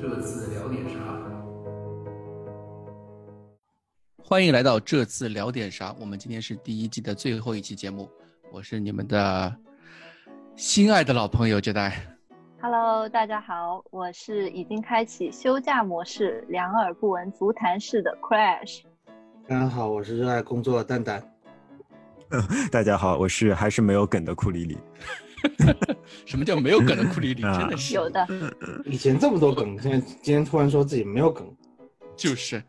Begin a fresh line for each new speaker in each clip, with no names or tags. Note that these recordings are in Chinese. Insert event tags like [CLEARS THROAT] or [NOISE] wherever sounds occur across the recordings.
这次聊点啥？
欢迎来到这次聊点啥？我们今天是第一季的最后一期节目，我是你们的心爱的老朋友接待。
Hello，大家好，我是已经开启休假模式、两耳不闻足坛事的 Crash。
大家好，我是热爱工作的蛋蛋。
[LAUGHS] 大家好，我是还是没有梗的库里里。
什么叫没有梗的库里里？
啊
真的是
有的，
以前这么多梗，现在今天突然说自己没有梗，
就是。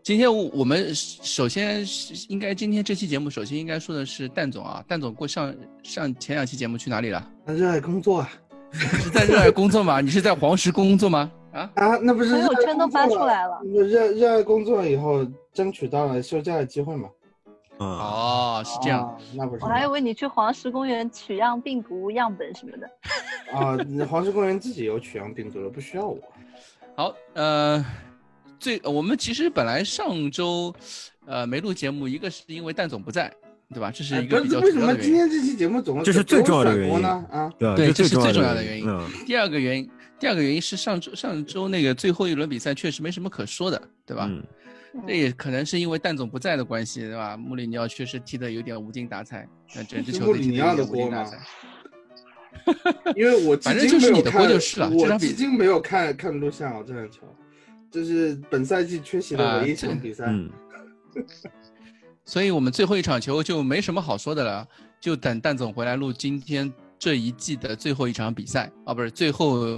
今天我我们首先是应该今天这期节目首先应该说的是蛋总啊，蛋总过上上前两期节目去哪里了？
那热爱工作啊
你是在热爱工作吗？你是在黄石工作吗？啊，
啊，那不是
朋友
热爱
圈都
工作
发出
了
来了。
那热热爱工作以后，争取到了休假的机会嘛？
嗯，
哦，是这样。
啊，那不是
我还以为你去黄石公园取样病毒样本什么的。
啊，那黄石公园自己有取样病毒了，不需要我。
好，呃，最我们其实本来上周，呃，没录节目，一个是因为蛋总不在，对吧？ [LAUGHS] 这是一个
哎不
比
是
较
为
重要
什么
的
今
原因。
天这期节目总
这是最重要的原
给
因
我甩锅呢？啊，
对啊，
对
这
这是最
最
重要
要
的原因
嗯，
第二个原因，第二个原因是上周上周那个最后一轮比赛确实没什么可说的，对吧？
嗯，
这也可能是因为蛋总不在的关系，对吧？穆里尼奥确实踢得有点无精打采，那整支
是
球
穆
队
里
踢
尼
得
奥
有
的
点无精
锅
打
吗
采。
因为我至
反正
今
就是你
没有
的
看，
锅就是了这
我
场比
至今没有看看录像哦，这场球，这是本赛季缺席的唯一一
啊
场比赛。
嗯，
所以我们最后一场球就没什么好说的了，就等蛋总回来录今天这一季的最后一场比赛啊，不是最后，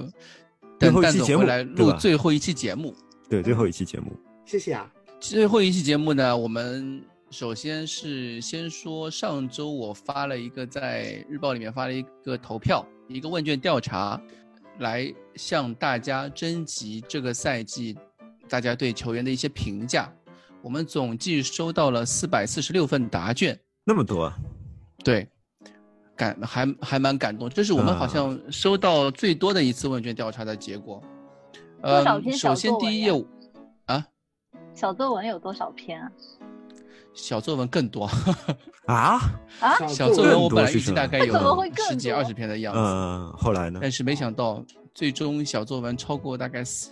最
等
后一
蛋
期
总
节目
回来
对
录
吧
最后一期节目。
对，最后一期节目，
谢谢啊。
最后一期节目呢，我们首先是先说上周我发了一个在日报里面发了一个投票，一个问卷调查，来向大家征集这个赛季大家对球员的一些评价。我们总计收到了四百四十六份答卷，
那么多啊，
对，感还还蛮感动，这是我们好
啊
像收到最多的一次问卷调查的结果。
多少
嗯
篇
首
小
先
作
第
文
一
呀
页我
小作文有多少篇啊？
小作文更多，
啊， [LAUGHS]
啊，
小作文我本来预
是
计
什么
[LAUGHS]
大概有
怎么
会更
十几
多
二十篇的样子，
嗯，后来呢？
但是没想到最终小作文超过大概四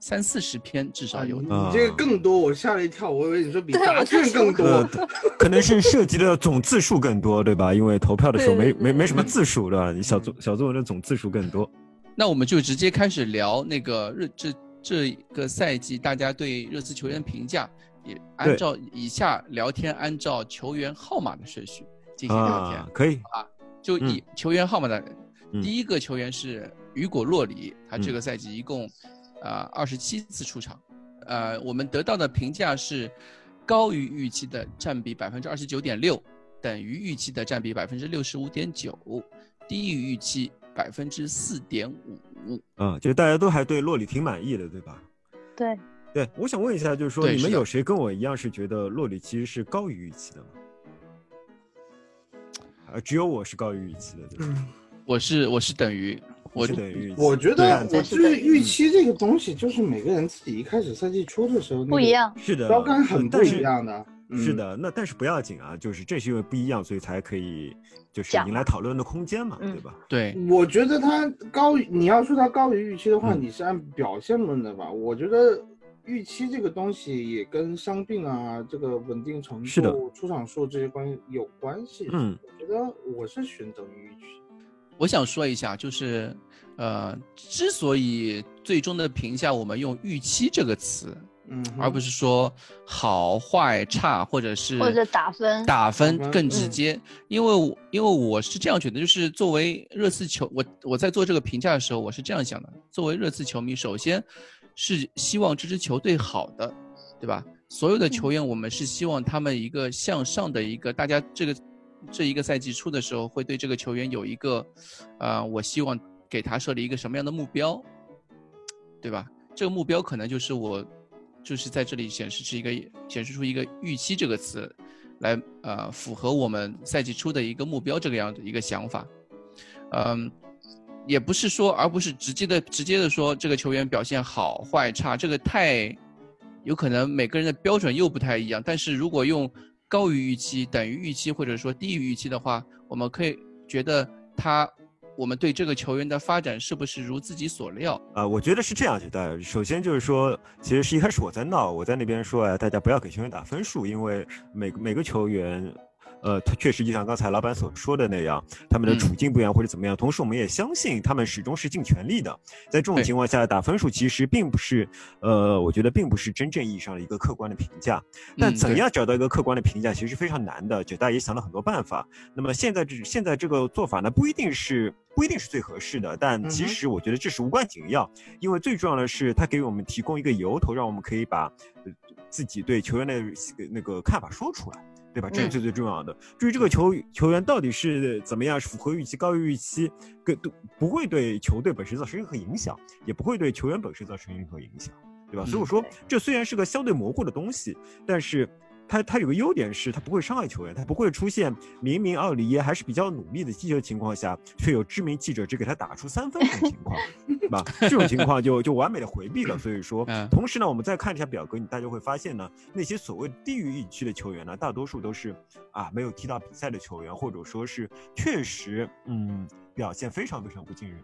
三四十篇至少有
你
嗯
的。
啊
你这个更多，我吓了一跳，我以为你说比
对
答
我就
卷
说
更
呃
多。，
[LAUGHS] 可能是涉及的总字数更多，对吧？因为投票的时候没
对对
没没什么字数，对吧？你
嗯
小作小作文的总字数更多，
那我们就直接开始聊那个热这这个赛季大家对热刺球员评价，也按
对
照以下聊天按照球员号码的顺序进行聊天
啊，，可以，
就以球员号码的、
嗯
第一个球员是雨果洛里，他这
嗯
个赛季一共啊二十七次出场，呃，我们得到的评价是高于预期的，占比百分之二十九点六，等于预期的占比百分之六十五点九，低于预期百分之四点五。
嗯，就大家都还对洛里挺满意的，对吧？
对，
对，我想问一下，就是说
对
你
是
们
的
有谁跟我一样是觉得洛里其实是高于预期的吗？呃，只有我是高于预期的，对吧？
嗯
我是我是等于我
是等于预期
我觉得，
对
我就是预期这个东西，就是每个人自己一开始赛季初的时候
不一，样。
是的，
标杆很
嗯
不
但
一
是
样的。嗯
是，的，那但是不要紧啊，就是正是因为不一样，所以才可以就是
讲
迎来讨论的空间嘛，
嗯
对吧？
对
我觉得他高于，你要说他高于预期的话，
嗯
你是按表现论的吧？我觉得预期这个东西也跟伤病啊、这个稳定程
是的
度、出场数这些关系有关系。
嗯，
我觉得我是选等于预期。
我想说一下，就是，呃，之所以最终的评价我们用“预期”这个词，
嗯哼，
而不是说好坏差或者是
或者打分
打分
打分嗯
更直接，因为我因为我是这样觉得，就是作为热刺球，我我在做这个评价的时候，我是这样想的：作为热刺球迷，首先是希望这支球队好的，对吧？所有的球员，我们是希望他们一个向上的一个，大家这个这一个赛季初的时候，会对这个球员有一个，呃，我希望给他设立一个什么样的目标，对吧？这个目标可能就是我，就是在这里显示是一个显示出一个预期这个词，来呃符合我们赛季初的一个目标这个样的一个想法，嗯，也不是说，而不是直接的直接的说这个球员表现好坏差，这个太有可能每个人的标准又不太一样。但是如果用高于预期、等于预期或者说低于预期的话，我们可以觉得他我们对这个球员的发展是不是如自己所料？
啊、我觉得是这样子的。首先就是说，其实是一开始我在闹，我在那边说，哎，大家不要给球员打分数，因为每个每个球员，呃，他确实就像刚才老板所说的那样，他们的
嗯
处境不一样或者怎么样。同时，我们也相信他们始终是尽全力的。在这种
对
情况下，打分数其实并不是，呃，我觉得并不是真正意义上的一个客观的评价。但
嗯
怎
对
样找到一个客观的评价，其实非常难的。九大也想了很多办法。那么现在这现在这个做法呢，不一定是不一定是最合适的，但其
嗯哼
实我觉得这是无关紧要，因为最重要的是它给我们提供一个由头，让我们可以把呃自己对球员的那个看法说出来。对吧？这是
嗯
最最重要的。至于这个球球员到底是怎么样，是符合预期、高于预期，跟都不会对球队本身造成任何影响，也不会对球员本身造成任何影响，对吧？所以我
嗯
说
对，
这虽然是个相对模糊的东西，但是它它有个优点是它不会伤害球员，它不会出现明明奥里耶还是比较努力的击球情况下，却有知名记者只给他打出三分这种情况，对 [LAUGHS] 吧？这种情况就就完美的回避了。所以说
嗯，
同时呢，我们再看一下表格，你大家会发现呢，那些所谓低于预期的球员呢，大多数都是啊没有踢到比赛的球员，或者说是确实嗯表现非常非常不尽人。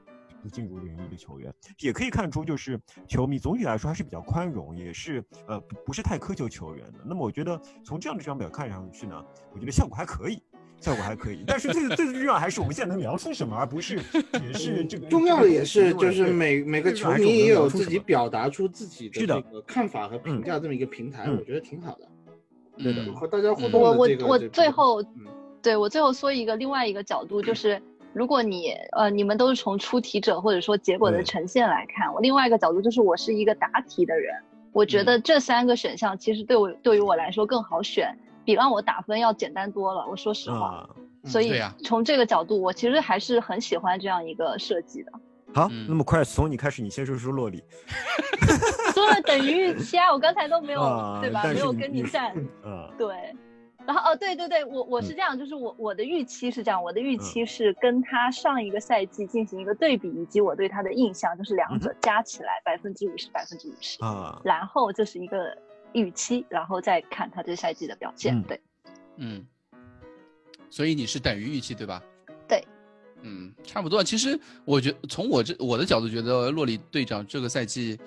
不尽如人意的球员，也可以看出，就是球迷总体来说还是比较宽容，也是呃不不是太苛求球员的。那么我觉得从这样的张表看上去呢，我觉得效果还可以，效果还可以。但是最最重要还是我们现在能聊出什么，而不是也是这个
嗯 [LAUGHS] 重要的也是，
这个
就是
对
每每个
这
球
还是我
迷
们
也
能
有
聊出
自
什
己
么
表达出自己的
是的
这个看法和评价这么一个平台，
嗯
我觉得挺好的，
对的，
和大家互
嗯
动
我
的
我
这个。
我
这个
最后
嗯，
对我最后说一个另外一个角度，
[CLEARS THROAT]
就是如果你呃你们都是从出题者或者说结果的
对
呈现来看，我另外一个角度就是我是一个答题的人，我
嗯
觉得这三个选项其实对我对于我来说更好选，比让我打分要简单多了。我说实话，
啊、
嗯
所以
对呀
从这个角度，我其实还是很喜欢这样一个设计的。
好，
嗯
那么快从你开始，你先说说洛里。
[LAUGHS] 说了等于预期啊，我刚才都没有、
啊
对吧？
但
没
是嗯
有
你
跟
你
你站。
啊，
对，然后哦，对对对，我我是这样，就是我我的预期是这样，我的
嗯
预期是跟他上一个赛季进行一个对比，以及我对他的印象，就是两者加起来百分之五十，百分之五十，
嗯啊，
嗯
然后这是一个预期，然后再看他这赛季的表现。
嗯
对，
嗯，所以你是等于预期对吧？
对，
嗯，差不多。其实我觉从我这我的角度觉得，洛里队长这个赛季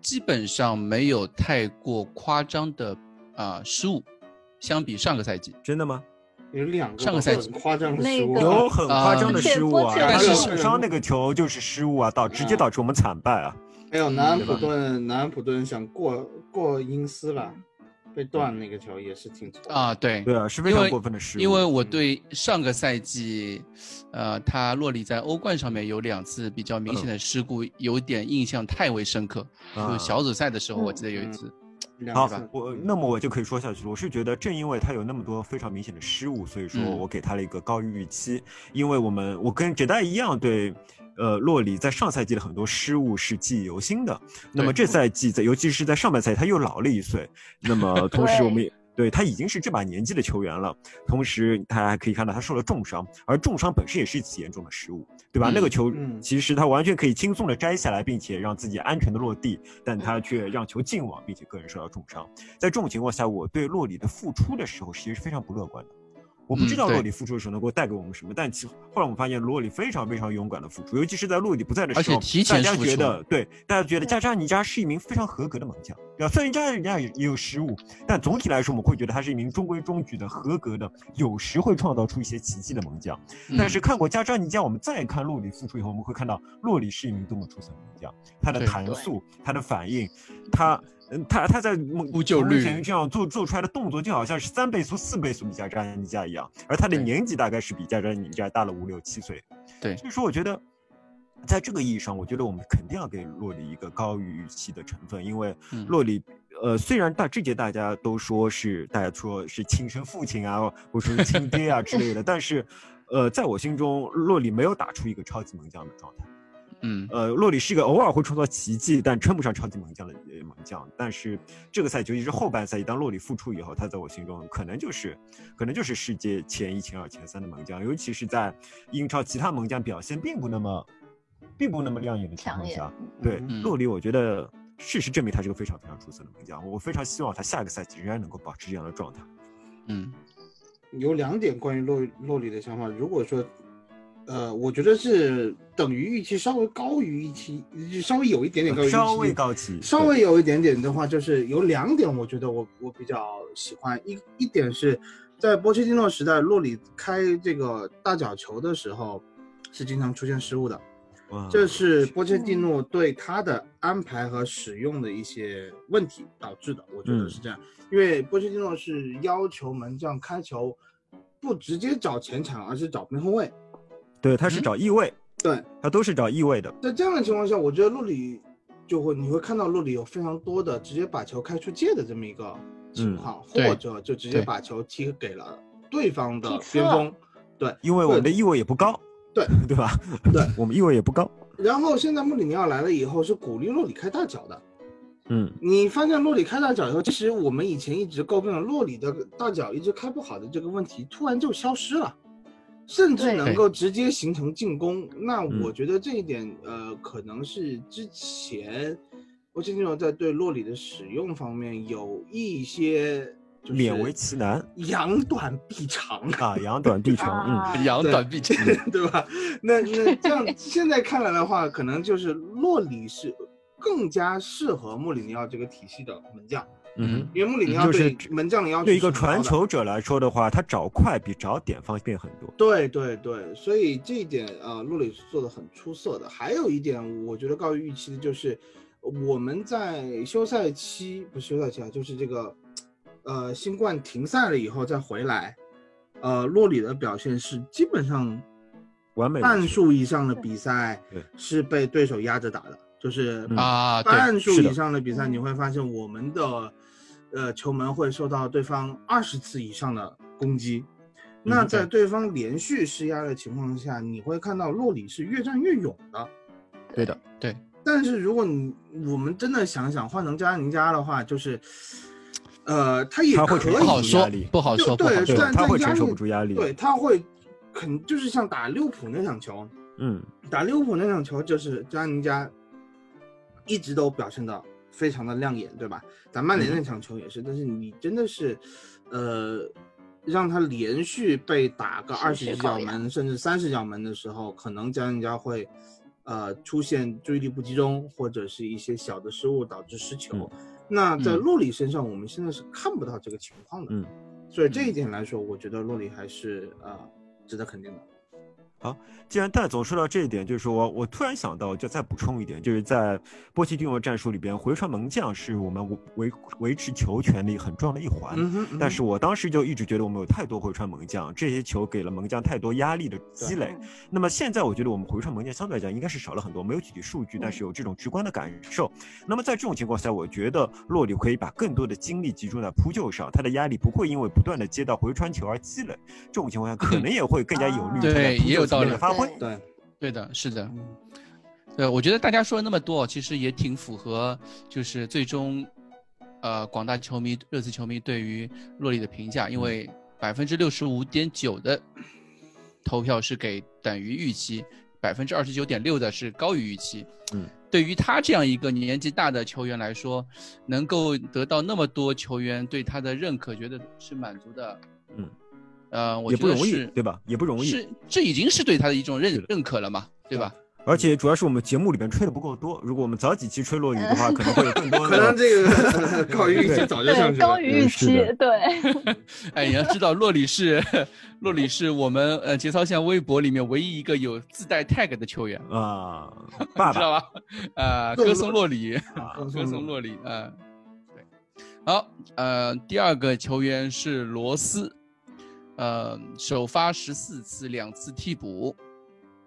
基本上没有太过夸张的啊、失误，相比上个赛季，
真的吗？
有两个
上个赛
很
季
夸张的
那
失误
个，
有很夸张的
嗯
失误
切波
啊，
切
然后
但是
受伤那个球就是失误啊，导直接
嗯
导致我们惨败啊。
还有南安普
对吧
顿，南安普顿想过过因斯了，被断那个球也是挺错的
啊，对，
对啊，是非
因
常
为
过分的失误。
因为我对上个赛季，呃，他洛里在欧冠上面有两次比较明显的事故，有点印象太为深刻。
啊
就小组赛的时候，
嗯
我记得有一
嗯
次，
两嗯
好
次，。
我
嗯
那么我就可以说下去了。我是觉得，正因为他有那么多非常明显的失误，所以说
嗯
我给他了一个高于预期。因为我们我跟杰代一样对，呃，洛里在上赛季的很多失误是记忆犹新的。那
对
么
嗯
这赛季在，尤其是在上半赛，他又老了一岁。那么同时
对
我们也。对他已经是这把年纪的球员了，同时他还可以看到他受了重伤，而重伤本身也是一次严重的失误，对吧？
嗯
那个球
嗯
其实他完全可以轻松的摘下来，并且让自己安全的落地，但他却让球进网，并且个人受到重伤。在这种情况下，我对洛里的付出的时候，其实是非常不乐观的。我不知
嗯
道
对
洛里付出的时候能够带给我们什么，但其后来我们发现洛里非常非常勇敢的付出，尤其是在洛里不在的
而
时
且
候，
提前
大家
付
觉
出
得对，大家觉得
对
加扎尼加是一名非常合格的门将，对吧？虽然加扎尼加也也有失误，但总体来说我们会觉得他是一名中规中矩的、合格的，有时会创造出一些奇迹的门将。但是看过加扎尼加，我们再看洛里复出以后，我们会看到洛里是一名多么出色的门将，他的
对
弹
对
速、他的反应，他。嗯，他他在
扑救率
前这样做做出来的动作，就好像是三倍速、四倍速比加扎尼加一样，而他的
对
年纪大概是比加扎尼加大了五六七岁。
对
所以说我觉得，在这个意义上，我觉得我们肯定要给洛里一个高于预期的成分，因为
嗯
洛里，呃，虽然大这届大家都说是大家说是亲生父亲啊，或者说是亲爹啊之
[LAUGHS]
类的，但是，呃，在我心中，洛里没有打出一个超级门将的状态。
嗯，
呃，洛里是一个偶尔会创造奇迹，但称不上超级门将的呃门将。但是这个赛季，尤其是后半赛季，当洛里复出以后，他在我心中可能就是，可能就是世界前一、前二、前三的门将，尤其是在英超其他门将表现并不那么，并不那么亮眼的情
强
况
烈
下，对
嗯
洛里，我觉得事实证明他是个非常非常出色的门将，我非常希望他下个赛季仍然能够保持这样的状态。
[LAUGHS] 嗯，
有两点关于洛洛里的想法。如果说，呃，我觉得是等于预期稍微高于预期，稍微有一点点高于预期，
稍微高级，
稍微有一点点的话，就是有两点，我觉得我我比较喜欢。一一点是在波切蒂诺时代，洛里开这个大角球的时候是经常出现失误的，
嗯
这是波切蒂诺对他的安排和使用的一些问题导致的。我觉得是这样，因为波切蒂诺是要求门将开球不直接找前场，而是找边后卫。
对，他
嗯
是找异位，
对
他都是找异位的。
在这样的情况下，我觉得洛里就会你会看到洛里有非常多的直接把球开出界的这么一个情况，
嗯
或者就直接把球踢给了对方的
踢侧
边锋。对，
因为我们的异位也不高，
对
[LAUGHS] 对吧？
对，
我们异位也不高。
然后现在穆里尼奥来了以后是鼓励洛里开大脚的。
嗯，
你发现洛里开大脚以后，其实我们以前一直诟病了洛里的大脚一直开不好的这个问题，突然就消失了，甚至
对
能够直接形成进攻。那
嗯
我觉得这一点，呃，可能是之前波切蒂诺在对洛里的使用方面有一些就是
勉为其难
扬短避长， [LAUGHS]
啊，扬短避长。嗯，
啊，
扬
对
短 [LAUGHS] 避长。
对吧？那那这
[LAUGHS]
样现在看来的话，可能就是洛里是更加适合穆里尼奥这个体系的门将。
嗯
因为穆里尼
嗯
奥
就是
对门将的要求
对一
是
个
很高
传
的，
球者来说的话，他找快比找点方便很多。
对对对，所以这一点啊，洛里是做的很出色的。还有一点，我觉得高于预期的就是我们在休赛期不是休赛期啊，就是这个呃新冠停赛了以后再回来，呃，洛里的表现是基本上
完美无
半
缺
数以上的比赛
对
是被对手压着打的，就是
嗯
啊，对，
半数
是的
以上的比赛，
嗯
你会发现我们的呃球门会受到对方二十次以上的攻击。那在对方连续施压的情况下，你会看到洛里是越战越勇的。
对的，对，
但是如果你我们真的想想，换成加尼加的话，就是，呃，他也
他会
可
承
以
受
不好
压
说
力，
不好
就
说，不
对
好说。
对
但，
他会
但压
承受
力
不住压力。
对，，他会肯就是像打利物浦那场球，
嗯，
打利物浦那场球就是加尼加一直都表现的非常的亮眼，对吧？打曼
嗯
联那场球也是，但是你真的是，呃，让他连续被打个二
持
十
续
几
考
脚
验
门甚至三十脚门的时候，可能加尼加会。呃，出现注意力不集中，或者是一些小的失误导致失球。那在
嗯
洛里身上，我们现在是看不到这个情况的。
嗯，
所以这一点来说，我觉得洛里还是呃值得肯定的。
既然戴总说到这一点，就是说我突然想到，就再补充一点，就是在波奇蒂诺战术里边，回传门将是我们维维持球权的很重要的一环。
嗯哼，嗯哼
啊但是我当时就一直觉得我们有太多回传门将，这些球给了门将太多压力的积累。
嗯
那么现在我觉得我们回传门将相对来讲应该是少了很多，没有具体数据，
嗯
但是有这种直观的感受。那么在这种情况下，我觉得洛里可以把更多的精力集中在扑救上，他的压力不会因为不断的接到回传球而积累。这种情况下可能也会更加有利于他在
对
扑
也有
救层
道
面
理
的发
嗯
挥。
啊对，
对的，是的，
嗯
对，呃我觉得大家说了那么多，其实也挺符合，就是最终，呃，广大球迷、热刺球迷对于洛里的评价，因为百分之六十五点九的投票是给等于预期，百分之二十九点六的是高于预期。
嗯，
对于他这样一个年纪大的球员来说，能够得到那么多球员对他的认可，觉得是满足的。
嗯，
呃，我
也
觉
不
得
容易
是，
对吧？也不容易。
是这已经是对他的一种
是
认
的
认可了嘛，对吧？
而且主要是我们节目里边吹的不够多，如果我们早几期吹洛里
[LAUGHS]
的话，可能会有更多
可能
的。
这
[LAUGHS]
个高于预期早就上
对，
去
高
了。
于预期
嗯是，
对，
哎，你要知道，洛里是洛里是我们呃节操项微博里面唯一一个有自带 tag 的球员，
啊，爸
知道
爸，
吧？ [LAUGHS] 呃，
更
歌颂洛里，
啊
歌颂洛里，呃，对。好，呃，第二个球员是罗斯，呃，首发十四次，两次替补，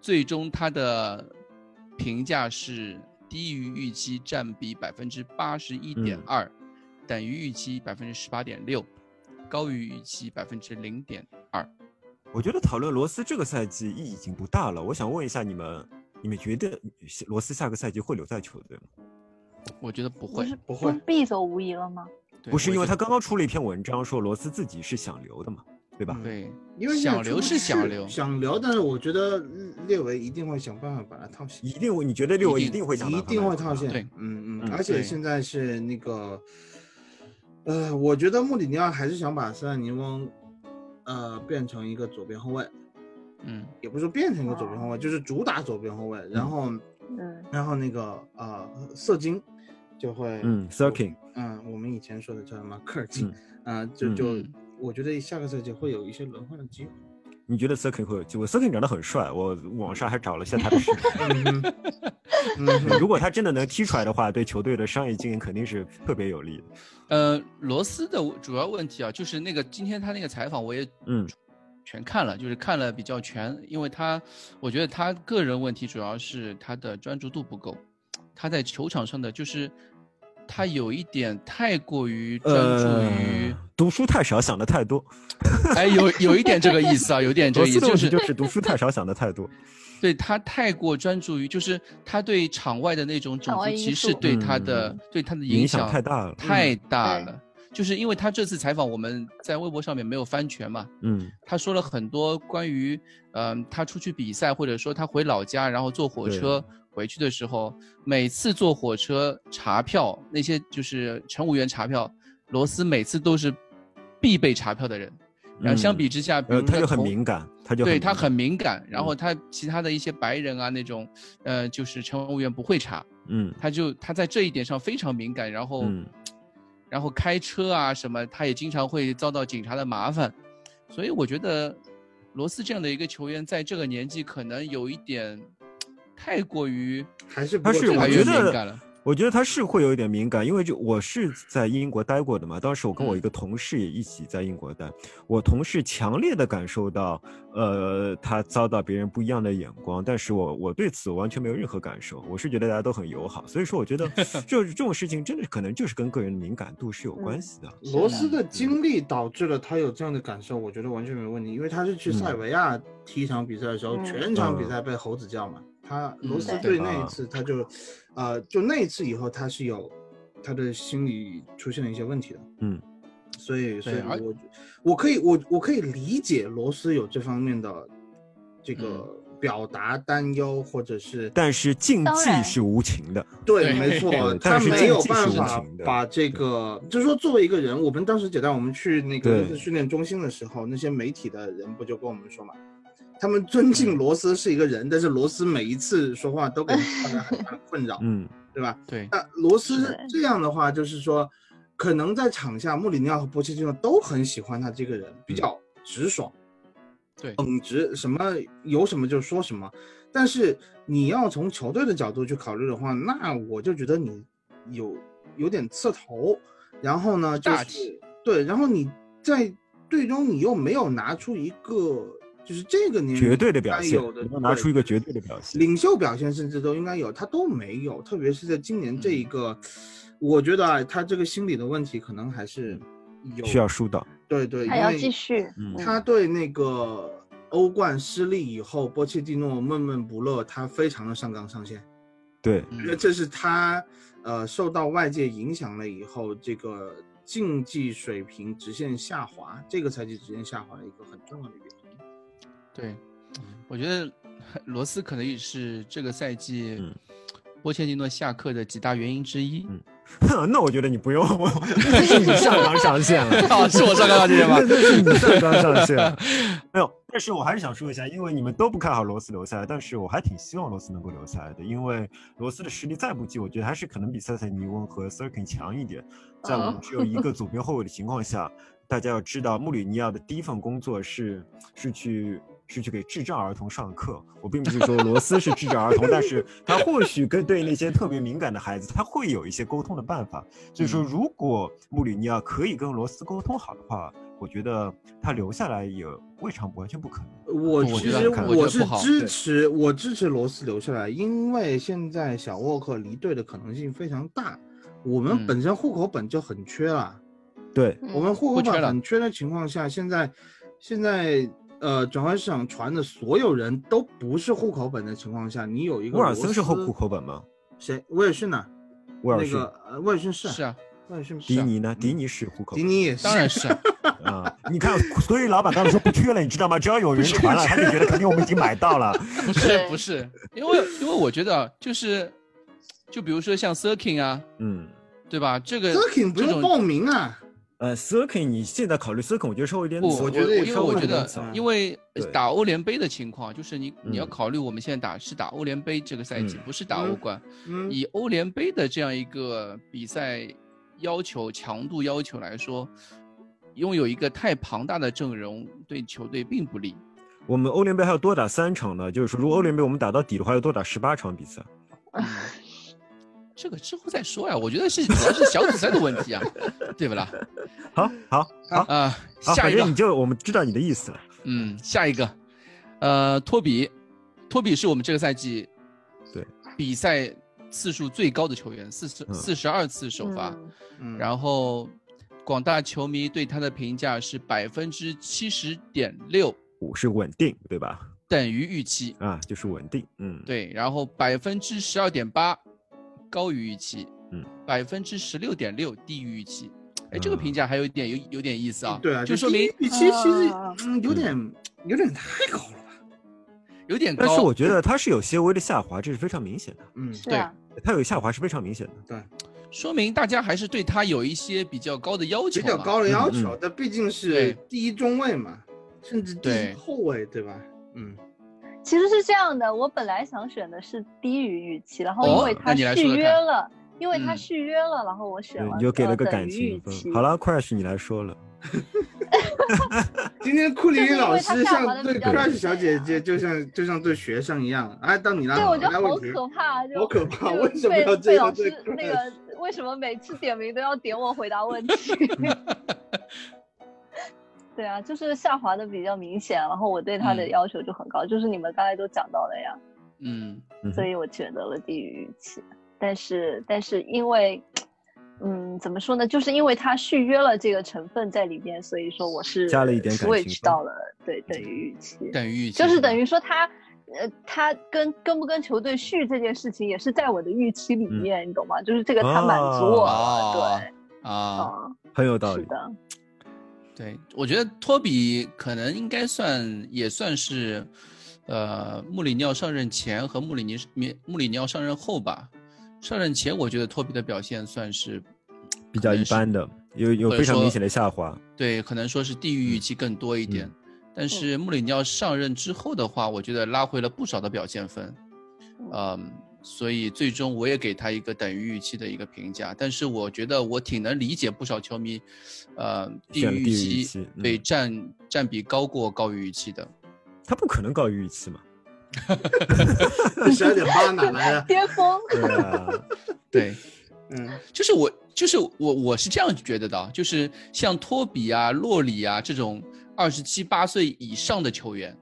最终他的评价是低于预期，占比百分之八十一点
嗯
二，等于预期百分之十八点六，高于预期百分之零点二。
我觉得讨论罗斯这个赛季意义已经不大了。我想问一下你们，你们觉得罗斯下个赛季会留在球队吗？
我觉得不
不 [LAUGHS]
会
是，
不会
必走无疑了吗？
对
不是
我
因为
觉
他
得
刚刚出了一篇文章说罗斯自己是想留的嘛，对吧？
对
因为
想留是想
想
留
想留，但是我觉得列维一定会想办法把它套现
一，定会，你觉得六
一
一
定
定会想
一
办法
定
买
会
他
套现。
对
嗯
嗯
嗯，而且
对
现在是那个，呃，我觉得穆里尼奥还是想把塞尔尼翁，呃，变成一个左边后卫。
嗯
也不是说变成一个左边后卫，就是主打左边后卫，然后
嗯，
然后那个呃色金就会
嗯 s i r k i n
嗯，我们以前说的叫什么科尔金
嗯，
啊，就就
嗯
我觉得下个赛季会有一些轮换的机会。
你觉得 s i r k i n 会有机会 s i r k i n 长得很帅，我网上还找了一下他的视频。 [LAUGHS]
嗯哼，嗯哼
如果他真的能踢出来的话，对球队的商业经营肯定是特别有利的。
呃，罗斯的主要问题啊，就是那个今天他那个采访我也
嗯
全看了，就是看了比较全，因为他我觉得他个人问题主要是他的专注度不够，他在球场上的就是他有一点太过于专注于，
呃读书太少，想的太多。
哎，有有一点这个意思啊，有点这
罗
个意
斯
思，
的
就
问题
是
就是读书太少，想的太多。
对他太过专注于，就是他对场外的那种种
场外
族
因
歧视
素嗯
对他
嗯
的对他的
影
响
响太大了。嗯
太大
对
了。就是因为他这次采访，我们在微博上面没有翻全嘛，
嗯
他说了很多关于，嗯、他出去比赛，或者说他回老家，然后坐火
对
车回去的时候，每次坐火车查票，那些就是乘务员查票，罗斯每次都是必备查票的人。然后相比之下，比
嗯
呃，
如
他
说
就很
同
敏感，他就
对
敏
他
感
很敏感，然
嗯
后他其他的一些白人啊那种，呃，就是乘务员不会查，
嗯
他就他在这一点上非常敏感，然
哦
后，
嗯
然后开车啊什么，他也经常会遭到警察的麻烦，所以我觉得罗斯这样的一个球员在这个年纪可能有一点太过于
还是不
他
过
是
这
越
个
来
我
还
越
觉
是
敏感
得
了，
我觉得他是会有一点敏感，因为就我是在英国待过的嘛，当时我跟
嗯
我一个同事也一起在英国待，我同事强烈的感受到，呃，他遭到别人不一样的眼光，但是我我对此完全没有任何感受，我是觉得大家都很友好，所以说
[LAUGHS]
我觉得这这种事情真的可能就是跟个人的敏感度是有关
嗯
系的，
罗斯的经历导致了他有这样的感受，我觉得完全没问题，因为他是去塞维亚踢一场比赛的时候，
嗯
全场比赛被猴子叫嘛。他
嗯
罗斯
对
对那一次，他就，呃，就那一次以后，他是有他的心理出现了一些问题的。
嗯，
所以，所以
而
我我可以我我可以理解罗斯有这方面的这个表达担忧，或者是
但是竞
当
技
然
是无情的，
对
对，没错，
对
他
但是
没有
竞技
办
是无
法
情的
把这个，就是说作为一个人，我们当时解答我们去那个
对
热刺训练中心的时候，那些媒体的人不就跟我们说嘛，他们尊敬罗斯是一个人，但是罗斯每一次说话都给大家很大
[LAUGHS]
的困扰，
嗯
对吧？
对，
那罗斯
对
这样的话，就是说，可能在场下，穆里尼奥和波切蒂诺都很喜欢他这个人，比较直爽，
对
嗯
耿直，什么有什么就说什么。但是你要从球队的角度去考虑的话，那我就觉得你有有点刺头，然后呢，就
大
是
气
对，然后你在队中你又没有拿出一个就是这个年龄
绝对的
嗯应
表
该
现
有的，
你要拿
对
出一个绝对的表现，
领袖表现甚至都应该有，他都没有，特别是在今年这
嗯
一个，我觉得啊，他这个心理的问题可能还是有
需要疏导，
对对，
还
因
要
为
继续，
嗯
他对那个欧冠失利以后，波切蒂诺闷闷不乐，他非常的上纲上线，
对，
因为
嗯
这是他呃受到外界影响了以后，这个竞技水平直线下滑，这个赛季直线下滑的一个很重要的原因。
对，
嗯
我觉得罗斯可能也是这个赛季
嗯
波切蒂诺下课的几大原因之一。
嗯哼，那我觉得你不用， [LAUGHS] 我那是你上纲上线了。 [LAUGHS]
啊，是我上纲上线吗
那？那是你上纲上线。没有，但是我还是想说一下，因为你们都不看好罗斯留下来，但是我还挺希望罗斯能够留下来的，因为罗斯的实力再不济，我觉得还是可能比塞塞尼翁和 s i r k i n 强一点。在我们
哦
只有一个左边后卫的情况下，大家要知道，穆里尼奥的第一份工作是是去。是去给智障儿童上课。我并不是说罗斯是智障儿童，但是他或许跟对那些特别敏感的孩子，他会有一些沟通的办法。所以说，
嗯
如果穆里尼奥可以跟罗斯沟通好的话，我觉得他留下来也未尝不完全不可能。
呃我
我
其
觉得
实
看我觉
我
得
是
不好
支
对
持我支持罗斯留下来，因为现在小沃克离队的可能性非常大。我们
嗯
本身户口本就很缺了，
对，
嗯
我们户口
不缺
本
了
很缺的情况下，现在现在呃转会市场传的所有人都不是户口本的情况下，你有一个
威尔
罗
森是后
斯
户口本吗？
谁？威尔逊呢？
威尔
那
逊、
个呃威尔逊是
是
啊，
啊，
威尔逊
迪
是啊
尼呢？迪
嗯
尼是户口
迪
本
尼也是
当然
[LAUGHS]
是啊。
啊！你看，所以老板当时说不缺了，你知道吗？只要有人传了，他就觉得肯定我们已经买到
[LAUGHS]
了。
不是
对
不是，因为因为我觉得啊就是，就比如说像 Sirkin 啊，
嗯，
对吧？这个
Zirkin 不
这种
用报名啊，
呃 s i r k i n 你现在考虑 s i r k i n 我觉得稍微有点
不，
早
我
我
觉得也
因为
稍微
我
有
觉
点
得
嗯
早，
因为
对
打欧联杯的情况，就是你你要
嗯
考虑我们现在打是打欧联杯这个赛季
嗯，
不是打欧
嗯
冠。
嗯，
以欧联杯的这样一个比赛要求强度要求来说，拥有一个太庞大的阵容对球队并不利。
我们欧联杯还要多打三场呢，就是说如果欧联杯我们打到底的话，要多打十八场比赛。
嗯这个之后再说呀，我觉得是主要是小组赛的问
[LAUGHS]
题啊，对不啦？
好好好
啊、
好，
下
反
一
正你
个，
就我们知道你的意思了。
嗯，下一个，呃，托比，托比是我们这个赛季
对
比赛次数最高的球员，四十
嗯
四十二次首发。
嗯
嗯
然后广大球迷对他的评价是百分之七十点六，
我是稳定，对吧？
等于预期。
啊，就是稳定。嗯，，
对，然后百分之十二点八高于预期，
嗯，
百分之十六点六低于预期。哎，这个评
嗯
价还有一点有有点意思啊，
对啊，
就说
第一
明
预期其实
啊
嗯有点有点太高了吧，
有点高。
但是我觉得它是有些微的下滑，这是非常明显的。
嗯，
是啊，
它有下滑是非常明显的。
说明大家还是对他有一些比较高的要求嘛，
比较高的要
嗯
求
嗯，
但毕竟是
对
第一中卫嘛，甚至第
对
一后卫，对吧？嗯，
其实是这样的，我本来想选的是低于预期，然后
哦
因为
那
他
你来
续
说说
约
看
了，因为他
嗯
续约了，然后我选
对，
了
你就给了个
呃
感
等于
情
预
分
期。。
好，了，Crash 你来说了。
今天库里
就是因为
老
他
师
下滑
像
得
对
比
较
Crash
厉
小
害
姐
啊
姐，就像就像对学生一样。哎，到你了，
对，我觉
来
得好
问题
可怕，就
好可怕
就
为什么
被
要这
被
样
老
对
师
客
那
人
个为什么每次点名都要点我回答问题？ [LAUGHS] 对啊，就是下滑的比较明显，然后我对他的
嗯
要求就很高，就是你们刚才都讲到了呀，
嗯，
嗯
所以我选择了低于预期。但是，但是因为，嗯，怎么说呢？就是因为他续约了这个成分在里边，所以说我是
加了一点感情
switch 到了对等于预期，
等于预期
就是
吧
等于说他，呃，他跟跟不跟球队续这件事情也是在我的预期里
嗯
面，你懂吗？就是这个他满足我了，
哦
对，
啊，
嗯，
很有道
是
理。
的，
对，我觉得托比可能应该算也算是，呃，穆里尼奥上任前和穆里尼穆穆里尼奥上任后吧。上任前，我觉得托比的表现算是
比较一，般的，有有
或者
非常明
说
显的下滑。
可能是对，可能说是低于预期更多一点。
嗯
但是穆里尼奥上任之后的话，我觉得拉回了不少的表现分，
嗯
嗯，所以最终我也给他一个等于预期的一个评价。但是我觉得我挺能理解不少球迷，呃，低
选了
于预
低于预
期，
期
对
嗯
占占比高过高于预期的。
他不可能高于预
[LAUGHS]
期嘛。
[LAUGHS] 十二点八哪来的？
巅峰，
对啊，
对，
嗯，
就是我，就是我，我是这样觉得的啊，就是像托比啊、洛里啊这种二十七八岁以上的球员，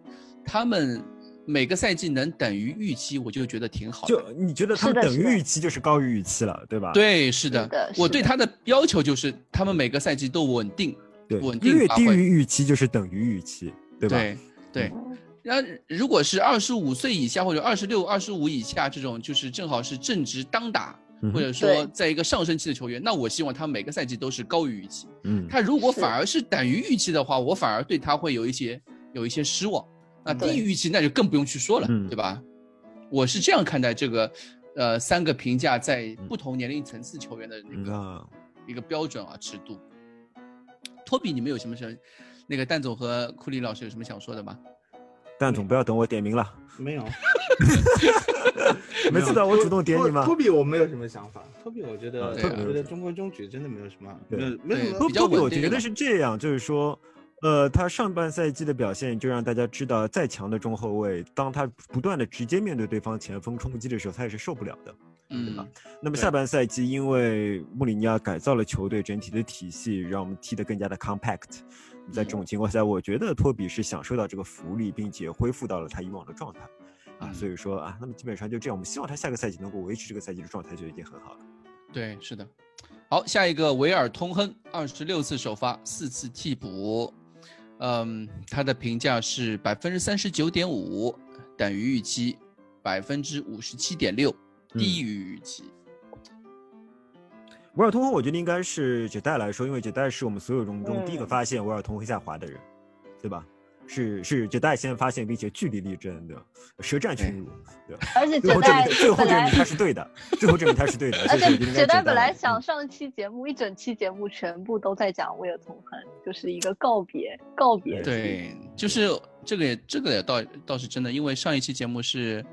他们每个赛季能等于预期，我就觉得挺好的。
就你觉得他
是
们
的
等
是
于
的
预期就是高于预期了，对吧？
对，是的，
是的
我
是
对
的
他的要求就是他们每个赛季都稳定，
对
稳，定
越
发
低
挥
于预期就是等于预期，对吧？
对对。
嗯
然后如果是二十五岁以下或者二十六、二十五以下这种，就是正好是正值当打，
嗯哼
或者说
对
在一个上升期的球员，那我希望他每个赛季都是高于预期。
嗯，
他如果
是
反而是等于预期的话，我反而对他会有一些有一些失望。那
对
低于预期，那就更不用去说了，
嗯
对吧？我是这样看待这个，呃，三个评价在不同年龄层次球员的那
嗯
个、
啊，
一个标准啊尺度。托比，你们有什么想？那个蛋总和库里老师有什么想说的吗？
但总不要等我点名了， [LAUGHS]
没有，
每次都要我主动点你吗
托？比我没有什么想法，托比我觉得哎
啊
对啊
我觉得中规中矩，真的没有什么，
对
没有没有什
对
么
不
比较
不，我
稳定
觉得
吧
是这样，就是说，呃，他上半赛季的表现就让大家知道，再强的中后卫，当他不断的直接面对对方前锋冲击的时候，他也是受不了的。
嗯，
那么
对
下半赛季，因为穆里尼奥改造了球队整体的体系，让我们踢得更加的 compact。在这
嗯
种情况下，我觉得托比是享受到这个福利，并且恢复到了他以往的状态啊，
嗯
所以说啊，那么基本上就这样。我们希望他下个赛季能够维持这个赛季的状态就已经很好了。
对，是的。好，下一个维尔通亨，二十六次首发，四次替补。嗯，他的评价是百分之三十九点五，等于预期百分之五十七点六，低于预期。
维尔通亨，我觉得应该是解代来说，因为解代是我们所有中中第一个
嗯
发现维尔通亨下滑的人，对吧？是是这代先发现并且据理力争的，舌战群儒。对，
而且
最
九
后证
代
明最后
本
证明
来，
他是对的，最后证明他是对
[LAUGHS]
的。
而
所以
且
就应该
九代
九
本来
了
想
嗯
上期节目一整期节目全部都在讲威尔通亨，就是一个告别告别。
对，就是这个也这个也倒倒是真的，因为上一期节目是，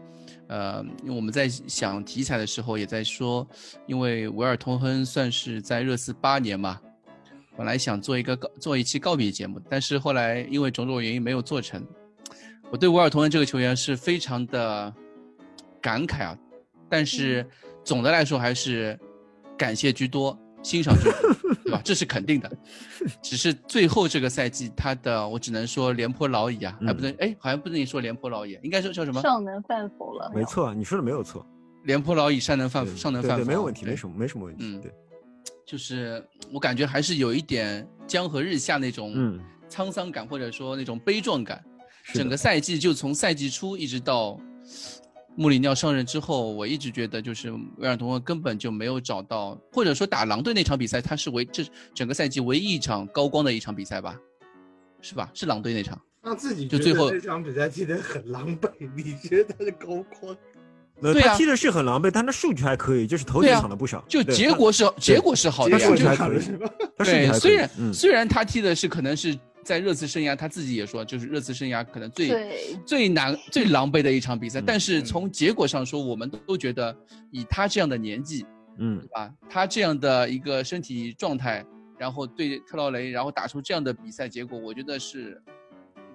呃，因为我们在想题材的时候也在说，因为维尔通亨算是在热刺八年嘛，本来想做一个告做一期告别节目，但是后来因为种种原因没有做成。我对维尔通亨这个球员是非常的感慨啊，但是总的来说还是感谢居多，欣赏居多，对吧？这是肯定的。只是最后这个赛季，他的我只能说廉颇老矣啊，还
嗯
不能哎，好像不能说廉颇老矣，应该说叫什么？
上能饭否了？
没，错，你说的没有错，
廉颇老矣，善能饭
对
上能
对
饭
对，
否，
没有问题，没
对
什么没什么问题。
嗯
对，
就是我感觉还是有一点江河日下那种
嗯，
沧桑感，或者说那种悲壮感。
是
整
的
个赛季就从赛季初一直到穆里尼奥上任之后，我一直觉得就是维尔通亨根本就没有找到，或者说打狼队那场比赛，他是唯这整个赛季唯一一场高光的一场比赛吧，是吧？是狼队那场。
让自己
就
觉
最
得
后
这场比赛踢得很狼狈，你觉得他是高光？
那
对
呃他
啊
踢的是很狼狈，但他数据还可以，就是头几
对啊
场了不少。
就
对
结，果是结果是好的
结
呀
果，
是
是
就
还
好
可
的
以
是吧？
他他数据
对
还，可以
虽然、
嗯，
虽然他踢的是可能是在热刺生涯，他自己也说就是热刺生涯可能最
对，
最难、最狼狈的一场比赛，
嗯
但是
嗯
从结果上说，我们都觉得以他这样的年纪，
嗯
对吧？他这样的一个身体状态，然后对特劳雷，然后打出这样的比赛结果，我觉得是，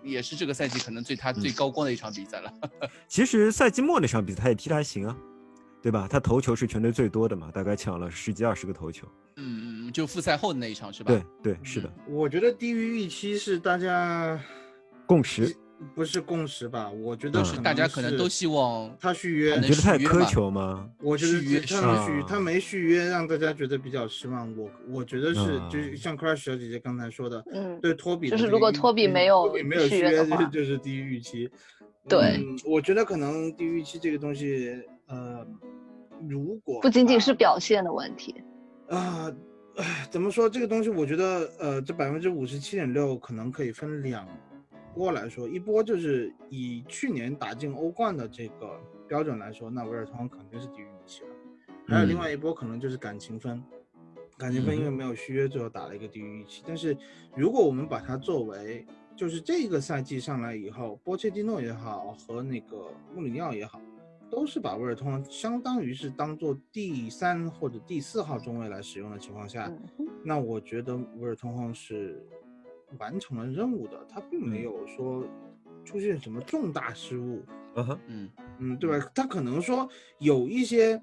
也是这个赛季可能最
嗯
他最高光的一场比赛了。 [LAUGHS]
其实赛季末那场比赛他也踢得还行啊，对吧？他头球是全队最多的嘛，大概抢了十几二十个头球。
嗯嗯，嗯，就复赛后的那一场是吧？嗯
对，对，是的，
我觉得低于预期是大家
共识。
不是共识吧？我觉
嗯
得
是
大家可能
是
都希望
他续
可
约
你
能
觉得太
续约嘛
苛求吗？
我觉得
续约
他没续
啊，
他没续约，让大家觉得比较失望。我我觉得是，
啊
就是像 Crush 小姐姐刚才说的，
嗯，
对托比的
就
这
是
个
如
预期，
果托比没有
托比没有
续
续
约
约，
的
就
话
就是低于预期。
对
嗯，我觉得可能低于预期这个东西，呃，如果
不仅仅
啊
是表现的问题。
啊、唉怎么说这个东西？我觉得，呃，这百分之五十七点六可能可以分两波来说，一波就是以去年打进欧冠的这个标准来说，那维尔通肯定是低于预期了。还有另
嗯
外一波可能就是感情分，感情分因为没有续约，最后打了一个低于预期。但是如果我们把它作为就是这个赛季上来以后，波切蒂诺也好和那个穆里尼奥也好，都是把威尔通相当于是当做第三或者第四号中卫来使用的情况下，
嗯，
那我觉得威尔通亨是完成了任务的，他并没有说出现什么重大失误，
嗯哼，
嗯
嗯，对吧？他可能说有一些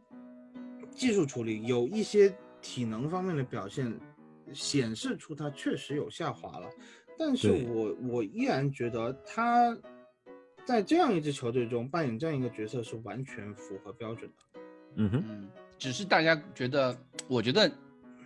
技术处理，有一些体能方面的表现，显示出他确实有下滑了。但是
对
我我依然觉得他在这样一支球队中扮演这样一个角色是完全符合标准的。
嗯哼，
嗯，只是大家觉得，我觉得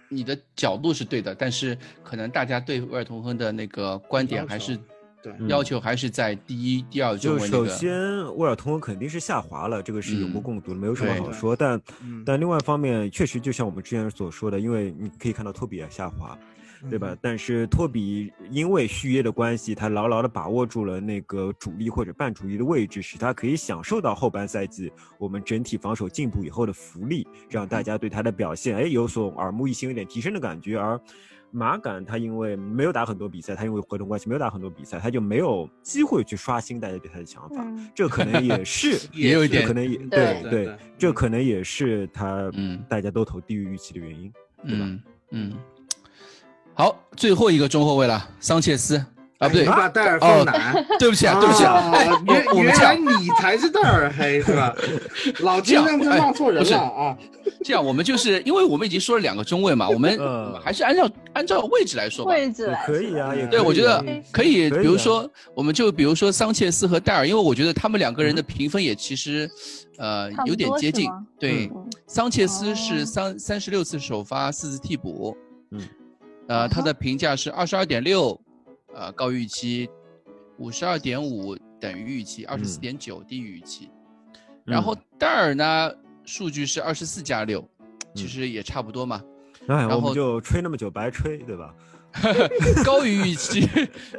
你的角度是对的，但是可能大家对威尔通亨的那个观点还是
对，
嗯
要求还是在第一、第二中
就
位那
首
个。
先，威尔通肯定是下滑了，这个是有目
嗯
共睹的，没有什么
对
好说。但
嗯，
但另外一方面，确实就像我们之前所说的，因为你可以看到托比也下滑，
嗯
嗯
对吧？但是托比因为续约的关系，他牢牢的把握住了那个主力或者半主力的位置，使他可以享受到后半赛季我们整体防守进步以后的福利，让
嗯
大家对他的表现哎有所耳目一新，有点提升的感觉。而马杆他因为没有打很多比赛，他因为合同关系没有打很多比赛，他就没有机会去刷新大家对他的想法。
嗯
这可能也是
也 [LAUGHS] 有一
这
点
可能也
对
对对，这
嗯
可能也是他
嗯
大家都投低于预期的原因。对吧
嗯嗯，好，最后一个中后卫了，桑切斯啊，不对，
把戴尔放
哦
哪？
[LAUGHS] 对不起啊，对不起啊，哎，
哎啊，原
我我们
原
这
来
样
你才是戴尔黑是
[LAUGHS]
吧？老
这
金
样
让他
哎
骂错人
不是
了啊！
这样，我们就是因为我们已经说了两个中卫嘛，我们
嗯
我们还是按照按照位置来说吧。
位置来
可以啊，
是的
也
对，
可
我
以
觉得
啊
可以，
可
比
以
如
啊
说，我们就比如说桑切斯和戴尔，因为我觉得他们两个人的评分也其实，呃，
差不
有点
多
接
是
近
吗。
对，
嗯
桑切斯
哦
是三三十六次首发，四次替补，
嗯，
呃，他
啊哈
的评价是二十二点六，呃，高于预期，五十二点五等于预
嗯
期，二十四点九低于预期。然后戴尔呢，数据是二十四加六，其
嗯
实也差不多嘛。
哎，
然后
我们就吹那么久白吹，对吧？
[LAUGHS] 高于预期，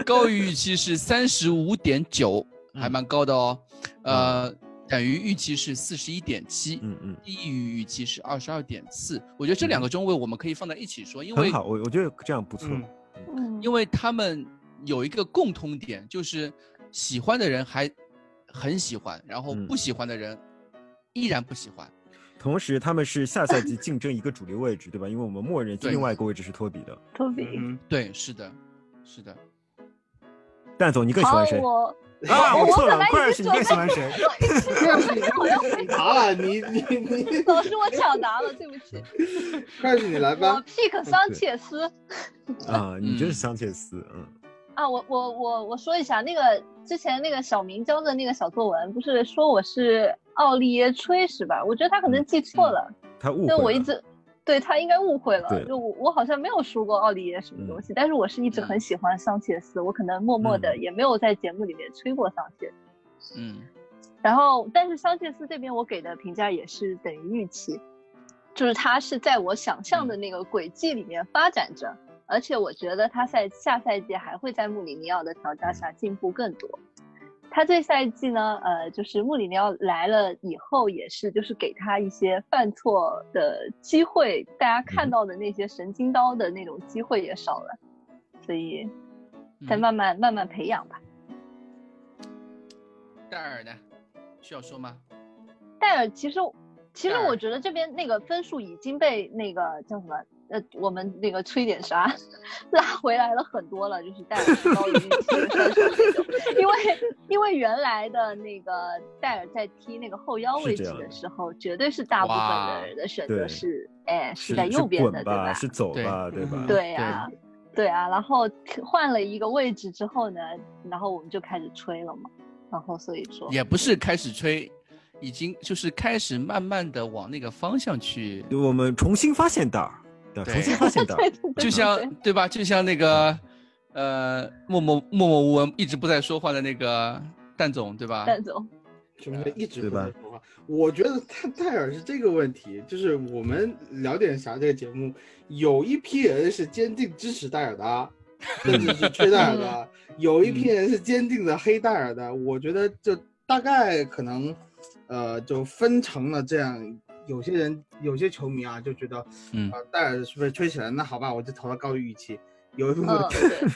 高于预期是三十五点九，
嗯
还蛮高的哦。呃，等于预期是四十一点七，
嗯嗯，
低于预期是二十二点四。我觉得这两个中位我们可以放在一起说，因为
很好，我我觉得这样不错。
嗯
嗯，
因为他们有一个共通点，就是喜欢的人还很喜欢，然后
嗯
不喜欢的人依然不喜欢。
同时，他们是下赛季竞争一个主流位置，对吧？因为我们默认
对
另外一个位置是托比的。
托比。
[LAUGHS] 嗯
对，是的，是的。
蛋总，你更喜
好
欢，谁？
我
啊，
我
我
我
错
本
了
来，
果然
也
是
是
你
准备
更喜欢谁？
我要回
答了，你 [LAUGHS] 你你，
老师我抢答了，对不起，
快是你 [LAUGHS] 来
我
吧。
嗯
pick 桑切斯
[LAUGHS]
啊，你真
嗯
是桑切斯，嗯
啊，我我我我说一下那个之前那个小明交的那个小作文，不是说我是奥利耶吹是吧？我觉得他可能记错了，
他嗯误会
但
了。
我一直对他应该误会了
对，
就我我好像没有说过奥利耶什么东西，但是我是一直很喜欢桑切斯，我可能默默的
嗯
也没有在节目里面吹过桑切斯。
嗯
然后，但是桑切斯这边我给的评价也是等于预期，就是他是在我想象的那个轨迹里面发展着，而且我觉得他在下赛季还会在穆里尼奥的调教下进步更多。他这赛季呢，呃，就是穆里尼奥来了以后，也是就是给他一些犯错的机会，大家看到的那些神经刀的那种机会也少了，所以再
嗯
慢慢、慢慢培养吧。
戴尔呢？需要说吗？
戴尔其实，其实
嗯
戴尔
我觉得这边那个分数已经被那个叫什么呃，我们那个吹点啥拉回来了很多了，就是戴尔是高于预期的射手那种，因为因为原来的那个戴尔在踢那个后腰位置
是这样
的
的
时候，绝对是大部分的人的选
对
择是哎
是
在
是
右边的，
滚
对
吧，
吧？
是走
对
吧，对吧？
嗯
对啊，对啊，然后换了一个位置之后呢，然后我们就开始吹了嘛，然后所以说
也不是开始吹，已经就是开始慢慢的往那个方向去，
对我们重新发现的儿，对，
对
重新发现的儿，
[LAUGHS] 对对对
就
对
像对吧？就像那个呃默默默默无闻一直不再说话的那个蛋总对
啊
吧？
蛋总，
什么叫一直
对
不
吧
能说话？我觉得戴戴尔是这个问题，就是我们聊点啥这个节目，有一批人是坚定支持戴尔的啊，甚至是吹戴尔
嗯
的， [LAUGHS] 有一
嗯
批人是坚定的黑戴尔的。我觉得就大概可能，呃，就分成了这样。有些人，有些球迷啊，就觉得，
嗯
啊、戴尔是不是吹起来？那好吧，我就投了高于预期。有一部分
嗯，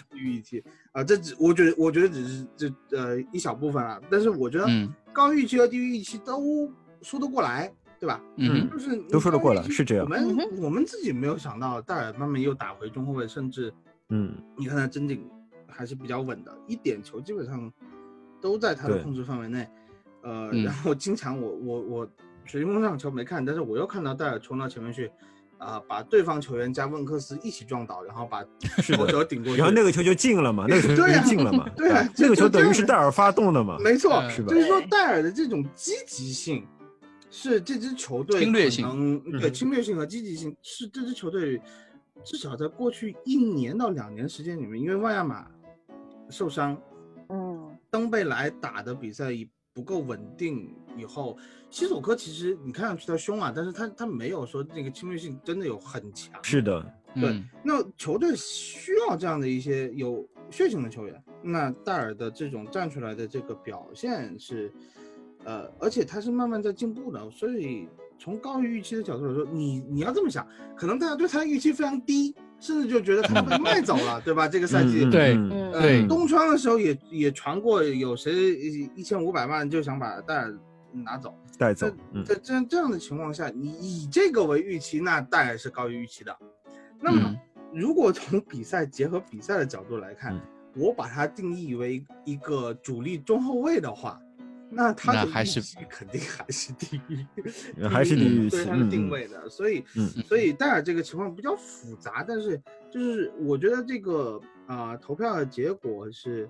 对。
预期啊，这只我觉得，我觉得只是这呃一小部分啊，但是我觉得
嗯
高预期和低于预期都说得过来，对吧？
嗯
嗯
就是你
都说得过来
高预期
是这样
我们
嗯哼
我们自己没有想到，戴尔慢慢又打回中后卫，甚至
嗯，
你看他真顶还是比较稳的，一点球基本上都在他的
对
控制范围内。呃，
嗯
然后经常我我我水晶宫上球没看，但是我又看到戴尔冲到前面去，啊、把对方球员加温克斯一起撞倒，然后把
是
头
的
球顶过去，
然后那个球就进了嘛，那个球就
对啊
进了嘛，
[LAUGHS] 对啊
吧
就
那个球
就这
等于
样
是
的
戴尔发动的嘛，
没错，
嗯
是吧
就是说
对
戴尔的这种积极性，是这支球队
侵略性
可能对
嗯
侵略性和积极性是这支球队至少在过去一年到两年时间里面，因为万亚马受伤，
嗯
登贝莱打的比赛以不够稳定以后，西索科其实你看上去他凶啊，但是他他没有说那个侵略性真的有很强，
是的，
嗯
那球队需要这样的一些有血性的球员。那戴尔的这种站出来的这个表现是，呃，而且他是慢慢在进步的，所以从高于预期的角度来说，你你要这么想，可能大家对他预期非常低，甚至就觉得他被卖走了，对吧？这个赛季，
嗯
对
嗯
嗯
呃，
对
东窗的时候也也传过有谁一千五百万就想把戴尔拿走，
带走
在，
嗯，
在这样这样的情况下，你以这个为预期，那戴尔是高于预期的。那
嗯
么，
嗯
如果从比赛结合比赛的角度来看，
嗯
我把它定义为一个主力中后卫的话，那他
那
的
还
预
是
期肯定还是低于，
还是低于预期
对他
[LAUGHS] 嗯
的
嗯
定位的。所以，
嗯
所以戴尔这个情况比较复杂，但是就是我觉得这个啊、投票的结果是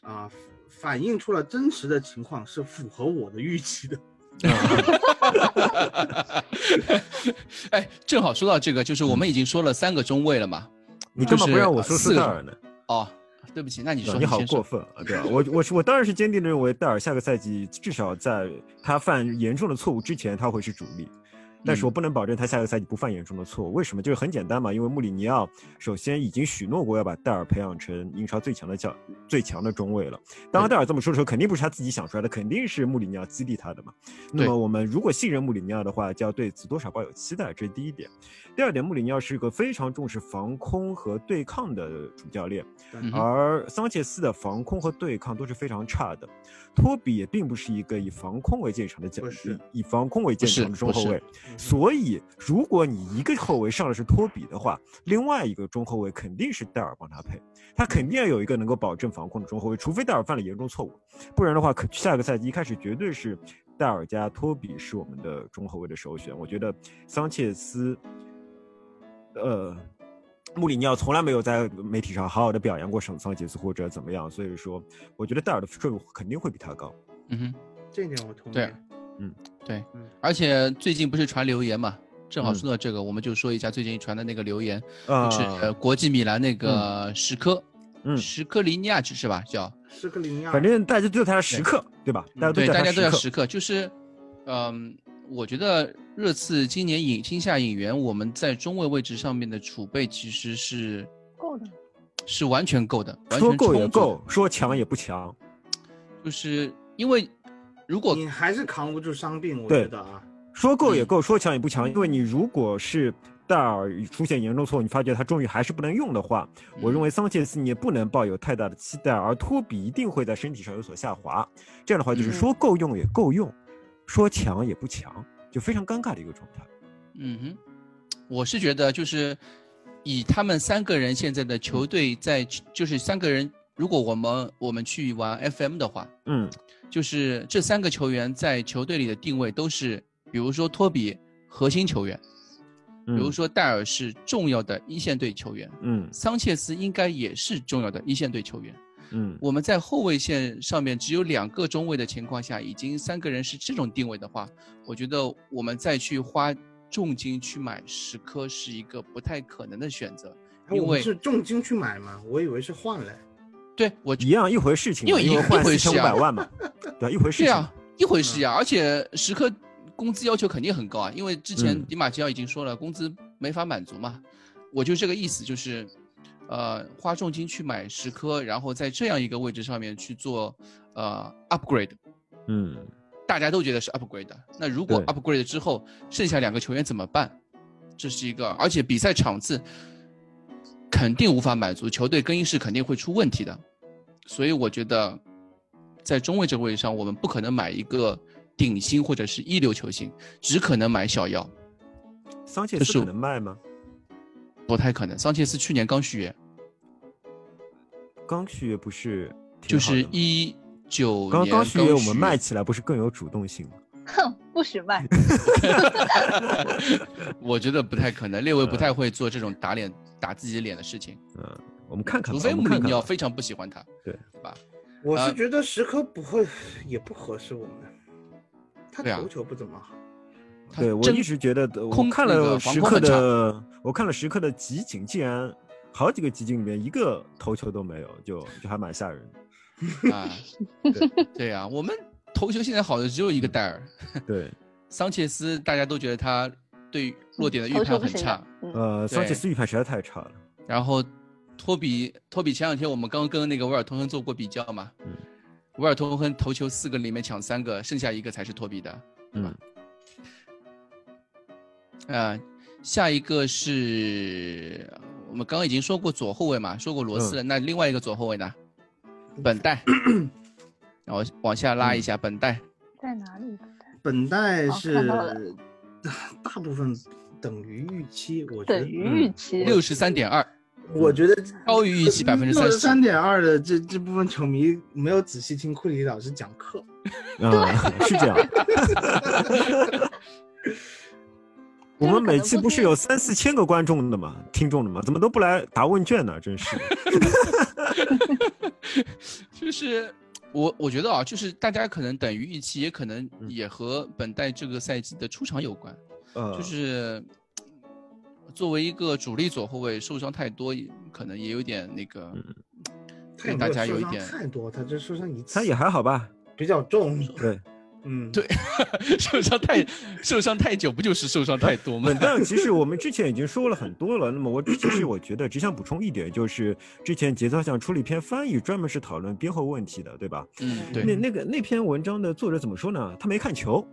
啊、反映出了真实的情况，是符合我的预期的。
哎，正好说到这个，就是
嗯
我们已经说了三个中位了嘛。
你干嘛
就是
不让我
呃
说
四
是啊
个
戴尔呢？
哦，对不起，那你说
你好
先说
过分啊，对吧？我我是我当然是坚定的认为，戴尔下个赛季至少在他犯严重的错误之前，他会是主力。但是我不能保证他下个赛季不犯严重的错误。为什么？就是很简单嘛，因为穆里尼奥首先已经许诺过要把戴尔培养成英超最强的教最强的中卫了。当戴尔这么说的时候，肯定不是他自己想出来的，肯定是穆里尼奥激励他的嘛。那么我们如果信任穆里尼奥的话，就要对此多少抱有期待，这是第一点。第二点，穆里尼奥是一个非常重视防空和对抗的主教练，
嗯哼
而桑切斯的防空和对抗都是非常差的。托比也并不是一个以防空为建长的角
不是，
以以防空为建长
不
的
是
中后
不是
卫。
嗯
所以，如果你一个后卫上的是托比的话，另外一个中后卫肯定是戴尔帮他配，他肯定要有一个能够保证防控的中后卫，除非戴尔犯了严重错误，不然的话，可下个赛季一开始绝对是戴尔加托比是我们的中后卫的首选。我觉得桑切斯，呃。穆里尼奥从来没有在媒体上好好的表扬过桑桑切斯或者怎么样，所以说，我觉得戴尔的顺位肯定会比他高。
嗯哼。
这一点我同意。
对对，而且最近不是传留言嘛，正
嗯
好说到这个，我们就说一下最近传的那个留言，
啊、
就是呃，国际米兰那个什科，
嗯
什科林尼亚只是吧？叫
斯科林亚，
反正大家都叫他时刻，对吧？大家都
对，
叫
大
他
家都叫
时刻。
时刻，就是，嗯、我觉得热刺今年引进下引援，我们在中卫位置上面的储备其实是
够的。
是完全够的，完
说
全
够也
充足的
够，，说强也不强。
就是因为如果
你还是扛不住伤病，我
对
觉得啊，
说够也够，说强也不强，因为你如果是戴尔出现严重错误，你发觉他终于还是不能用的话，
嗯
我认为桑切斯你也不能抱有太大的期待，而托比一定会在身体上有所下滑。这样的话就是
嗯
说够用也够用，说强也不强，就非常尴尬的一个状态。
嗯哼，我是觉得就是以他们三个人现在的球队在，就是三个人，如果我们我们去玩 FM 的话，
嗯
就是这三个球员在球队里的定位都是，比如说托比核心球员，比
嗯，
如说戴尔是重要的一线队球员，
嗯
桑切斯应该也是重要的一线队球员。
嗯
我们在后卫线上面只有两个中卫的情况下，已经三个人是这种定位的话，我觉得我们再去花重金去买十颗是一个不太可能的选择。
哎
因
我们
为
是重金去买嘛，我以为是换嘞。
对我
一样一回事情嘛，
因为一
因为换
一回
四
事
千
啊
五百万嘛，对啊，一回事
对
情
啊
嘛。，
一回事呀、而且时刻工资要求肯定很高啊，因为之前
嗯
迪马基奥已经说了，工资没法满足嘛。我就这个意思，就是，呃，花重金去买十颗，然后在这样一个位置上面去做，呃，upgrade，
嗯，
大家都觉得是 upgrade 的。那如果
对
upgrade 之后，剩下两个球员怎么办？这是一个，而且比赛场次肯定无法满足，球队更衣室肯定会出问题的。所以我觉得，在中卫这个位置上，我们不可能买一个顶薪或者是一流球星，只可能买小妖，
桑切
这
斯
是
可能卖吗？
不太可能。桑切斯去年刚续约，
刚续约不是挺
就
好的
是
吗
一九
刚
年
刚续约，我
续
们卖起来不是更有主动性吗？
哼，不许卖。
我觉得不太可能，列维不太会做这种打脸打自己脸的事情，
嗯，我们看看
除
吧，
非
我
穆
们
里
看看
尼奥
吧。
非常不喜欢他，
对
对吧？
我
啊
是觉得时刻不会，也不合适我们。他
对啊
头球不怎么好，
他
对我
真
一直觉得，呃我
空
看
那
了
个防
时
空
刻
很差
的，我看了时刻的集锦，竟然好几个集锦里面一个头球都没有，就就还蛮吓人的。
[LAUGHS] 啊，
[LAUGHS]
对
对呀、我们头球现在好的只有一个戴尔，
对，
桑切斯大家都觉得他对 [LAUGHS] 落点的预
投球
判
不
很
行
差
的，。嗯，
呃，桑切
对
斯预判实在太
[LAUGHS]
差了。
然后托比托比前两天我们刚跟那个维尔通亨做过比较嘛，
嗯
维尔通亨头球四个里面抢三个，剩下一个才是托比的，对吧
嗯，？
嗯
啊、下一个是我们刚刚已经说过左后卫嘛，说过罗
嗯
斯了，那另外一个左后卫呢？本代， [CLEARS THROAT] 然后往下拉
嗯
一下，本代，
在哪里？
本代
哦
是
看到了
[LAUGHS] 大部分等于预期，我觉
等
得，
于
嗯
预期。
六十三点二，
我觉得
高于预
[LAUGHS]
期百分之三十。
三点二的这这部分球迷没有仔细听库里老师讲课，
嗯，是
[LAUGHS]
这样。
就
我
是
们
可
每
能
期
不
不是
听
有三四千个观众的嘛，听众的嘛，怎么都不来答问卷呢？真
[LAUGHS]
是的。
就是我我觉得啊，就是大家可能等于预期，也可能
嗯
也和本代这个赛季的出场有关。嗯
呃，
就是作为一个主力左后卫，受伤太多，也可能也有点那个
嗯
他也
大
没
家
有
有
受
一
伤
点
太多，他就受伤一次，
他也还好吧？
比较重，
对，
[LAUGHS]
嗯，
对 [LAUGHS] 受伤嗯太受伤太久，不就是受伤太多吗
稳？当呃其实我们之前已经说了很多了。那么我其实我觉得只想补充一点，就是之前节操想出了一篇翻译，专门是讨论编后问题的，对吧？
嗯，
那
对，
那个那篇文章的作者怎么说呢？他没看球，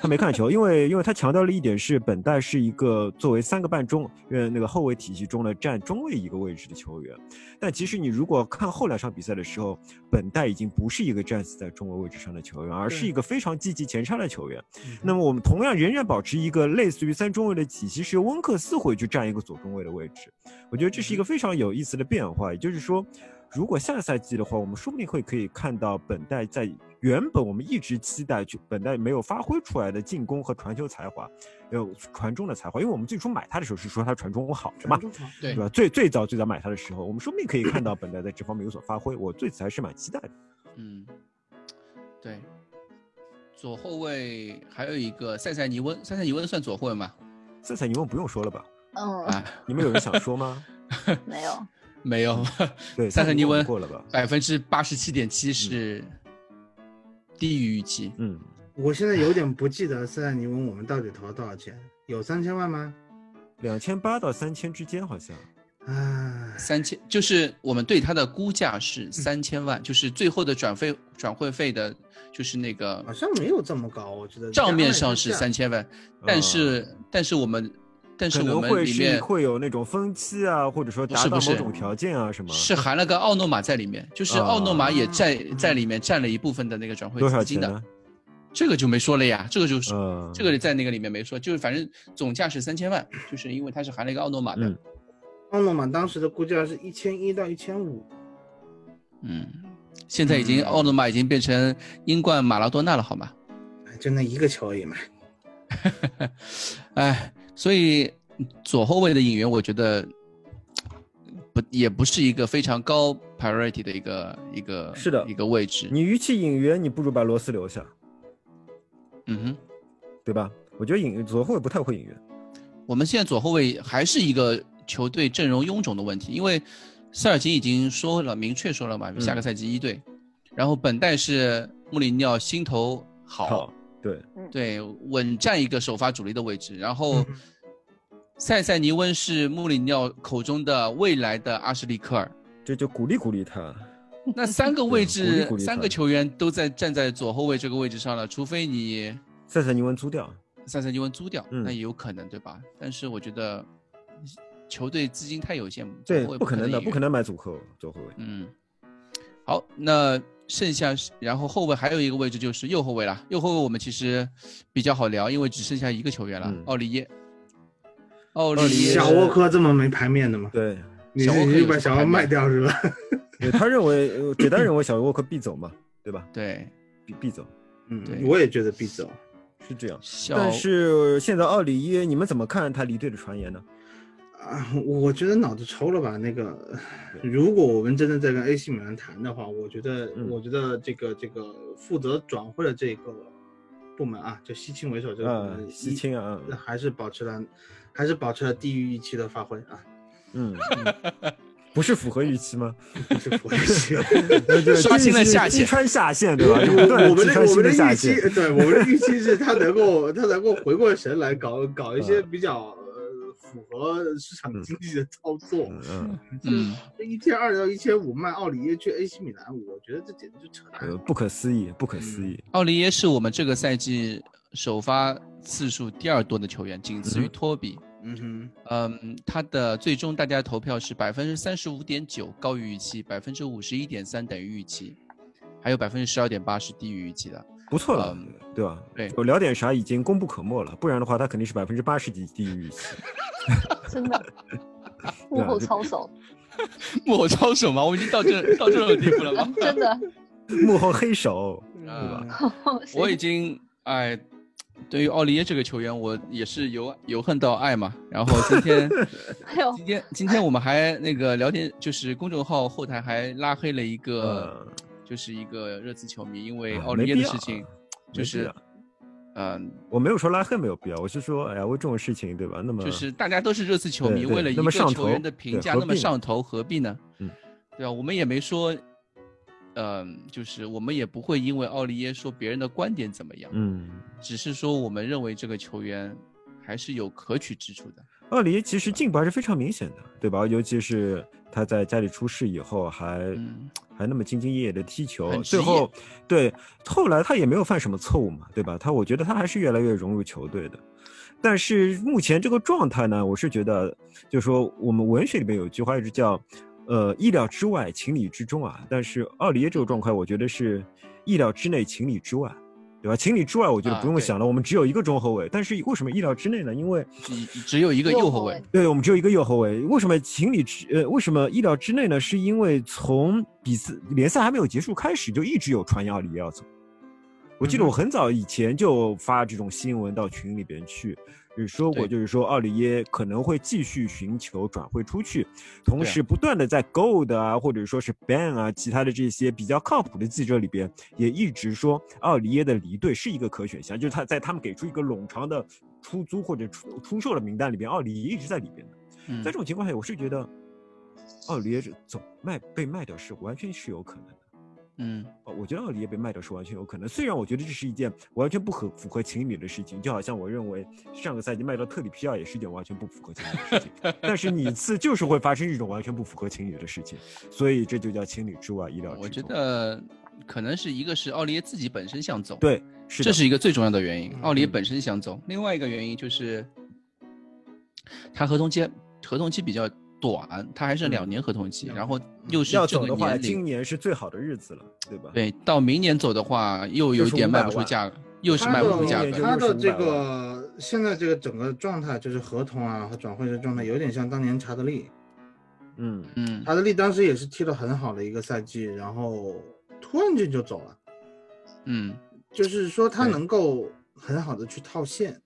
他没看球，因为因为他强调了一点是本代是一个作为三个半中呃那个后卫体系中的占中卫一个位置的球员，但其实你如果看后两场比赛的时候，本代已经不是一个战死在中卫位置上的球员，而是一个非常积极前插的球员。那么我们同样仍然保持一个类似于三中卫的体系，是温克斯回去占一个左中卫的位置。我觉得这是一个非常有意思的变化，也就是说，如果下赛季的话，我们说不定会可以看到本代在原本我们一直期待去本代没有发挥出来的进攻和传球才华，呃，传中的才华，因为我们最初买他的时候是说他传中好的嘛，
对
对吧？最最早最早买他的时候，我们说不定可以看到本代在这方面有所发挥，我对此还是蛮期待的。
嗯，对，左后卫还有一个塞塞尼翁，塞塞尼翁算左后卫吗？
色彩你们不用说了吧？
嗯，
啊，
你们有人想说 [LAUGHS] 吗？
没有，
没有，
对，
塞塞尼
我们
翁
过了吧？
百分之八十七点七是低于预期，
嗯，
我现在有点不记得塞塞尼翁我们到底投了多少钱，有三千万吗？
两千八到三千之间好像。
唉，
三千就是我们对他的估价
嗯
是三千万，就是最后的转费转会费的，就是那个
好像没有这么高，我觉得
账面上是三千万，但是但是我们但是
嗯可
我
能
们
会
里
是
面
会有那种分期啊，或者说
不
达
是
到
不
某
是
种条件啊什么。
是含了个奥诺马在里面，就是
啊
奥诺马也在
嗯
在里面占了一部分的那个转会
哦多少
资金
钱
的
呢，？
这个就没说了呀，这个就是
嗯，
这个在那个里面没说，就是反正总价是三千万，就是因为它是含了一个奥诺马的
嗯，
奥诺马当时的估价是一千一到一千五，
嗯，现在已经
嗯
奥诺马已经变成英冠马拉多纳了，好吗？
哎就那一个球而已嘛。
哎，所以左后卫的引援，我觉得不也不是一个非常高 priority 的一个一个
是的
一个位置。
你与其引援，你不如把罗斯留下，
嗯
对吧？我觉得引左后卫不太会引援。
哼，我们现在左后卫还是一个球队阵容臃肿的问题，因为塞尔吉已经说了，明确说了嘛，
嗯
下个赛季一队，然后本代是穆里尼奥心头好，
好，对，
对，稳占一个首发主力的位置，然后。
嗯
塞塞尼翁是穆里尼奥口中的未来的阿什利科尔，
这就鼓励鼓励他。
那三个位置，
鼓励鼓励他
三个球员都在站在左后卫这个位置上了，除非你
塞塞尼文租掉，
塞塞尼翁租掉，
嗯
那也有可能，对吧？但是我觉得球队资金太有限，
对
左后，卫
不可能的，
引援
不可。能买左后左后卫。
嗯，好，那剩下是然后后卫还有一个位置就是右后卫了，右后卫我们其实比较好聊，因为只剩下一个球员了，
嗯
奥利耶。奥
奥利
利
耶
耶，
小沃克这么没牌面的吗？
对，
你
小沃克
你就
有
把
什
小
么
沃
牌面
卖掉是吧？
因为他认为，呃简单认为小沃克必走嘛，对吧？
对，
必必走
对
嗯，我也觉得必走。
是这样。
小
但是现在奥里耶，你们怎么看他离队的传言呢？
啊，我觉得脑子抽了吧。那个，
对
如果我们真的在跟 AC 米兰谈的话，我觉得，
嗯
我觉得这个这个负责转会的这个部门啊，就西青为首这个部
啊，
门，
西青啊，
一还是保持了，还是保持了低于预期的发挥啊，
嗯，
[LAUGHS]
嗯不是符合预期吗？
不是符合预期。
[LAUGHS]
对对，
刷新了
这是
下限
击穿下限，对吧？就不断
我我
地
们
击
的
穿
我
新
们的
的下
预期呃
限。，
对我们的预期是他能够他能够回过神来搞搞一些比较呃符合市场经济的操作。
嗯嗯，
嗯，
一千二到一千五卖奥里耶去 AC 米兰，我觉得这简直就扯淡
呃，。不可思议，不可思议。
奥利耶是我们这个赛季首发次数第二多的球员，仅次于
嗯
托比。
嗯哼，
嗯，他的最终大家投票是百分之三十五点九高于预期，百分之五十一点三等于预期，还有百分之十二点八是低于预期的。
不错了
嗯，
对吧？
对
我聊点啥已经功不可没了，不然的话，他肯定是百分之八十几低于预期。
真的，幕后操手，
[LAUGHS]
幕后操手嘛，我们已经到这到这种地步了吗？
真
[LAUGHS]
的，
幕后黑手，
嗯
谁
我已经哎，对于奥利耶这个球员，我也是由由恨到爱嘛。然后今
[LAUGHS]
天
哎呦
今天今天我们还那个聊天，就是公众号后台还拉黑了一个。
呃，
就是一个热刺球迷，因为
啊
奥
没
利耶
必
的
要
事情
啊，
就
没必
是
要，
嗯，
我没有说拉黑没有必要，我是说，哎呀，为这种事情，对吧？那么
就是大家都是热刺球迷，
嗯对对
为了一
那么
个
上头
球员的评价，
对
那么
何必呢
上头，何必呢
嗯？
对吧？我们也没说，呃，就是我们也不会因为奥利耶说别人的观点怎么样，
嗯，
只是说我们认为这个球员还是有可取之处的。
奥里耶其实进步还是非常明显的，对吧？尤其是他在家里出事以后还，还、
嗯
那么兢兢业业的踢球，
很职
最
业
后对后来他也没有犯什么错误嘛，对吧？他我觉得他还是越来越融入球队的。但是目前这个状态呢，我是觉得，就是说我们文学里面有一句话一直叫，呃，意料之外，情理之中啊。但是奥里耶这个状况，我觉得是意料之内，情理之外。对吧？情理之外，我觉得
啊
不用
对
想了。我们只有一个中后卫，但是为什么意料之内呢？因为
只只有一个右后卫，
对，我们只有一个右后卫，为什么情理之呃，为什么意料之内呢？是因为从比赛联赛还没有结束开始，就一直有传言奥里耶要走。我记得
嗯哼
我很早以前就发这种新闻到群里边去，就是说过，
对
就是说奥里耶可能会继续寻求转会出去，同
对啊
时不断的在 Gold 啊，或者说是 Ban 啊，其他的这些比较靠谱的记者里边，也一直说奥里耶的离队是一个可选项，就是他在他们给出一个冗长的出租或者出出售的名单里边，奥里耶一直在里边的。
嗯
在这种情况下，我是觉得奥里耶这走卖被卖掉是完全是有可能的。
嗯
哦，我觉得奥里耶被卖掉是完全有可能。虽然我觉得这是一件完全不合符合情理的事情，就好像我认为上个赛季卖掉特里皮亚也是一件完全不符合情理
[LAUGHS]
的事情。但是你一次就是会发生这种完全不符合情理的事情，所以这就叫情理之外，意料之
我觉
中。
得可能是一个是奥利耶自己本身想走，，
对，是
这
的
是一个最重要的原因
嗯，
奥利耶本身想走。另外一个原因就是他合同期合同期比较短，他还剩两年合同期，
嗯
然后又是
要
这
走
个
的话，
年龄
今，年是最好的日子了，对吧？
对，到明年走的话又有一点卖不出价格，又是卖不出价
他
明
的
年
格
他的
就。
这
65万
个现在这个整个状态，就是合同啊和转会的状态，有点像当年查德利。
嗯，
嗯，
查德利当时也是踢了很好的一个赛季，然后突然间就走了，
嗯，
就是说他
对
能够很好的去套现。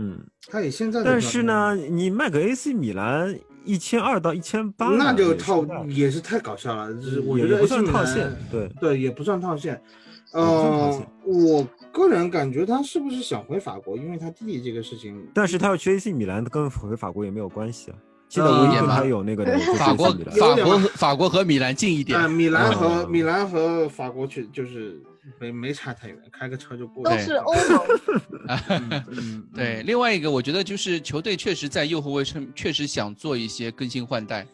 嗯，
他以现在的
但
状
是
态
呢，，你卖给 AC 米兰一千二到一千八，
那就
也是
套
的
也是太搞笑了，就是我
也
觉得
也不算
AC 米
套
兰
现，对，
对，也不算套现。
也不算套
呃，我个人感觉他是不是想回法国，因为他弟弟这个事情。
但是他要去 AC 米兰，跟回法国也没有关系啊。现在
呃
唯一
也
跟他
蛮
有
[LAUGHS]
那个的就是
法国
AC 米兰
法国
有点
和法国和米兰近一点
啊，，米兰和、
嗯
米兰和法国去就是没没差太远，开个车就过去
都
了。
是欧盟，
[LAUGHS]
嗯嗯
对，
嗯
另外一个我觉得就是球队确实在右后卫上确实想做一些更新换代，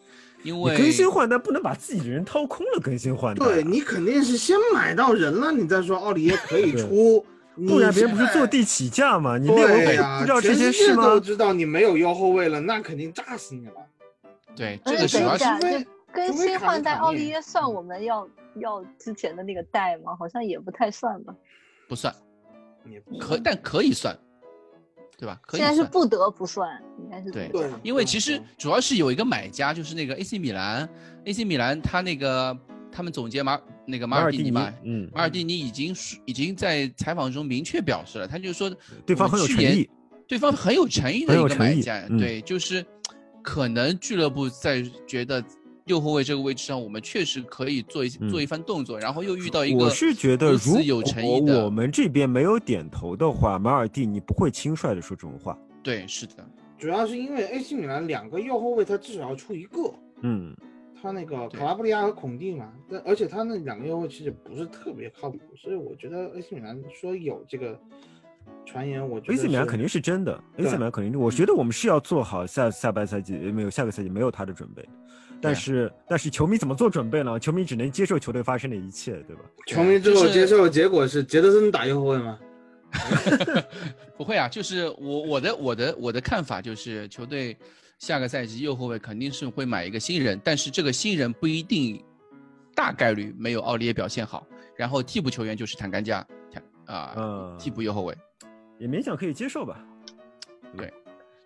因
你
为
更新换代不能把自己的人掏空了，更新换代啊，
对你肯定是先买到人了，你再说奥里耶可以
对
出，
不然
你
别人不是
现在
坐地起价吗？你列
对
维
呀、
不知道这
全
些
世
事
界
吗？
都知道你没有右后卫了，那肯定炸死你了。
对
而
这
且等
个主要
一
是
下，
除非
就更
除非
新
卡
换
尼
代
卡
奥
涅
利耶算我们要要之前的那个代吗？好像也不太算吧。
不算，
也不
可但可以算，对吧？可以
现在是
算，
不得不算，应该是
对嗯
对，
因为其实主要是有一个买家，就是那个 AC 米兰，AC 米兰他那个他们总监马那个马尔蒂尼嘛，
嗯，
马尔蒂尼已经说已经在采访中明确表示了，他就说
对方
我们
很有
去
诚
年
意，
对方很有诚意的
很有
一个
诚
买
意
家，
嗯
对，就是可能俱乐部在觉得右后卫这个位置上，我们确实可以做一、
嗯
做一番动作，然后又遇到一个
我是觉得，
如
如
此有诚意
果我
的，
们这边没有点头的话，马尔蒂尼不会轻率的说这种话。
对，是的，
主要是因为 AC 米兰两个右后卫，他至少要出一个。
嗯，
他那个
对
卡拉布利亚和孔蒂嘛，但而且他那两个右后其实不是特别靠谱，所以我觉得 AC 米兰说有这个传言，我觉得
AC 米兰肯定
是
是真的
对
，AC 米兰肯定是，我觉得我们是要做好下下半赛季呃没有下个赛季没有他的准备，
啊
但是但是球迷怎么做准备呢？球迷只能接受球队发生的一切，对吧？
球迷最后
就是
接受的结果是杰德森打右后卫吗？
不会啊，就是我我的我的我的看法就是，球队下个赛季右后卫肯定是会买一个新人，但是这个新人不一定大概率没有奥利耶表现好，然后替补球员就是坦甘加，坦啊、
嗯
替补右后卫。
也勉强可以接受吧。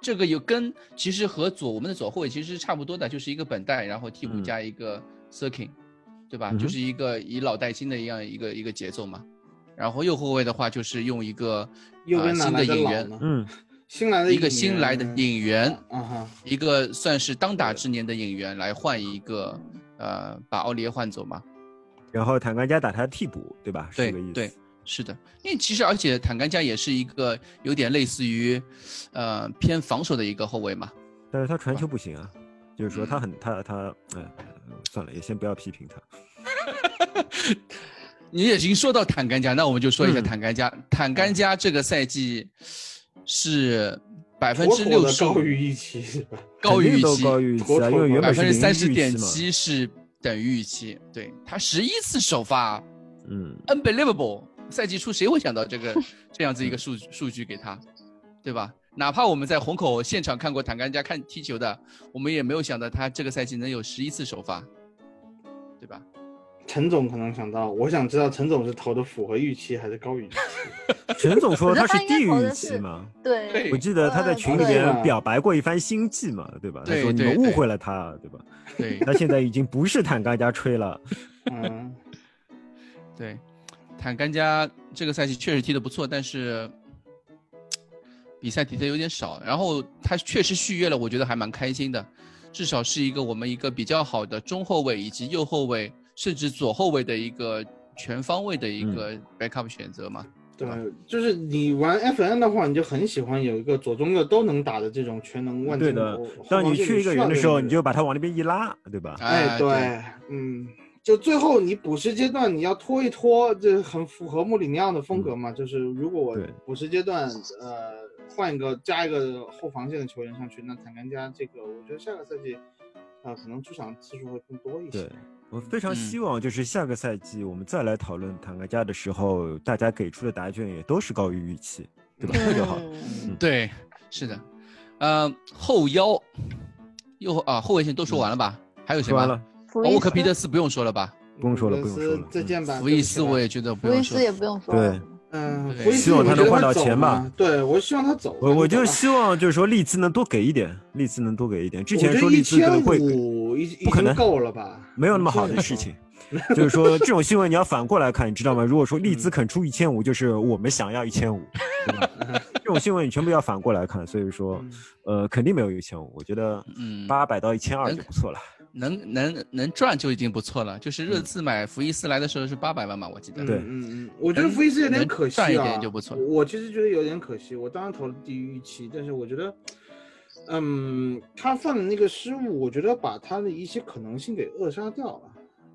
这个有跟其实和左我们的左后卫其实是差不多的，就是一个本代，然后替补
嗯
加一个 Sirkin，、对吧？
嗯哼
就是一个以老带新的一样一个一个节奏嘛。然后右后卫的话，就是用一个
右
呃
边哪
新
来
的
的
引
老
援，
呢？
嗯，
新来的
一个新来的
引
引援，
啊哈，
一个算是当打之年的引援来换一个，呃，把奥利耶换走嘛。
然后坦甘加打他替补，对吧？是
对
这个意思。
对，是的，因为其实而且坦甘加也是一个有点类似于，呃，偏防守的一个后卫嘛。
但是他传球不行
嗯
啊，就是说他很他他哎，算了，也先不要批评他。
你已经说到坦甘加，那我们就说一
嗯
下坦甘加。坦甘加这个赛季是百分之六
的
十
高于预期是吧？
高于预
都
期，
高于预期啊，因为原
百
本
分
是
之三
零
十
预
点
期嘛。
七是等于预期。对他十一次首发
嗯，
，unbelievable！赛季初谁会想到这个这样子一个数数据给他，对吧？哪怕我们在虹口现场看过坦甘加看踢球的，我们也没有想到他这个赛季能有十一次首发，对吧？
陈总可能想到，我想知道陈总是投的符合预期还是高于预期？
陈总说
我觉
他
得
是
他应该
低于
投
预
的
期
是
嘛，
对
对
我记得他在群里
呃对
面
啊
表白过一番心迹嘛，对吧？他
对
说你们
对
误
对
会了他，对吧？
对
他现在已经不是坦嘎加吹了，
嗯，
对，坦甘加这个赛季确实踢得不错，但是比赛踢得有点少。然后他确实续约了，我觉得还蛮开心的，至少是一个我们一个比较好的中后卫以及右后卫，甚至左后卫的一个全方位的一
嗯
个 backup 选择嘛。
对，就是你玩 FN 的话，你就很喜欢有一个左中右都能打的这种全能 [LAUGHS] 万
对
金
的
油。
当
后
你
防线
去一个
需要
人的
这
时候，
人
你就把他往那边一拉，对吧？
哎，
对，
对，嗯，就最后你补时阶段你要拖一拖，这很符合穆里尼奥的风格嘛。就是如果我
嗯对
补时阶段，呃，换一个加一个后防线的球员上去，那坦甘加这个，我觉得下个赛季，啊、可能出场次数会更多一些。
对，我非常
嗯
希望就是下个赛季我们再来讨论坦格加的时候，大家给出的答卷也都是高于预期，对吧？这就好。
嗯
对，是的。呃，后腰，右后啊后卫线都说
嗯
完了吧？还有谁
说完
吗？
了，
哦
福伊
沃克
斯
皮特斯不用说了吧？
不用说了
福
不
伊
用
斯
说了嗯
再见吧，
福
啊对
伊
不起
斯
吧
我也觉得不
福伊
用说
斯。也不用说了
对，
嗯，
对
福伊
希
斯
望
我
他
觉
能
得
换
会
到
走
钱吧
嘛。对，我希望他走。
我我
他
就
走吧
希望就是说利兹能多给一点，利兹能多给一点。之
我
前
觉
说
得
利
一
兹可能
千
会
五已已
不可
经
能
够了吧？
没有那么好
1500
的事情。嗯就是说，这种新闻你要反过来看，你知道吗？如果说利兹肯出一千五，就是我们想要一千五，对 [LAUGHS] 吧？这种新闻你全部要反过来看，所以
嗯
说，呃，肯定没有一千五。我觉得
嗯
八百到一千二
能
就不错了。
能能能赚就已经不错了。就是热刺买福伊斯来的时候是八百万嘛，我记得。
嗯
对
嗯嗯，我觉得福伊斯有点可惜啊，
能赚一点就不错
我其实觉得有点可惜，我当然投了低于预期，但是我觉得，嗯，他犯的那个失误，我觉得把他的一些可能性给扼杀掉了。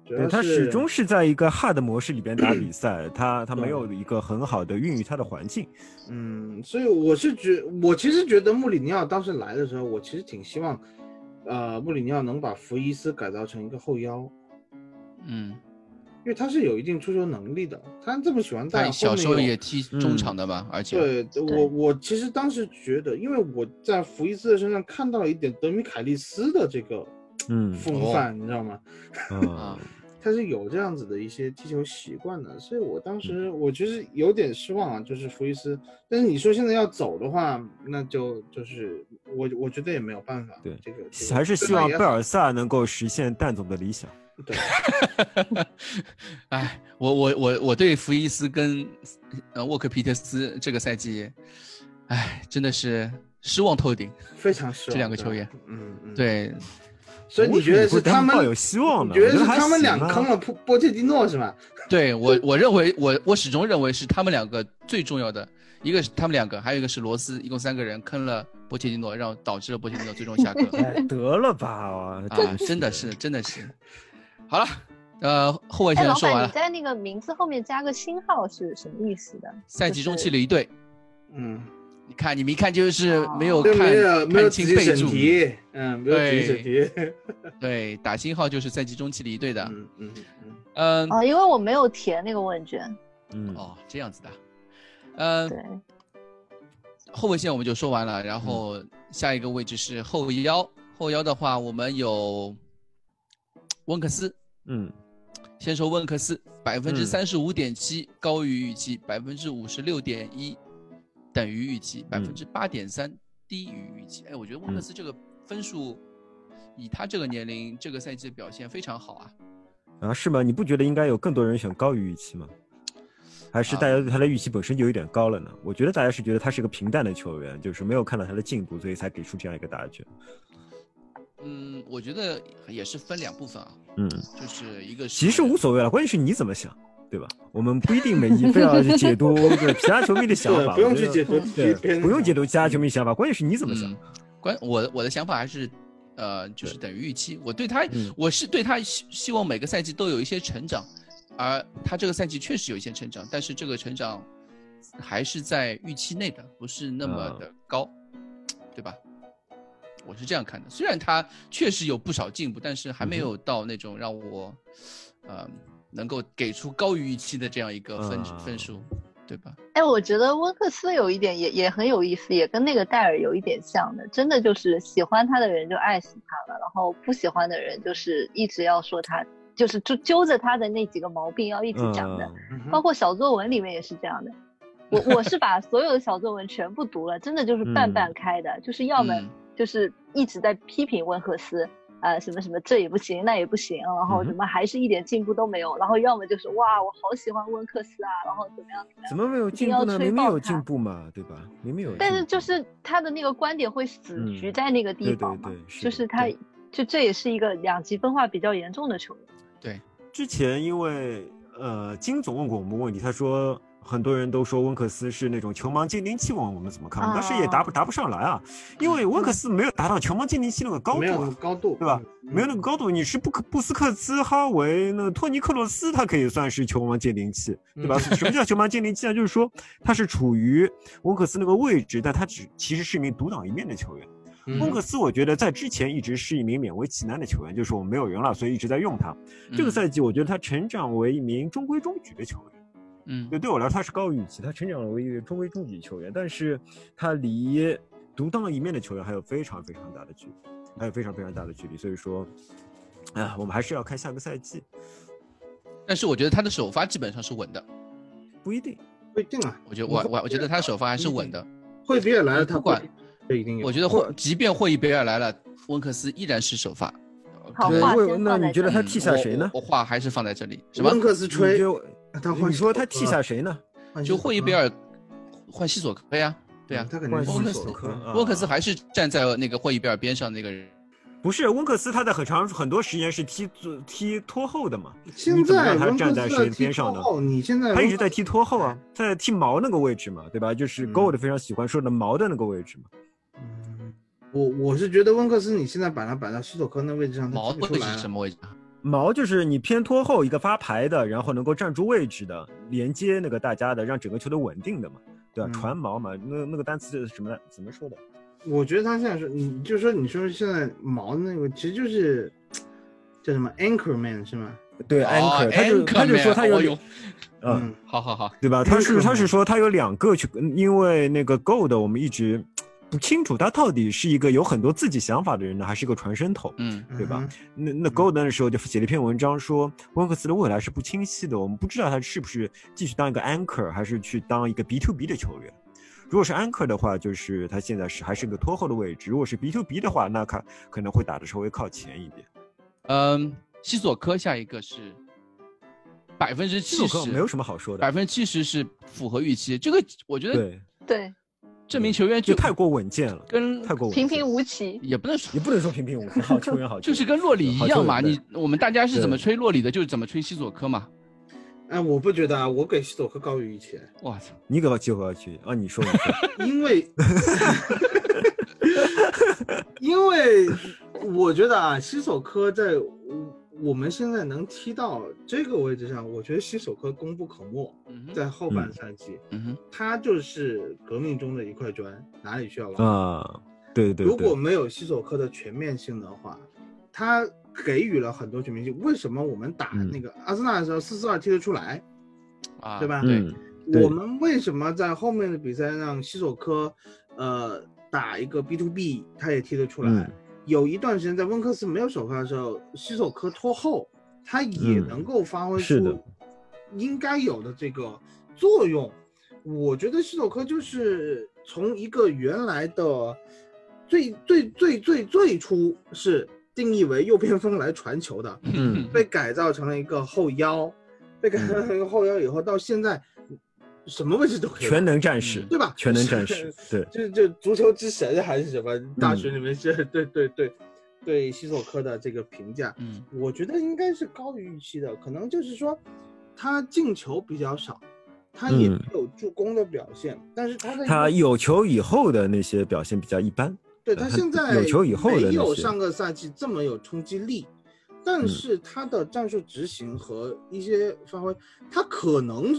主
对
要
他
是
始终是在一个 hard 模式里边打比赛，他他
对
没有一个很好的孕育他的环境。
嗯，所以我是觉，我其实觉得穆里尼奥当时来的时候，我其实挺希望，呃，穆里尼奥能把福伊斯改造成一个后腰，
嗯，
因为他是有一定出球能力的，他这么喜欢带，
他小时
后
候
面有
也踢中场的嘛，而且
对我，我其实当时觉得，因为我在福伊斯的身上看到了一点德米凯利斯的这个
嗯
哦
风范，你知道吗？
嗯
啊，
他是有这样子的一些踢球习惯的，所以我
嗯
当时我其实有点失望啊，就是福伊斯。但是你说现在要走的话，那就就是我我觉得也没有办法，
对
这个这个
还是
对
希
吧
望
也
贝尔萨能够实现蛋总的理想。
对，
哎，我我我我对福伊斯跟呃沃克皮特斯这个赛季，哎，真的是失望透顶。
非常失望
这两个
对
球员
嗯嗯，，
对，
所以你觉得是他们
抱有希望
你
的？
觉得
我
是
觉还
他们
行
俩
啊
坑了波波切蒂诺是吧？
对我我认为我我始终认为是他们两个最重要的，一个是他们两个，还有一个是罗斯，一共三个人坑了波切蒂诺，让导致了波切蒂诺最终下课。
哎，得了吧，哇
啊，真的是，真的是。好了，呃，后卫
哎，
线
老
说完
板，你
了，
在那个名字后面加个星号是什么意思的？
赛季中期了一队，
嗯，
你看你们一看就是
哦
没有
对，
看
没有没有
看
仔
清
细
备
审
注，
题，嗯，没有仔细审题， [LAUGHS]
对，打星号就是赛季中期离队的，
嗯嗯嗯，
嗯，
哦，因为我没有填那个问卷。
嗯，
哦，这样子的，嗯，
对，
后卫线我们就说完了，然后下一个位置是后腰，后腰的话我们有温克斯，
嗯，
先说温克斯，百分之三十五点七高于预期，百分之五十六点一等于预期，百分之八点三低于预期。哎，我觉得温克斯
嗯
这个分数，以他这个年龄，这个赛季的表现非常好啊。
啊，是吗？你不觉得应该有更多人选高于预期吗？还
啊
是大家对他的预期本身就有点高了呢？我觉得大家是觉得他是个平淡的球员，就是没有看到他的进步，所以才给出这样一个答卷。
嗯，我觉得也是分两部分啊，
嗯，
就是一个是
其实无所谓了，关键是你怎么想，对吧？我们不一定每
[LAUGHS]
一非要去解读对其他球迷的想
对
法，
不用
我觉
去
得
解读
对，
别人
不用
的
解读其他球迷想法，关键是你怎么想
嗯。，关我的我的想法还是，呃，就是等于预期。我对他，
嗯
我是对他希希望每个赛季都有一些成长，而他这个赛季确实有一些成长，但是这个成长还是在预期内的，不是那么
嗯
的高，对吧？我是这样看的，虽然他确实有不少进步，但是还
嗯
没有到那种让我，呃，能够给出高于预期的这样一个分、
嗯
分数，对吧？
哎，我觉得温克斯有一点也也很有意思，也跟那个戴尔有一点像的，真的就是喜欢他的人就爱死他了，然后不喜欢的人就是一直要说他，就是就揪着他的那几个毛病要一直讲的，
嗯
嗯哼
包括小作文里面也是这样的。我我是把所有的小作文全部读了，真的就是半
嗯
半开的，就是要么
嗯
就是一直在批评温克斯。啊，什么什么这也不行，那也不行，然后
嗯哼
怎么还是一点进步都没有，然后要么就是哇，我好喜欢温克斯啊，然后怎么样怎么样
怎，么没有
一定
进步
要
呢？
吹
明明
爆
有
他
进步嘛，对吧？明明有进步，
但是就是他的那个观点会死
嗯
局在那个
对
地
对
方嘛，
对，
就
的
是他
对
就这也是一个两极分化比较严重的球员。
之前因为呃金总问过我们问题，他说很多人都说温克斯是那种球盲精灵气王，我们怎么看？但是也答不答不上来啊，因为温克斯没有达到球盲精灵气那个高
没有
度
那么
啊。
高度，
对吧
嗯？
没有那个高度，你是不可布斯克茨、哈维、那托尼克罗斯，他可以算是球盲精灵气，对吧？ [LAUGHS] 什么叫球盲精灵气啊呢？就是说他是处于温克斯那个位置，但他只其实是一名独当一面的球员。
嗯
温克斯我觉得在之前一直是一名勉为其难的球员，就是我们没有人了，所以一直在用他。
嗯
这个赛季，我觉得他成长为一名中规中矩的球员。
嗯，
对，
嗯，
对我来说他是高于预期，他成长为一个中规中矩的球员，但是他离独当一面的球员还有非常非常大的距离，还有非常非常大的距离。所以说，啊，我们还是要看下个赛季，
但是我觉得他的首发基本上是稳的，
不一定。
不一定啊，
我觉得我我我觉得他首发还是稳的，
惠比尔来了，他
不管，
这一定有。
我觉得霍即便霍伊贝尔来了，温克斯依然是首发。
好
对
话
为
先
那
放
你
在
觉得
这
他
嗯
替下谁呢？
我我我话还是放在这里，什么
温？克斯
你
吹
觉，得
他换
你说他替下谁呢？
就霍伊贝
尔，
尔换西索科呀，对啊呀、
嗯他肯定
换
是
温克
西
换
斯
索科。啊
沃克斯还是站在那个霍伊贝尔边上那个人。
不是温克斯，他在很长很多时间是踢踢拖后的嘛。
现在
你怎么让他
温
站
克斯
在谁
在
的
踢
边上
拖
呢
后，你现 [LAUGHS] 在
他一直在踢拖后啊，他在踢毛那个位置嘛，对吧？就是
嗯
Gold 非常喜欢说的毛的那个位置嘛。
嗯我我是觉得温克斯，你现在把他摆到西索科那位置上，他
毛
踢不出
位置
来
是什
了。
么位置啊？
毛就是你偏拖后一个发牌的，然后能够站住位置的，连接那个大家的，让整个球队稳定的嘛，对吧？
嗯
传毛嘛，那那个单词是什么来怎么说的？
我觉得他现在是，你就说你说现在毛那个，其实就是叫什么 anchor man 是吗？
对
哦
啊，anchor，他就他就
Anchorman，
说他有
哦
两
哟，
嗯，，
好好好，
对吧？他是
Anchorman
他是说他有两个球，嗯因为那个 Gold 我们一直不清楚他到底是一个有很多自己想法的人呢，还是一个传声筒。
嗯
对吧
嗯哼？
那那 Gold 那时候就写了一篇文章说，温克斯的未来是不清晰的，我们不知道他是不是继续当一个 anchor，还是去当一个 B to B 的球员。如果是 anchor 的话，就是他现在是还是一个拖后的位置；如果是 B to B 的话，那他可能会打的稍微靠前一点。
嗯，西索科下一个是百分之
这
七
首歌没
十
有，什么好说
百
的，
分之七十是符合预期。这个我觉得
对，
对，
这名球员
就
就
太过稳健了，
跟
太过稳
平
健
平无奇。
也不能说
也不能说平平无奇，好球员好
就
球员，
是跟洛里一
好球
样
员
嘛，
对
你我们大家是怎么
对
吹洛里的，就是怎么吹西索科嘛。
哎，我不觉得啊，我给西索科高于预期，
我操，
你给我机会去啊！你说你说，
因为 [LAUGHS] 因为我觉得啊，西索科在我我们现在能踢到这个位置上，我觉得西索科功不可没。
嗯哼，
在后半赛季，
嗯哼，
他就是革命中的一块砖，哪里需要
[LAUGHS]
挖？
啊，对对对，
如果没有西索科的全面性的话，他给予了很多全面性。为什么我们打
嗯
那个阿森纳的时候四四二踢得出来？
啊，
对吧
对，
嗯，对
我们为什么在后面的比赛让西索科，呃，打一个 B to B，他也踢得出来？
嗯
有一段时间在温克斯没有首发的时候，西索科拖后，他也
嗯
能够发挥
是的
出应该有的这个作用。我觉得西索科就是从一个原来的最最最最最初是定义为右边锋来传球的，
[LAUGHS]
嗯
被改造成了一个后腰，被改造成一个后腰以后，到现在什么位置都可以打，
全能战士，
嗯对吧？
全能战士，对，
就就足球之神还是什么？大学里面是、对对对对西索科的这个评价，
嗯
我觉得应该是高于预期的，可能就是说他进球比较少，他也
嗯
没有助攻的表现，但是他的
他有球以后的那些表现比较一般。
对他现在
呃有球以后的那
没有
些嗯
上个赛季这么有冲击力，但是他的战术执行和一些发挥，他可能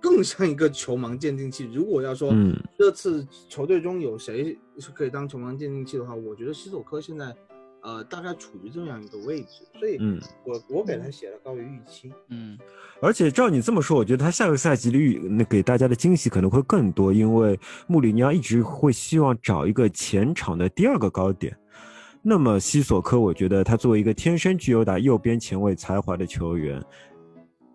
更像一个球盲鉴定器。如果要说
嗯
这次球队中有谁是可以当球盲鉴定器的话，我觉得西索科现在呃大概处于这样一个位置，所以
嗯，
我我给他写了高于预期。
嗯，
而且照你这么说，我觉得他下个赛季率那给大家的惊喜可能会更多，因为穆里尼奥一直会希望找一个前场的第二个高点。那么西索科，我觉得他作为一个天生具有打右边前卫才华的球员，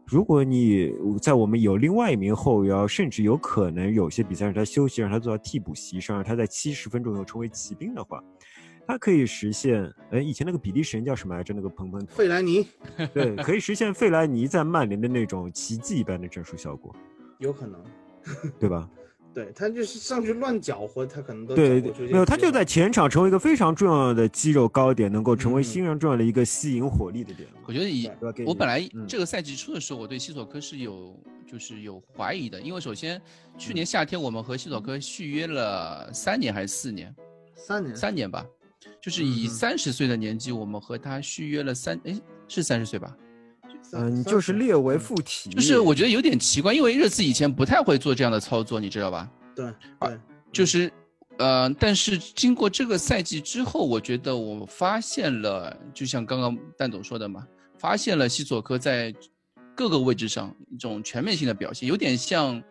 如果你在我们有另外一名后腰，甚至有可能有些比赛让他休息，让他做到替补席上，让他在七十分钟以后成为骑兵的话，他可以实现，哎，以前那个比利时人叫什么来着？那个蓬蓬
费莱尼
对，可以实现费莱尼在曼联的那种奇迹一般的战术效果，
有可能，
对吧？
对他就是上去乱搅和，他可能都
对，
搅和出一
对
些
没有，他
结
就
果
在前场成为一个非常重要的肌肉高点，能够成为
嗯
新人重要的一个吸引火力的点嘛。
我觉得以
对
对吧给
我
你
本来
嗯
这个赛季初的时候，我对西索科是有就是有怀疑的，因为首先去
嗯
年夏天我们和西索科续约了三年还是四年，
三
嗯
年
三年吧，就是以
嗯嗯
三十岁的年纪，我们和他续约了三，哎，是三十岁吧？
嗯，就是列为
负
附体，
就是我觉得有点奇怪，因为热刺以前不太会做这样的操作，你知道吧？
对对
就是，呃，但是经过这个赛季之后，我觉得我发现了，就像刚刚蛋总说的嘛，发现了西索科在各个位置上一种全面性的表现，有点像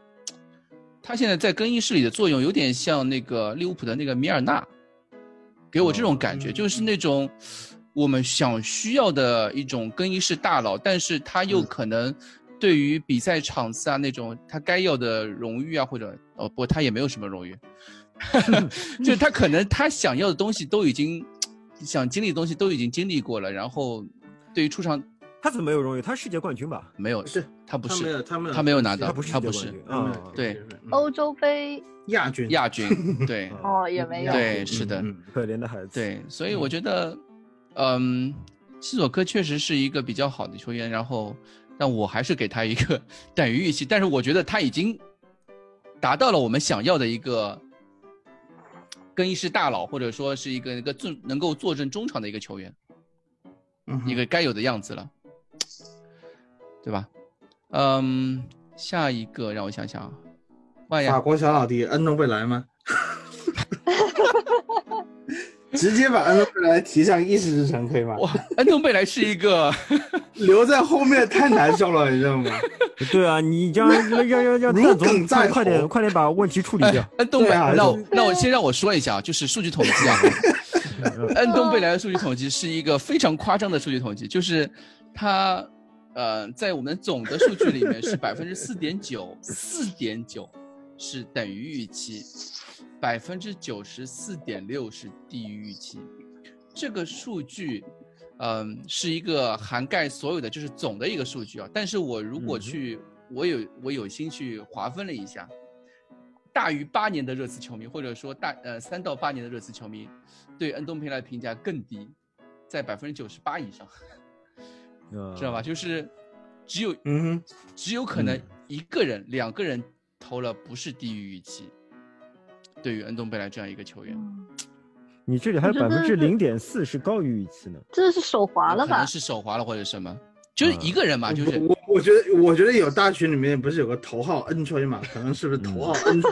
他现在在更衣室里的作用，有点像那个利物浦的那个米尔纳，给我这种感觉，
嗯
就是那种我们想需要的一种更衣室大佬，但是他又可能对于比赛场次啊那种他该要的荣誉啊，或者哦不，他也没有什么荣誉，就是他可能他想要的东西都已经想经历的东西都已经经历过了，然后对于出场
他怎么没有荣誉？他世界冠军吧？
没有，
是
他不
他没
是
有他没有
他没有拿到
他不是世
他
界
不
冠
是
军
他没有
啊，
对
嗯
欧洲杯
亚军
亚军，
[LAUGHS]
对
啊
哦也没有，
对，是的，
嗯
可怜的孩子。
对，所以我觉得，嗯，西索科确实是一个比较好的球员，然后，但我还是给他一个 [LAUGHS] 等于预期，但是我觉得他已经达到了我们想要的一个更衣室大佬，或者说是一个一个坐能够坐镇中场的一个球员，
嗯哼
一个该有的样子了，对吧？嗯，下一个让我想想啊，万
法
呀，
国小老弟恩诺贝
[LAUGHS]
莱吗？直接把恩诺贝莱提上议事日程可以吗？
哇，恩东贝莱是一个。
[LAUGHS] 留在后面太难受了，你知道
[LAUGHS]
吗？
对啊，你让让让让让
如
蛋
鲠
总
在
快快点
喉
快点把问题处理
[LAUGHS]
掉。
恩东贝，
对啊
那
就
我那我先让我说一下啊，就是数据统 [LAUGHS] 计啊，
嗯
恩东贝莱的数据统计是一个非常夸张的数据统计，就是它，呃，在我们总的数据里面 [LAUGHS] 是百分之四点九，四点九是等于预期，百分之九十四点六是低于预期，这个数据。嗯，是一个涵盖所有的，就是总的一个数据啊。但是我如果
嗯哼
去，我有我有心去划分了一下，大于八年的热刺球迷，或者说大呃三到八年的热刺球迷，对恩东佩莱评价更低，在百分之九十八以上，知道吧？就是只有
嗯
只有可能
哦嗯
一个人、两个人投了不是低于预期，对于恩东贝莱这样一个球员，
嗯
你这里还有
我
百
觉得
分之
是
零点四是高于预期呢。
这是手滑
有
了
可能
吧？嗯
是手滑了或者什么，就是
嗯
一个人嘛，
哼，
啊就是
我我我觉得我觉得有大群里面不是有个头号恩吹嘛？可能是不是头号恩
嗯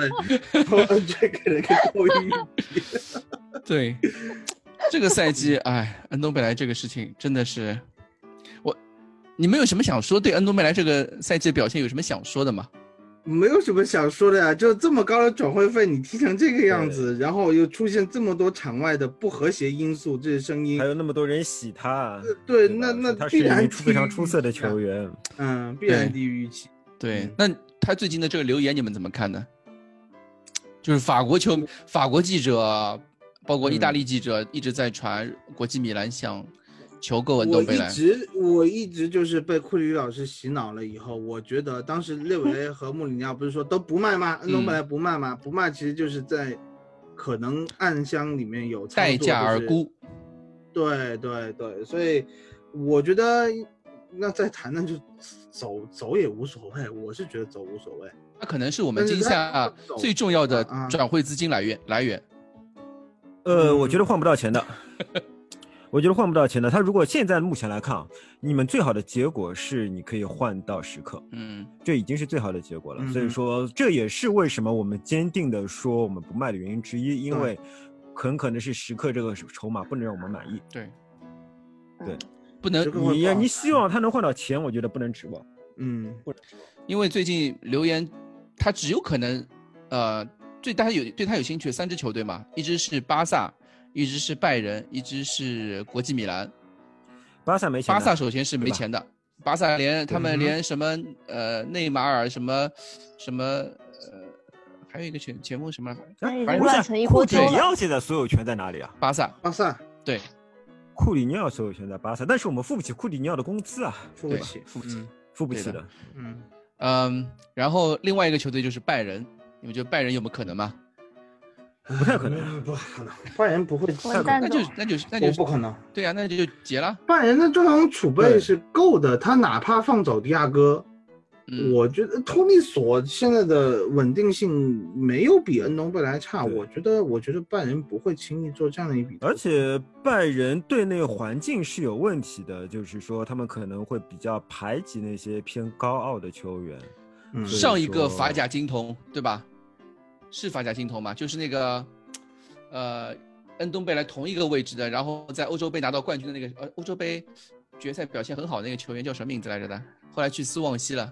吹， [LAUGHS] 头号恩吹给了个高音。
对，这个赛季，哎，恩东贝莱这个事情真的是，我，你们有什么想说？对恩东贝莱这个赛季的表现有什么想说的吗？
没有什么想说的呀，就这么高的转会费，你踢成这个样子，然后又出现这么多场外的不和谐因素，这些声音
还，有那么多人喜他，啊
对
吧
那那
说他是
必
一
然
名出非常
踢
出色的
啊
球员。
嗯，必然
对
低于预期。
对
嗯，
那他最近的这个留言你们怎么看呢？就是法国球、法国记者，包括意
嗯
大利记者一直在传国际米兰想求购恩
我
东贝
一
莱。
直我一直就是被库里老师洗脑了以后，我觉得当时列维雷和穆里尼奥不是说都不卖吗？
嗯
恩东贝莱不卖吗？不卖其实就是在可能暗箱里面有操作
待价而。
就是
沽，
对对对，所以我觉得那再谈那就走走也无所谓，我是觉得走无所谓。
他可能是我们
但是
今夏
他走
最重要的
啊啊
转会资金来源来源。
嗯 [LAUGHS]
呃，我觉得换不到钱的。我觉得换不到钱的。他如果现在目前来看啊，你们最好的结果是你可以换到时刻，
嗯
这已经是最好的结果了。
嗯
所以
哼
说，这也是为什么我们坚定的说我们不卖的原因之一，因
对
为很可能是时刻这个筹码不能让我们满意。
对
对，
不能
这个会
你呀，
爆
你希望他能换到钱，我觉得不能指望。
嗯，
因为最近留言，他只有可能，呃，对大家有对他有兴趣的三支球队嘛，一支是巴萨，一支是拜仁，一支是国际米兰。
巴萨没钱
巴
的，
萨首先是没
对吧
钱的，巴萨连他
嗯
们
哼
连什么呃内马尔什么什么呃，还有一个前前锋什么来着
哎
已
反
经
正
乱
是
成一
库
锅
里
粥
尼
了。
奥现在所有权在哪里啊？
巴萨
巴萨
对
库里尼奥所有权在巴萨，但是我们付不起库里尼奥的工资啊，
付不
对
起，
付不起
付不起
对的
的。
嗯，
嗯，然后另外一个球队就是拜仁，你们觉得拜仁有没有可能吗？
嗯，不
太可能，
[LAUGHS] 不可能，拜仁不会，
完蛋
那就
了
那就是那
不
就
不
是
可能。
对啊，那就就结了。
拜仁的中场储备
对
是够的，他哪怕放走迪亚哥，
嗯，
我觉得托尼索现在的稳定性没有比恩东贝莱差，
对
我觉得，我觉得拜仁不会轻易做这样的一笔投资，
而且拜仁队内环境是有问题的，就是说他们可能会比较排挤那些偏高傲的球员。
嗯
所以
上一个
说
法甲金童对吧？是法甲金童嘛？就是那个，呃，恩东贝莱同一个位置的，然后在欧洲杯拿到冠军的那个，呃，欧洲杯决赛表现很好的那个球员叫什么名字来着的？后来去斯旺西了。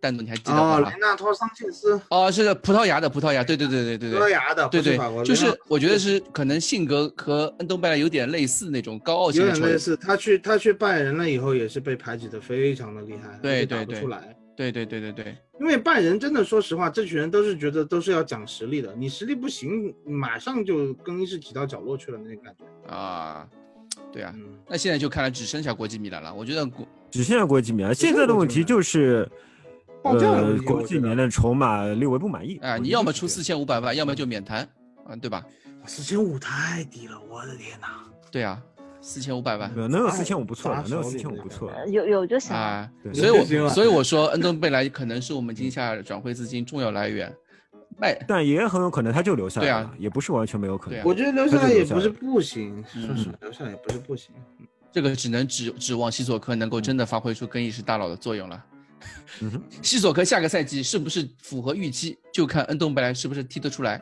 蛋总你还记得
哦，
吗
雷？纳托桑切斯，
哦，是的，葡萄牙的，葡萄牙，对对对对对
葡萄
对。
牙的，
对
不是法国
对，就是
雷纳
我觉得是可能性格和恩东贝莱有点类似那种高傲型
有
的
点
球
类
员，
似，他去他去拜仁了以后也是被排挤的非常的厉害，
对
而且打
对
不
对
出来。
对对对对对，
因为拜仁真的，说实话，这群人都是觉得都是要讲实力的，你实力不行，马上就更衣室挤到角落去了那种感觉。
啊，对啊，
嗯，
那现在就看来只剩下国际米兰了。我觉得国
只剩下国际米兰，
只剩
现
下
在的
国
问
际
题
米兰
就是，
报价的问
呃，
题
国
我
际
觉
米
得
兰的筹码略微不满意
啊、
我
你
觉得
要么
是
出
这
四
样
千五百万，要么就免谈，啊，对吧？
四千五太低了，我的天哪！
对啊，四千五百万
呃能有
砸
四千五不错
砸
了，能有
手
四
里
千五
的
不
感
错
觉
了
呃。有有就行了。
啊，
对
所以
你确信
我
吗
所以我说恩东贝莱可能是我们今夏转会资金重要来源，哎卖
但也很有可能他就留下来
对啊
了，也不是完全没有可
对啊
能。
我觉得留下来也不是不行，
嗯
说实话，留下来也不是
[LAUGHS]
不行。
这个只能指指望西索科能够真的发挥出更衣室大佬的作用了。
嗯哼
西索科下个赛季是不是符合预期，就看恩东贝莱是不是踢得出来。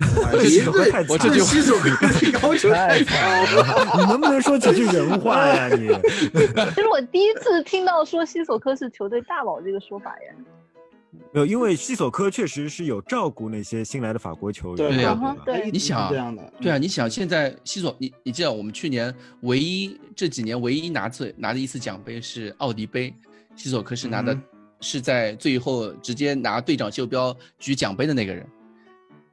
这
你
句话太
我
惨
这
了
句
对西
[LAUGHS]
索科的要求太高了。
啊
[LAUGHS] 你能不能说几句人话呀你？ [LAUGHS] 哎
这是我第一次听到说西索科是球队大佬这个说法
嗯
耶。
没有，因为西索科确实是有照顾那些新来的法国球员，
对
对
吧
啊
嗯哼对
一直
你想啊
是这样的，
对啊，
嗯
你想现在西索，你你记得我们去年唯一这几年唯一拿最拿的一次奖杯是奥迪杯，西索科是拿的、
嗯
是在最后直接拿队长袖标举奖杯的那个人，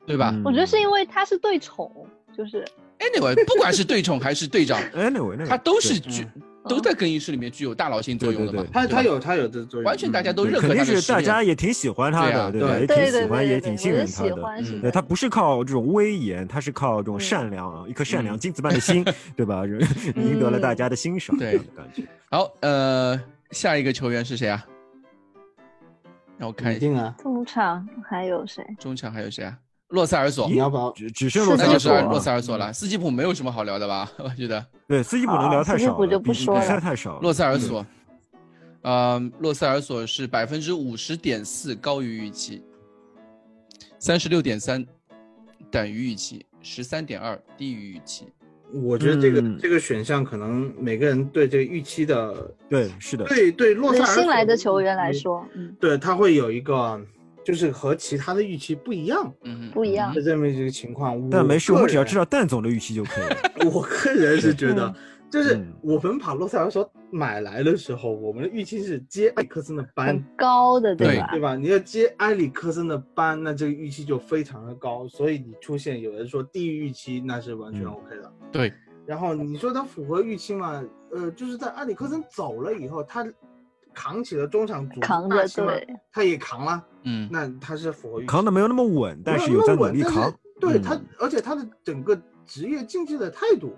对 [LAUGHS] 吧、
我觉得是因
为
为他是对宠，就是
a n y w a y 不管是队宠还是队长，
anyway，那个
他都是
对
具、
嗯
都在更衣室里面具有大佬性作用的嘛，
对对对
他
对吧
他有他有这作用，
完全大家
嗯
都
对
认可
肯定
他的
是大
实力
家也挺喜欢他的，
对
对
啊
吧？
对
也挺
对
喜
对对
欢，
对
也
对，
挺
我
信
是
任他
喜
的。
欢是
嗯
对
的
他不是靠这种威严，他是靠这种
嗯
善良啊，一颗善良
嗯
金子般的
[LAUGHS]
心，对吧？人 [LAUGHS] 赢得了大家的欣赏，
对
这样的感觉。
好，呃，下一个球员是谁啊？让我看
肯
一下
定啊。
中场还有谁？
中场还有谁啊？洛塞尔索，
你要不要？
只只剩洛
是
塞
那
的
就
尔
是
索啊
洛塞尔
洛塞尔
了
索了。斯基普没有什么好聊的吧？ [LAUGHS] 我觉得
对，斯基普能
啊
聊太
斯基
少
普
了，
就不
比
说
比赛
了
太少了。
洛塞尔索，呃，洛塞尔索是百分之五十点四，高于预期，三十六点三等于预期，十三点二低于预期。
我觉得这个
嗯
这个选项可能每个人对这个预期的，
对，是的，
对对，洛
对
塞尔
新来
索
的球员来
嗯，
说，嗯，
对他会有一个就是和其他的预期不一样
嗯，
不一样
的这么一个情况。
但没事，
我
我
个
们只要
人
知道蛋总的预期就可以了。
我个人是觉得
[LAUGHS]
嗯，
就是
嗯
我们把洛塞尔索买来的时候，我们的预期是接埃里克森的班
很，高的
对
吧
对？吧？你要接埃里克森的班，那这个预期就非常的高，所以你出现有人说低于预期，那是完全
嗯
OK 的。
对，
然后你说他符合预期嘛？呃，就是在埃里克森走了以后，他扛起了中场主力
扛
大
着
旗嘛，
对，
他也扛了，
嗯， [LAUGHS]
那他是符合预期
扛的没有那么稳，但是有在努
没
力扛。
有那么稳但是对
嗯
他，而且他的整个职业竞技的态度，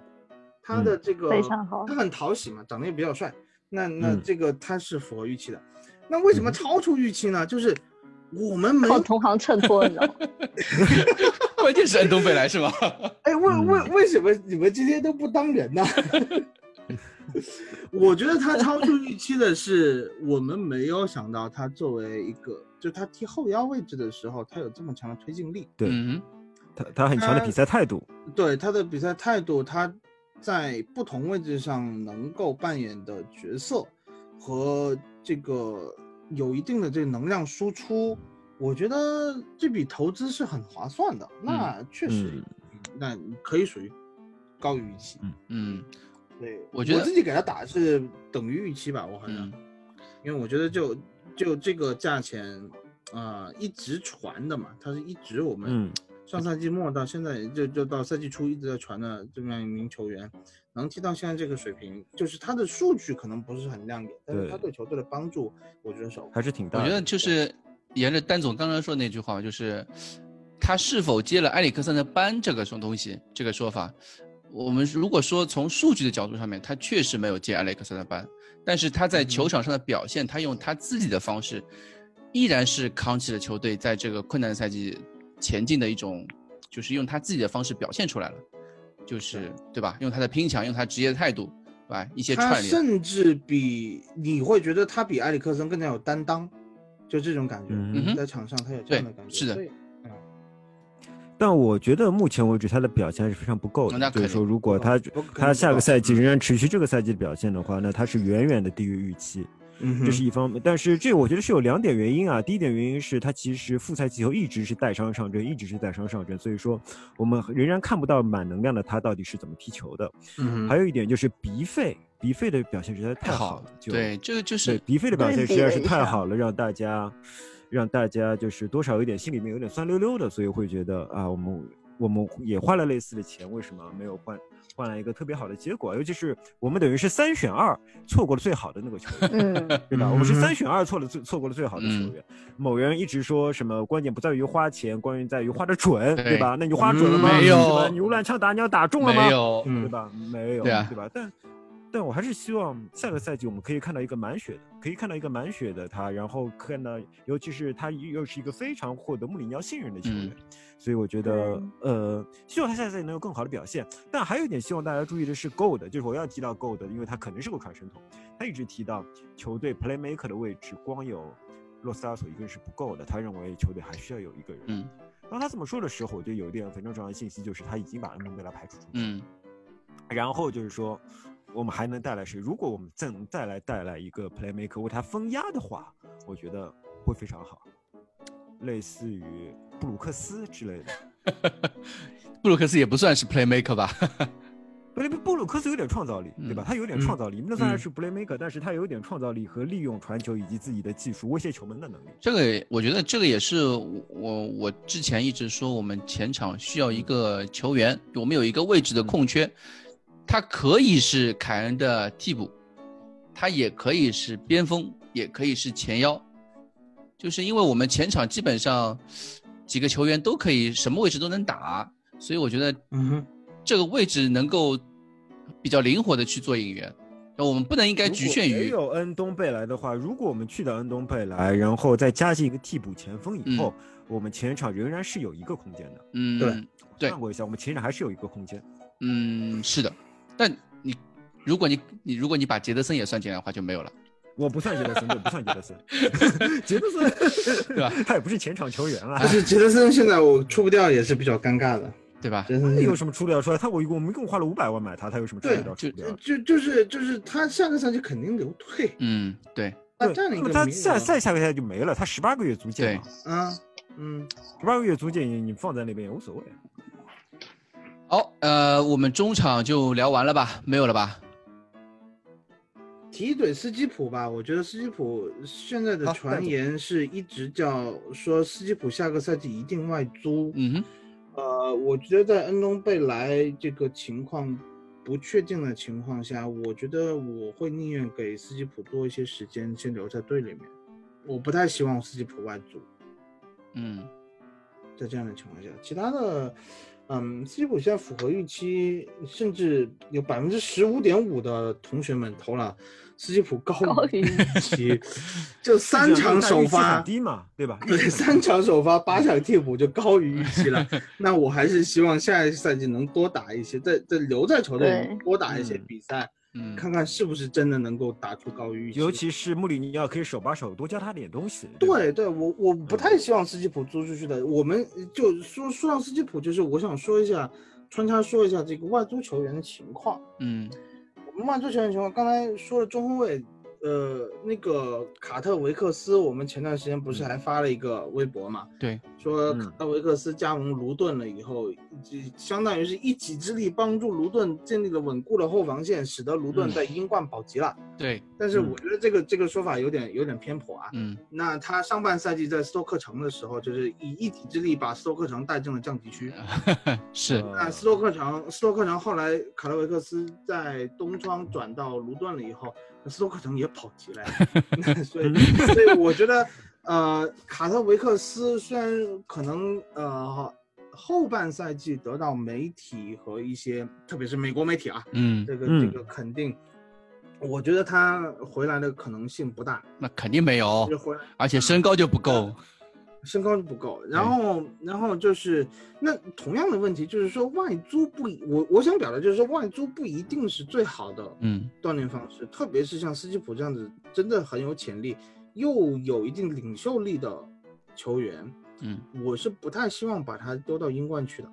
他
嗯
的这个
非常好
他很讨喜嘛，长得也比较帅。那那
嗯
这个他是符合预期的。那为什么
嗯
超出预期呢？就是我们没
靠
有
[LAUGHS]
同行衬托，你知道吗？
关键是按东北来是吗？
哎，为为为什么你们今天都不当人呢？我觉得他超出预期的是，我们没有想到他作为一个，就他踢后腰位置的时候，他有这么强的推进力。
对
嗯
他他很强的比赛态度，
对他的比赛态度，他在不同位置上能够扮演的角色和这个有一定的这个能量输出，我觉得这笔投资是很划算的。那确实
嗯，
那可以属于高于预期。
嗯
对，
我觉得
自己给他打是等于预期吧，我好像，
嗯
因为我觉得就就这个价钱啊、呃一直传的嘛，它是一直我们。
嗯，
上赛季末到现在，就就到赛季初一直在传的这么样一名球员，能踢到现在这个水平，就是他的数据可能不是很亮眼，但是
对
他对球队的帮助，我觉得是 OK
还是挺大
我
的。
觉得就是沿着丹总刚刚说的那句话，就是他是否接了埃里克森的班这个什么东西，这个说法，我们如果说从数据的角度上面，他确实没有接埃里克森的班，但是他在球场上的表现，他用他自己的方式，依然是扛起了球队在这个困难赛季前进的一种，就是用他自己的方式表现出来了，就是对吧？用他的拼抢，用他职业的态度，对吧？一些
他
串联，
甚至比你会觉得他比埃里克森更加有担当，就这种感觉，
嗯
哼
在场上他有这样的
对
感觉，
是的
所以
但我觉得目前为止他的表现还是非常不够的。
那肯
所
定
以说，如果
不够
他
不肯定
他
不
下
够
个赛季仍然持续这个赛季的表现的话，那他是远远的低于预期，
嗯哼，
这是一方面。但是这我觉得是有两点原因啊。第一点原因是他其实复赛季后一直是带伤上阵，一直是带伤上阵，所以说我们仍然看不到满能量的他到底是怎么踢球的。
嗯
还
哼，
有一点就是鼻费，鼻费的表现实在太好
好
了，，就
对，这个就
对
是
鼻费的表
对
现
比
实在
了
是
一
太
下
好了，让大家让大家就是多少有点心里面有点酸溜溜的，所以会觉得啊，我们我们也花了类似的钱，为什么没有换换来一个特别好的结果？尤其是我们等于是三选二，错过了最好的那个球员。
嗯，
对吧？我们是
嗯
三选二错了最错过了最好的
嗯
球员。某人一直说什么关键不在于花钱，关键在于花的准，
对嗯
对吧？那你花准了吗？
没
对吧
有
你无乱枪打鸟打中了吗？
没有，
对
嗯，
吧？没有，
对啊
吧？但但我还是希望下个赛季我们可以看到一个满血的，可以看到一个满血的他，然后看到，尤其是他又是一个非常获得穆里尼奥信任的球
嗯
员，所以我觉得，呃，希望他下赛季能有更好的表现。但还有一点希望大家注意的是，Gold，就是我要提到 Gold，因为他可能是个传声筒，他一直提到球队 playmaker 的位置光有洛斯拉索一个人是不够的，他认为球队还需要有一个人。
嗯
当他这么说的时候，我觉得有一点非常重要的信息就是他已经把恩东贝拉排除出去。
嗯。
然后就是说，我们还能带来谁？如果我们再再来带来一个 playmaker 为他封压的话，我觉得会非常好，类似于布鲁克斯之类的。
布鲁克斯也不算是 playmaker 吧？ [LAUGHS]
布鲁布鲁克斯有点创造力，对吧？
嗯
他有点
嗯
创造力，那虽然
嗯
是 playmaker，、但是他有点创造力和利用传球以及自己的技术威胁球门的能力。
这个也我觉得这个也是我我我之前一直说，我们前场需要一个球员，我们有一个位置的空缺，他可以是凯恩的替补，他也可以是边锋，也可以是前腰，就是因为我们前场基本上几个球员都可以什么位置都能打，所以我觉得
嗯哼，
这个位置能够比较灵活的去做引援，那我们不能应该
如
局
果
限
没
于
有恩东贝莱的话，如果我们去掉恩东贝莱，然后再加进一个替补前锋以
嗯
后，我们前场仍然是有一个空间的。
嗯
对
对
算过一下，我们前场还是有一个空间。
嗯，是的，但你如果你你如果你把杰德森也算进来的话，就没有了，
我不算杰德森，对，不算杰
[LAUGHS]
德森，杰德森
对吧？
[LAUGHS] 他也不是前场球员啊
但，是杰德森现在我出不掉也是比较尴尬的，
对吧？
杰德森
那
现在
哎有什么出料出来？他我一共我们一共花了五百万买他，他有什么出料出
对
不了？
就就是就是他下个赛季肯定留队，
嗯，对，
那
对，
这样一
那
个
么他
名
再
额
再下个赛季就没了，他十八个月租借嘛，
啊，嗯，
十八个月租借你你放在那边也无所谓。
好，呃，我们中场就聊完了吧？没有了吧？
提一嘴斯基普吧，我觉得斯基普现在的
好
传言是一直叫说斯基普下个赛季一定外租，
嗯哼，
呃，我觉得在恩东贝莱这个情况不确定的情况下，我觉得我会宁愿给斯基普多一些时间，先留在队里面，我不太希望斯基普外租。
嗯
在这样的情况下，其他的，嗯，斯基普现在符合预期，甚至有百分之十五点五的同学们投了斯基普高
高于
于预期，就三场首
那预期
发
很，低嘛，对吧？
对，三场首发八场替补就高于预期
[LAUGHS]
了。那我还是希望下一赛季能多打一些，在在留在球队里
对
多打一些
嗯
比赛，
嗯，
看看是不是真的能够打出高于预期。
尤其是穆里尼奥可以手把手多教他点东西。吧
对对，我我不太希望斯基普租出去的。我们就说说到斯基普，就是我想说一下，穿插说一下这个外租球员的情况。
嗯
我们外租球员情况，刚才说了中后卫，呃，那个卡特维克斯，我们前段时间不是还发了一个微博嘛？
对，
说
嗯
卡特维克斯加盟卢顿了以后，就相当于是一己之力帮助卢顿建立了稳固的后防线，使得卢顿
嗯
在英冠保级了。
对，
但是
嗯
我觉得这个这个说法有点有点偏颇啊。
嗯
那他上半赛季在斯托克城的时候，就是以一己之力把斯托克城带进了降级区。
是，
呃
那斯托克城，斯托克城后来卡洛维克斯在东窗转到卢顿了以后，那斯托克城也跑级了呀。 [LAUGHS] 那所以，所以我觉得，呃，卡特维克斯虽然可能呃后半赛季得到媒体和一些，特别是美国媒体啊，
嗯，
这个
嗯
这个肯定，我觉得他回来的可能性不大，
那肯定没有
就，回来。
而且身高就不够，
身高就不够，然后，然后就是那同样的问题，就是说外租不一，我我想表达就是说外租不一定是最好的
嗯
锻炼方式，特别是像斯基普这样子真的很有潜力又有一定领袖力的球员，
嗯
我是不太希望把他丢到英冠去的，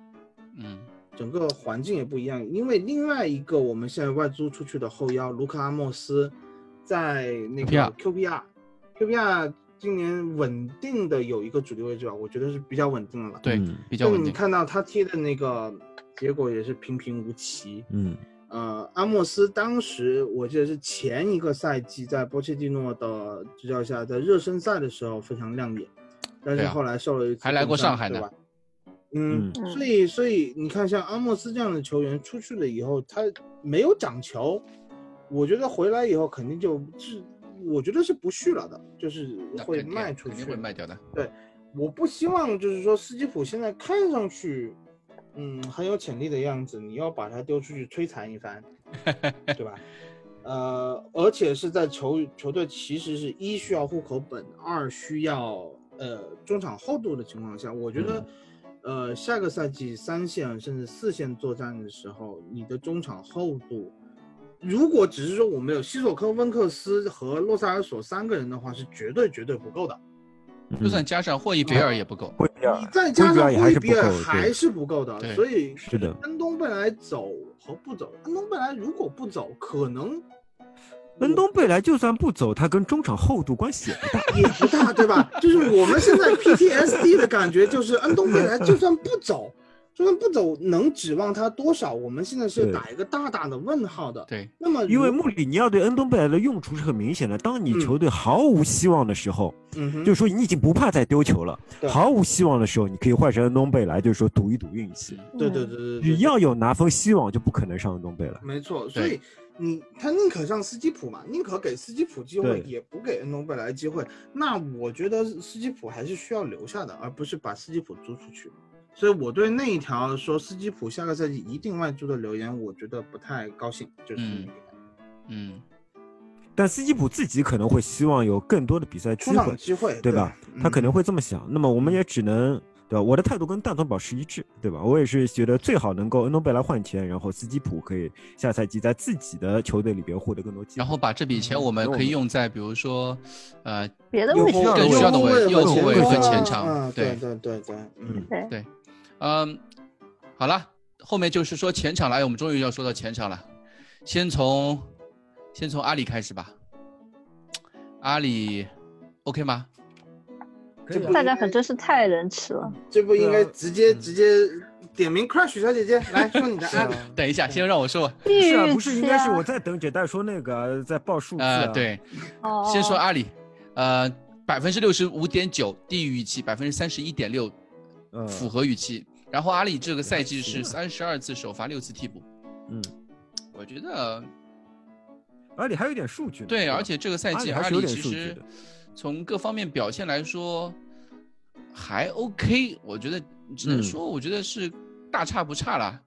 嗯
整个环境也不一样，因为另外一个我们现在外租出去的后腰卢卡阿莫斯，在那个 QPR，QPR 今年稳定的有一个主力位置吧，我觉得是比较稳定的了。
对
嗯，
比较
但
稳
你
定，
看到他踢的那个结果也是平平无奇。
嗯
呃，阿莫斯当时我记得是前一个赛季在波切蒂诺的执教下，在热身赛的时候非常亮眼，但是
对啊
后来受了一次
还来过
重伤
上海呢
对吧？嗯，
嗯
所以所以你看，像阿莫斯这样的球员出去了以后，他没有长球，我觉得回来以后肯定就是，我觉得是不续了的，就是
那
会
肯定
卖出去，
肯定会卖掉的，
我不希望就是说斯基普现在看上去，嗯，很有潜力的样子，你要把他丢出去摧残一番，对吧？呃，而且是在球球队其实是一需要户口本，二需要呃中场厚度的情况下，我觉得、呃下个赛季三线甚至四线作战的时候，你的中场厚度。如果只是说我们有西索科、温克斯和洛塞尔索三个人的话，是绝对绝对不够的。
就
嗯
算加上霍
嗯
伊别尔也不够，
会比尔
你再加上
也还
霍伊
是不
比尔
够，
还是不够的，
对
所以
是的
恩东贝莱走和不走，恩东贝莱如果不走，可能
恩东贝莱就算不走，他跟中场厚度关系也不大。
也不大，对吧？ [LAUGHS] 就是我们现在 PTSD 的感觉，就是恩东贝莱就算不走，就算不走，能指望他多少？我们现在是
对
打一个大大的问号的。
对，
那么如，
因为穆里尼奥对恩东贝莱的用处是很明显的。当你
嗯
球队毫无希望的时候，
嗯哼，
就是说你已经不怕再丢球了
对，
毫无希望的时候，你可以换成恩东贝莱，就是说赌一赌运气。
对对对对，对
只要有拿分希望，就不可能上恩东贝莱。
没错，所
对
以你他宁可让斯基普嘛，宁可给斯基普机会，
对
也不给恩东贝莱机会。那我觉得斯基普还是需要留下的，而不是把斯基普租出去。所以我对那一条说斯基普下个赛季一定外租的留言，我觉得不太高兴，就是那
嗯
个
嗯
但斯基普自己可能会希望有更多的比赛机
出场
会
的，机会，嗯
对吧？他可能会这么想。那么我们也只能。对吧？我的态度跟蛋总保持一致，对吧？我也是觉得最好能够恩东贝莱换钱，然后斯基普可以下赛季在自己的球队里边获得更多机会。
然后把这笔
嗯
钱我们可以用在比如说，呃，
别的
有
位置
后
嗯
更
右
需要的
后
位
卫
右
和
后
前
卫
锋
和
啊
前场，
嗯，
对
对，对对对，嗯，
对
对，嗯，好了，后面就是说前场了，哎我们终于要说到前场了，先从先从阿里开始吧，阿里 OK 吗？
这
啊
不
大家可真是太仁慈了。
这不应该
对啊
直接
嗯
直接点名 crush 小姐姐来说你的
啊
啊案例。
等一下，先让我说吧。
地
是啊，
域
不是应
期
该是
啊
我在等姐带说那个在报数字
呃
啊？，，
对，
哦
先说阿啊里，呃，百分之六十五点九低于预期，百分之三十一点六
嗯
符合预期。然后阿里这个赛季是
行啊
三十二次首发，六次替补，
嗯，
我觉得
而且还有一点数据呢。
对，
吧
而且这个赛季
阿里还
阿
是有
里
点
其
数据
实
的。
从各方面表现来说还 OK，我觉得只能
嗯
说，我觉得是大差不差了。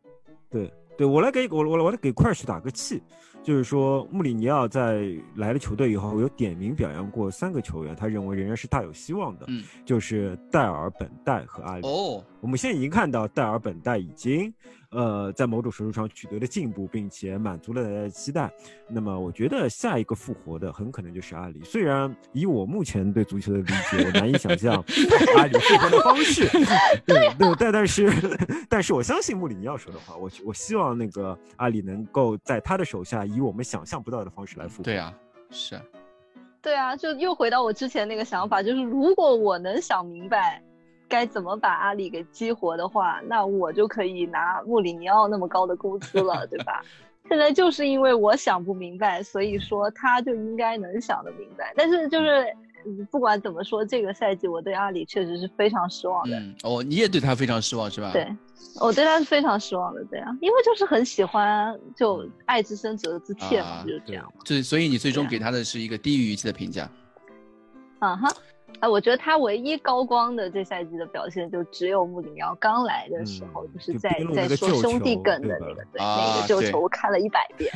对对，我来给我我我来给 Crash 打个气，就是说穆里尼奥在来了球队以后，我有点名表扬过三个球员，他认为仍然是大有希望的，
嗯
就是戴尔、本戴和阿里。
哦，
我们现在已经看到戴尔本代已经，呃，在某种程度上取得了进步，并且满足了大家的期待。那么，我觉得下一个复活的很可能就是阿里。虽然以我目前对足球的理解，我难以想象阿里复活的方式，对对，但但是 [LAUGHS] 但是我相信穆里尼奥说的话，我我希望那个阿里能够在他的手下以我们想象不到的方式来复活。
对啊，是啊，
对啊，就又回到我之前那个想法，就是如果我能想明白该怎么把阿里给激活的话，那我就可以拿穆里尼奥那么高的工资了，对吧？现在就是因为我想不明白，所以说他就应该能想得明白。但是就是嗯不管怎么说，这个赛季我对阿里确实是非常失望的。
嗯，哦，你也对他非常失望是吧？
对，我对他是非常失望的，对啊，因为就是很喜欢，就爱之深责之切
嗯
嘛，
啊
就是这样。
所以所以你最终
对啊
给他的是一个低于预期的评价。
啊哈，哎，我觉得他唯一高光的这赛季的表现，就只有穆里尼奥刚来的时候，
嗯
就是
就
在
边路
在
那个
说
救
兄弟
球
梗的那个，
对吧
对那
啊
个救
对
球，我看了一百
[LAUGHS]
遍，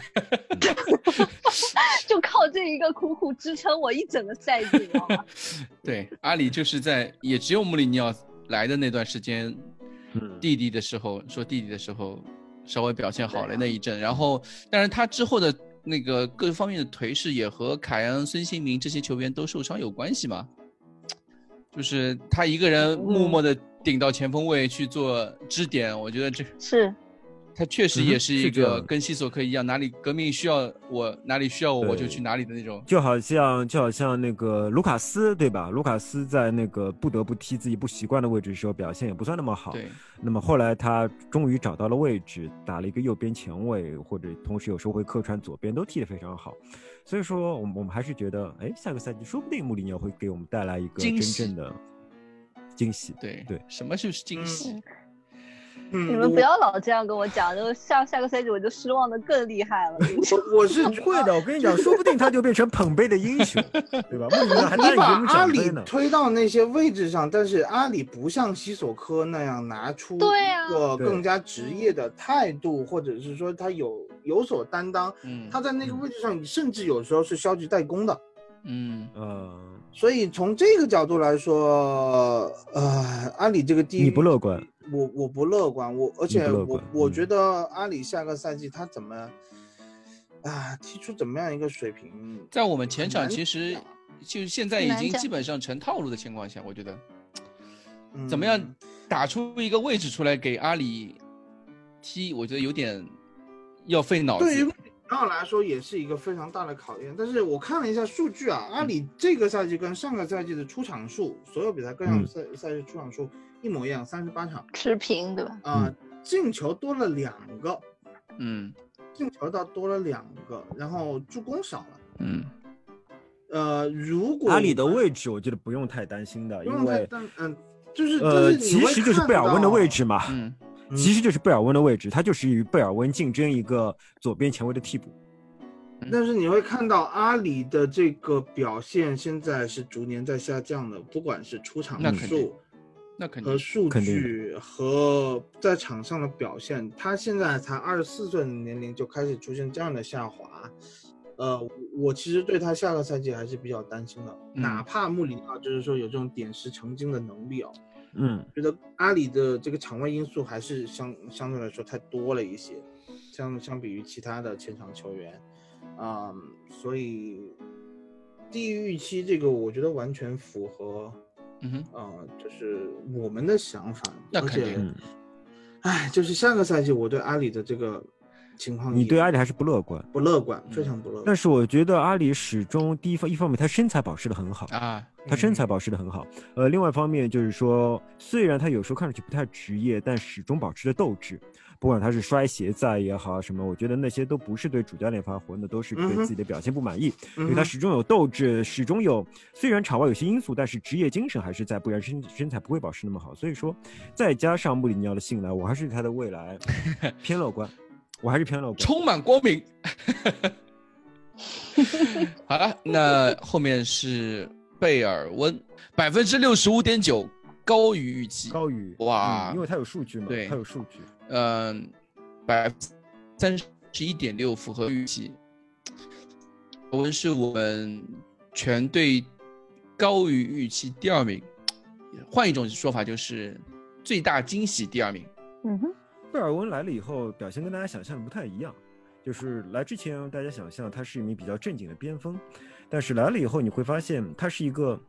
就靠这一个苦苦支撑我一整个赛季，你知道
[LAUGHS]
吗？
对，阿里就是在也只有穆里尼奥来的那段时间，
嗯
弟弟的时候说弟弟的时候稍微表现好了那一阵，然后但是他之后的那个各方面的颓势也和凯恩、孙兴民这些球员都受伤有关系嘛，就是他一个人默默的顶到前锋位去做支点，我觉得这
是，
他确实
嗯哼
也是一
是这样
个
的
跟西索科一样，哪里革命需要我哪里需要我我就
对
去哪里的那种。
就好像就好像那个卢卡斯对吧？卢卡斯在那个不得不踢自己不习惯的位置的时候，表现也不算那么好。
对，
那么后来他终于找到了位置，打了一个右边前卫，或者同时有时候会客串左边，都踢得非常好。所以说，我们我们还是觉得，哎，下个赛季说不定穆里尼奥会给我们带来一个
惊
真
喜
正的惊喜。
对
对
什么就是惊喜？
嗯
你们不要老这样跟我讲，就下下个赛季我就失望的更厉害
[LAUGHS]
了。
我我是
会的，我跟你讲，说不定他就变成捧杯的英雄，对吧？穆里尼奥还带
你把
领
阿
奖杯
里
呢。
推到那些位置上，但是阿里不像西索科那样拿出
对啊
一个
对
更
嗯
加职业的态度，或者是说他有有所担当。
嗯，
他在那个位置上，甚至有时候是消极怠工的。
嗯，
呃，
所以从这个角度来说，呃，阿里这个地
你不乐观，
我我不乐观，我而且
不乐
我
观
我
嗯
觉得阿里下个赛季他怎么啊踢出怎么样一个水平，
在我们前场
很难
其实
讲
就现在
很
已
难
经
讲
基本上成套路的情况下，我觉得
嗯
怎么样打出一个位置出来给阿里踢，我觉得有点要费脑
对于
子
穆。里尼奥来说也是一个非常大的考验。但是我看了一下数据啊，
嗯
阿里这个赛季跟上个赛季的出场数，所有比赛各项
嗯
赛赛事出场数一模一样，三十八场
持平，对吧？
啊、
嗯
进球多了两个，
嗯
进球倒多了两个，然后助攻少了。
嗯，
呃，如果
阿里的位置，我觉得不用太担心的，
不
因
用太
为
担，嗯、就是
呃，
但是你
其
会
实就是
看
贝尔温的
到
位置嘛，
嗯，
嗯
其实就是贝尔温的位置，他就是与贝尔温竞争一个左边前卫的替补。
但是你会看到阿里的这个表现现在是逐年在下降的，不管是出场
那肯定
数
那肯定
和。数
肯定
据和在场上的表现，他现在才二十四岁的年龄就开始出现这样的下滑。呃，我其实对他下个赛季还是比较担心的，
嗯
哪怕穆里尼奥就是说有这种点石成金的能力哦，
嗯，
觉得阿里的这个场外因素还是相相对来说太多了一些，相相比于其他的前场球员，啊、所以低于预期这个我觉得完全符合，
嗯哼，
呃，就是我们的想法。
那
而
肯
且
嗯
定，
哎，就是下个赛季我对阿里的这个情况，
嗯你对阿里还是不乐观，
不乐观，
嗯
非常不乐观
但。是我觉得阿里始终第一方一方面他身材保持的很好，
啊，
他身
嗯
材保持的很好。呃，另外一方面就是说，虽然他有时候看上去不太职业，但始终保持着斗志。不管他是摔鞋在也好什么，我觉得那些都不是对主教练发火，那都是对
嗯哼
自己的表现不满意。
嗯
因
哼
为他始终有斗志，始终有虽然场外有些因素，但是职业精神还是在，不然身身材不会保持那么好。所以说，再加上穆里尼奥的信赖，我还是对他的未来偏乐观，我还是偏乐观。
充满光明。 [LAUGHS] 好了，那后面是贝尔温，百分之六十五点九，高于预期，
高于
哇
嗯因为它有数据嘛，
对
它有数据，
嗯，百分之三十一点六符合预期。我们是我们全队高于预期第二名，换一种说法就是最大惊喜第二名。
嗯哼，
贝尔温来了以后，表现跟大家想象的不太一样。就是来之前，大家想象他是一名比较正经的边锋，但是来了以后，你会发现他是一个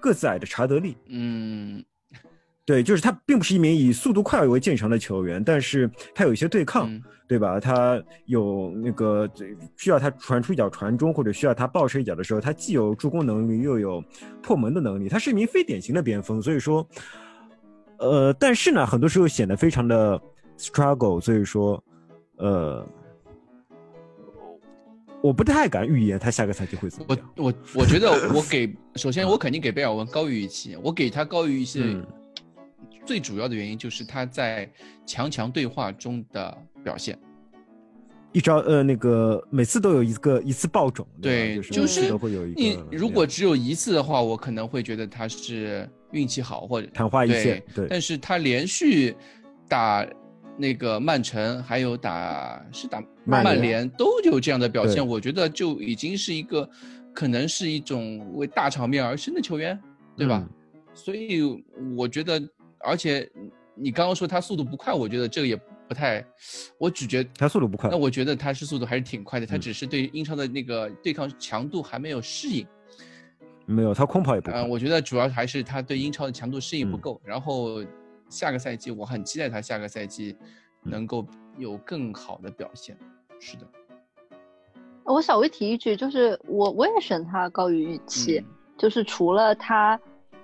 个子矮的查德利。
嗯，
对，就是他并不是一名以速度快为见长的球员，但是他有一些对抗，
嗯
对吧？他有那个这需要他传出一脚传中，或者需要他爆射一脚的时候，他既有助攻能力，又有破门的能力。他是一名非典型的边锋，所以说，呃，但是呢，很多时候显得非常的 struggle，所以说，呃，我不太敢预言他下个赛季会怎么
我
样。
我我觉得我给，首先我肯定给贝尔文高于预期，我给他高于预期
嗯
的最主要的原因就是他在强强对话中的表现。
一招呃，那个每次都有一个一次爆种，对
对，
吧就是
就
每次
是
都会有一个
你如果
这样
只有一次的话，我可能会觉得他是运气好或者
昙花一现，对，
但是他连续打那个曼城，还有打是打
曼
曼
联
联，都有这样的表
对
现，我觉得就已经是一个可能是一种为大场面而生的球员，对吧？
嗯
所以我觉得，而且你刚刚说他速度不快，我觉得这个也不太，我只觉
他速度不快 [LAUGHS]
那我觉得他是速度还是挺快的，他
嗯
只是对英超的那个对抗强度还没有适应。
没有，他空跑也不快。
呃，我觉得主要还是他对英超的强度适应不
嗯
够。然后下个赛季，我很期待他下个赛季
嗯
能够有更好的表现。是的，
我稍微提一句，就是我我也选他高于预期，
嗯
就是除了他，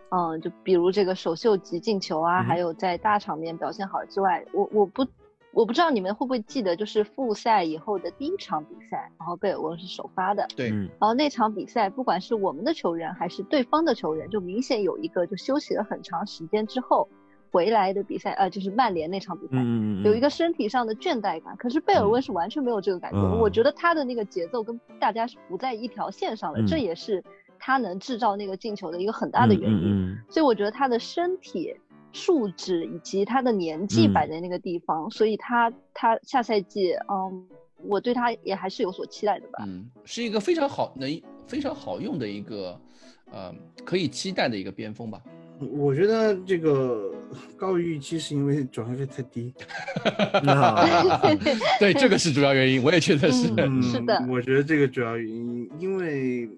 嗯、就比如这个首秀级进球啊，
嗯哼
还有在大场面表现好之外，我我不我不知道你们会不会记得，就是复赛以后的第一场比赛，然后贝尔温是首发的，
对，
嗯
然后那场比赛，不管是我们的球员还是对方的球员，就明显有一个就休息了很长时间之后回来的比赛，呃，就是曼联那场比赛，
嗯嗯嗯，
有一个身体上的倦怠感。可是贝尔温是完全没有这个感觉，
嗯
我觉得他的那个节奏跟大家是不在一条线上的，
嗯
这也是他能制造那个进球的一个很大的原因。
嗯嗯
所以我觉得他的身体素质以及他的年纪
嗯
摆在那个地方，所以他他下赛季，嗯，我对他也还是有所期待的吧。
嗯，是一个非常好能非常好用的一个，呃，可以期待的一个边锋吧。
嗯我觉得这个高于预期是因为转会费太低。
[LAUGHS]
嗯 [LAUGHS] 啊
[LAUGHS]
对，这个是主要原因，我也觉得是。
嗯，
是的
我觉得这个主要原因，因为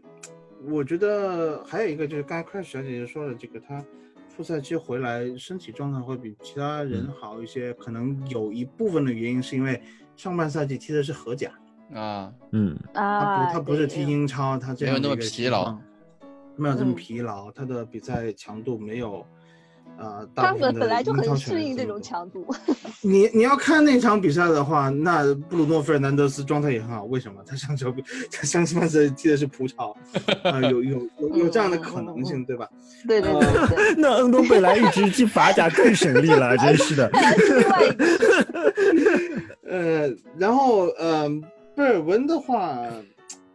我觉得还有一个就是刚才 Crash 小姐姐说的，这个她复赛期回来身体状态会比其他人
嗯
好一些，可能有一部分的原因是因为上半赛季踢的是荷甲，
[LAUGHS] 啊，
嗯
他
啊，
不他不是
对
踢英超，他这
没有
样的
那么
一个
疲
情
劳
况，没有这么
嗯
疲劳，他的比赛强度没有。呃，大
他
部
本
分的
本来就
英
很
超球
适
员
应这
么
种
多
强度，
你你要看那场比赛的话，那布鲁诺·费尔南德斯状态也很好。为什么？他上周 [LAUGHS] 他上半赛季踢的是葡超，啊、有有有有
嗯
这样的可能性，对吧？
对对对对。
那恩东贝莱一直进法甲更省力了，真
[LAUGHS]
是的。
另外一个
呃，然后呃，贝尔温的话，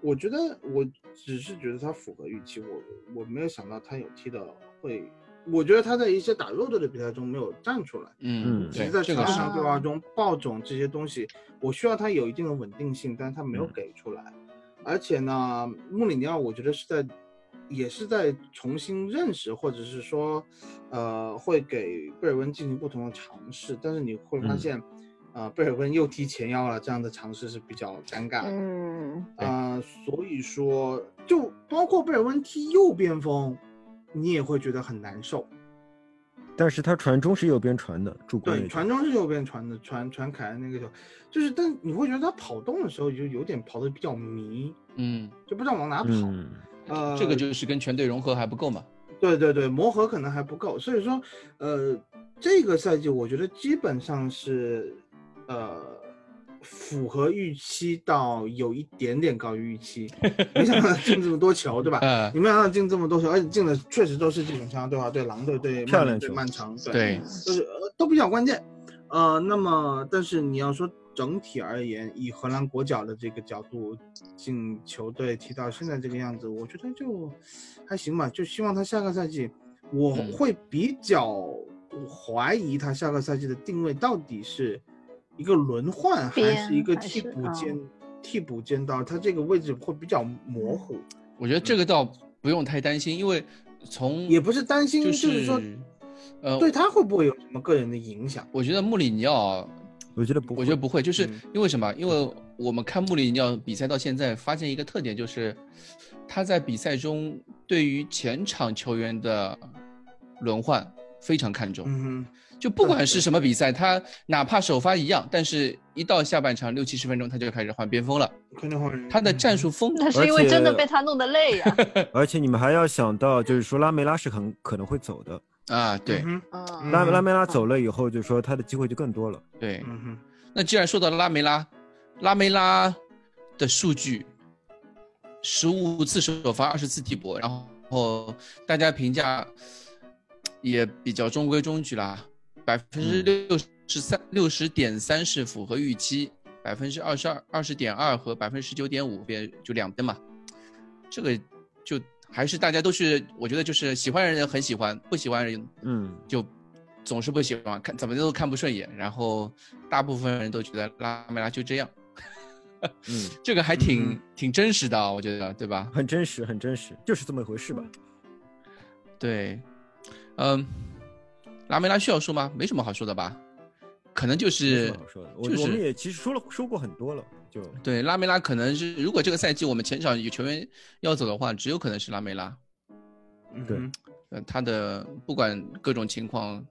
我觉得我只是觉得他符合预期，我我没有想到他有踢的会，我觉得他在一些打弱队的比赛中没有站出来。
嗯，
嗯
只
对
是，在
这
场
个是
啊
上对话中爆种这些东西，我需要它有一定的稳定性，但是它没有
嗯
给出来。而且呢，穆里尼奥我觉得是在，也是在重新认识，或者是说，呃，会给贝尔温进行不同的尝试。但是你会发
嗯
现，啊、贝尔温又踢前腰了，这样的尝试是比较尴尬的。
嗯，
对
呃，所以说，就包括贝尔温踢右边锋，你也会觉得很难受。
但是他传中是右边传的，助攻那
对，
个
传中是右边传的，传传凯恩那个球，就是，但你会觉得他跑动的时候就有点跑的比较迷，
嗯，
就不知道往哪跑。
嗯
呃，
这个就是跟全队融合还不够嘛。
对对对，磨合可能还不够，所以说，呃，这个赛季我觉得基本上是，呃，符合预期到有一点点高于预
[LAUGHS]
期，没想到他进这么多球，对吧？
呃，
你没想到进这么多球，而且进的确实都是这种强对话，对狼队、对曼
漂亮
联对
球
曼城，对
对，
就是呃都比较关键。呃，那么但是你要说整体而言，以荷兰国脚的这个角度进球队踢到现在这个样子，我觉得就还行吧。就希望他下个赛季我
嗯
会比较怀疑他下个赛季的定位到底是一个轮换还
边
是一个
还
替
是
补
嗯
兼替补兼刀，他这个位置会比较模糊，
我觉得这个倒不用太担心，因为
嗯
从
也不是担心，
就
就是说
呃，
对他会不会有什么个人的影响？
我觉得穆里尼奥，
我觉得不会，
我觉得不会，就是
嗯
因为什么？因为我们看穆里尼奥比赛到现在，发现一个特点就是，他在比赛中对于前场球员的轮换非常看重。
嗯
就不管是什么比赛，他哪怕首发一样，但是一到下半场六七十分钟，他就开始换边锋了。
哼，肯定会
他的战
嗯
术风格
那 [LAUGHS] 是因为真的被他弄得累
[LAUGHS]
呀、
而且你们还要想到，就是说拉梅拉是很可能会走的，
啊，对
嗯
嗯
嗯
拉拉梅拉走了以后，就是说他的机会就更多了。
对。
嗯哼，
那既然说到拉梅拉，拉梅拉的数据，十五次首发，二十次替补，然后大家评价也比较中规中矩啦，百分之六十三六十点三是符合预期，百分之二十二二十点二和百分之十九点五边就两边嘛，这个就还是大家都是我觉得就是喜欢的人很喜欢，不喜欢的人
嗯，
就总是不喜欢看，怎么都看不顺眼。然后大部分人都觉得拉梅拉就这样，
嗯，
这个还挺、
嗯
挺真实的啊、我觉得，对吧？
很真实，很真实，就是这么一回事吧。
对，嗯，拉梅拉需要说吗？没什么好说的吧？可能就
没
是
什么好说的，我、
就是
我们也其实说了说过很多了，就
对拉梅拉，可能是如果这个赛季我们前场有球员要走的话，只有可能是拉梅拉。
嗯
对
哼
嗯，他的不管各种情况，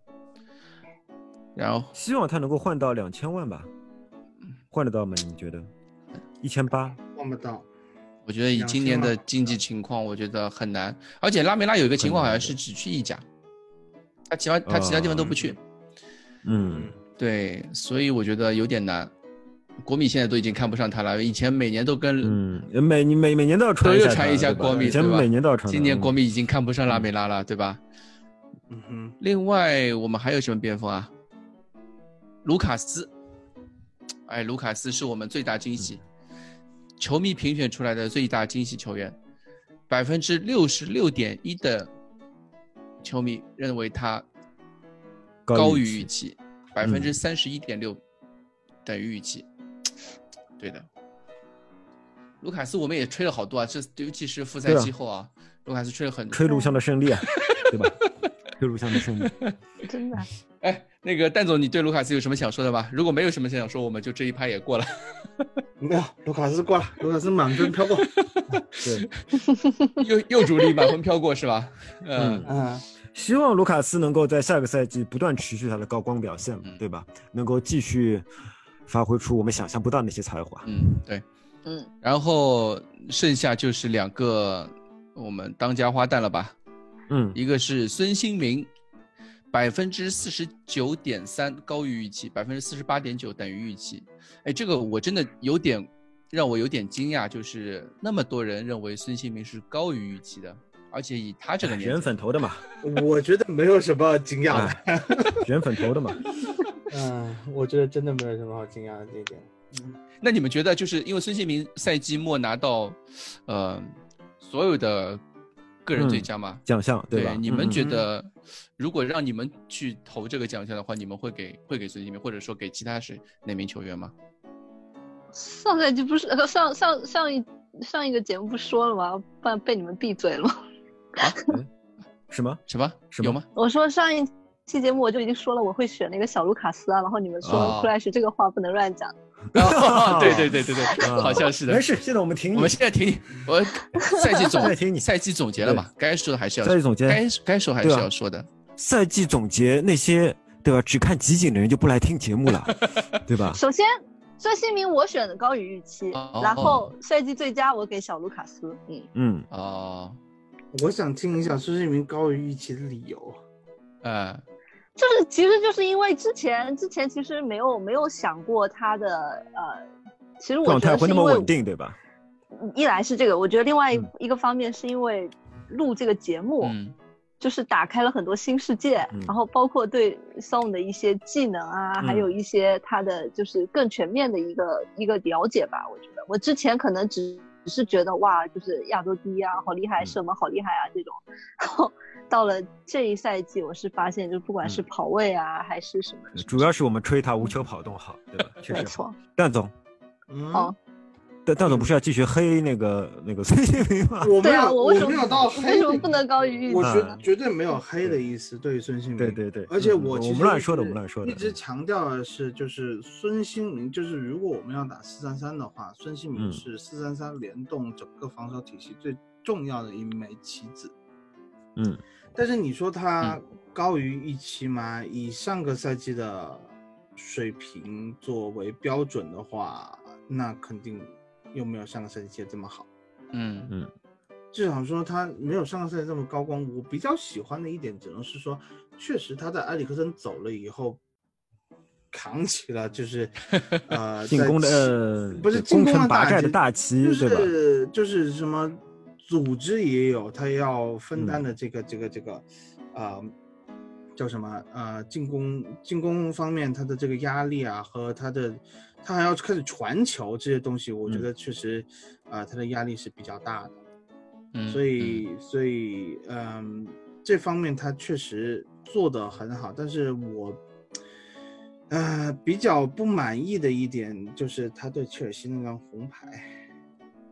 然后
希望他能够换到两千万吧，
嗯
换得到吗？你觉得？一千八，
换不到，
我觉得以
两
今
千
年
万
的
吧
经济情况，我觉得很难。而且拉梅拉有一个情况，好
嗯很
像
难哦
是只去意甲，他其他他其他地方都不去。
嗯，
对，所以我觉得有点难。国米现在都已经看不上他了，以前每年都跟，
嗯，每你每每年都要传
又
一下
传一
他
下
对吧
国米
以前
对吧
每年都要嗯传他。
今年国
米
米已经看不上拉梅拉了，对吧？
嗯哼，
另外，我们还有什么边锋啊？卢卡斯，哎，卢卡斯是我们最大惊喜，球迷评选出来的最大惊喜球员，百分之六十六点一的球迷认为他高于预期，嗯百分之三十一点六等于预期。对的，卢卡斯我们也吹了好多啊，这尤其是复赛
对啊
季后啊，卢卡斯吹了很多。
吹录像的胜利
[LAUGHS]
啊，对吧？吹录像的胜利，
真的。
哎，那个蛋总，你对卢卡斯有什么想说的吗？如果没有什么想说，我们就这一趴也过了。
没有，卢卡斯过了，卢卡斯满分飘过，
对，
又又主力满分飘过是吧？嗯
嗯，
嗯，
希望卢卡斯能够在下个赛季不断持续他的高光表现
嗯，
对吧？能够继续发挥出我们想象不到的那些才华。
嗯，对。
嗯，
然后剩下就是两个我们当家花旦了吧？
嗯，
一个是孙兴民，百分之四十九点三高于预期，百分之四十八点九等于预期。哎，这个我真的有点让我有点惊讶，就是那么多人认为孙兴民是高于预期的，而且以他这个年
人
纪，
粉头的嘛，
嗯我觉得没有什么惊讶的。
哎人粉头的嘛，
嗯，我觉得真的没有什么好惊讶的这一点。
那你们觉得，就是因为孙兴民赛季末拿到，呃，所有的个人最佳嘛？
奖项
对
嗯吧？
你们
嗯
觉得，如果让你们去投这个奖项的话，你们会给会给孙兴民，或者说给其他谁哪名球员吗？
上赛季不是呃上上上一上一个节目不说了吗？不然被你们闭嘴了吗。 [LAUGHS]
什么？
什么？
什么 [LAUGHS]
有吗？
我说上一期节目我就已经说了我会选那个小卢卡斯啊，然后你们
哦
说克莱什这个话不能乱讲。
[LAUGHS] 哦对对对对对，
[LAUGHS] 啊
好像是的
没。事，现在我们停你。
我们现在停你，我赛季总
[LAUGHS] 现在停你
赛季总结了嘛？该说的还是要
赛季总结
该该说还是
对啊
要说的。
赛季总结那些对吧？只看集锦的人就不来听节目
[LAUGHS]
了，对吧？
首先，孙兴民我选的高于预期，
哦
然后赛季最佳我给小卢卡斯。嗯，
嗯，
哦，
我想听一下孙兴民高于预期的理由。
呃，
就是其实就是因为之前之前其实没有没有想过他的呃，其实我
状
觉
态
得
会
是
那
因
么
为
稳定，对吧？
一来是这个，我觉得另外一
嗯
一个方面是因为录这个节目，
嗯
就是打开了很多新世界，
嗯
然后包括对 Song 的一些技能啊，
嗯
还有一些他的就是更全面的一个一个了解吧。我觉得我之前可能只只是觉得哇，就是亚洲第一啊，好厉害，[LAUGHS]
嗯
射门好厉害啊这种，然后到了这一赛季，我是发现，就不管是
嗯
跑位啊，还是什么，
主要是我们吹他无球跑动好，
[LAUGHS]
对吧？确
没
实好。
错，
蛋总，
嗯
哦
蛋蛋总不是要继续黑那个那个孙兴民吗？
我没
对啊
有，
我
我
为什么
没有到
我
黑的
为什
意思，
么不能高于预
我
期
绝
嗯
绝对没有黑的意思，对于孙兴民。
[LAUGHS] 对对对，
而且
嗯
我其实
我们乱说的，我们乱说的。嗯
一直强调的是，就是孙兴民，就是如果我们要打四三三的话，孙兴
嗯
民是四三三联动整个防守体系最重要的一枚棋子。
嗯，
但是你说他高于预期吗？以上个赛季的水平作为标准的话，那肯定又没有上个赛季踢得这么好。
嗯
至少说他没有上个赛季这么高光。我比较喜欢的一点，只能是说，确实他在埃里克森走了以后，扛起了就是呃
进
在
攻的
起
呃
不是
对
进
攻城
的
拔寨的大旗
旗，就
对吧
是就是什么组织也有他要分担
嗯
的这个、这个这个呃。叫什么？呃，进攻进攻方面，他的这个压力啊，和他的他还要开始传球这些东西，我觉
嗯
得确实，啊、他的压力是比较大的。
嗯，
所以所以嗯，这方面他确实做得很好，但是我呃比较不满意的一点就是他对切尔西那张红牌，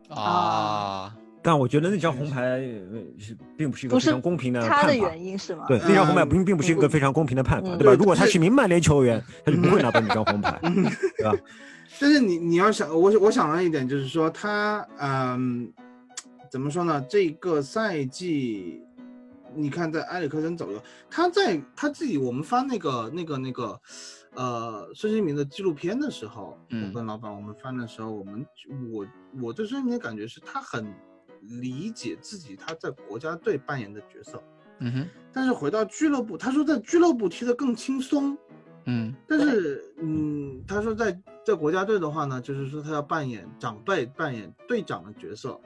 嗯啊，
但我觉得那张红牌呃是并不是一个
不
非
是
常公平的
他的
判罚。
原因是吗？
对，那张红牌
嗯
并并不是一个非常公平的判罚，
啊嗯
对吧？
对
如果他
但
是
是
名曼联球员，他就不会拿到那张红牌，对吧？
但是你你要想我我想到一点就是说他嗯怎么说呢？这个赛季。你看，在埃里克森走了，他在他自己，我们翻那个那个那个，呃，孙兴民的纪录片的时候，
嗯
我跟老板我们翻的时候，我们我我对孙兴民的感觉是他很理解自己他在国家队扮演的角色，
嗯哼，
但是回到俱乐部，他说在俱乐部踢得更轻松，
嗯
但是嗯，他说在在国家队的话呢，就是说他要扮演长辈、扮演队长的角色，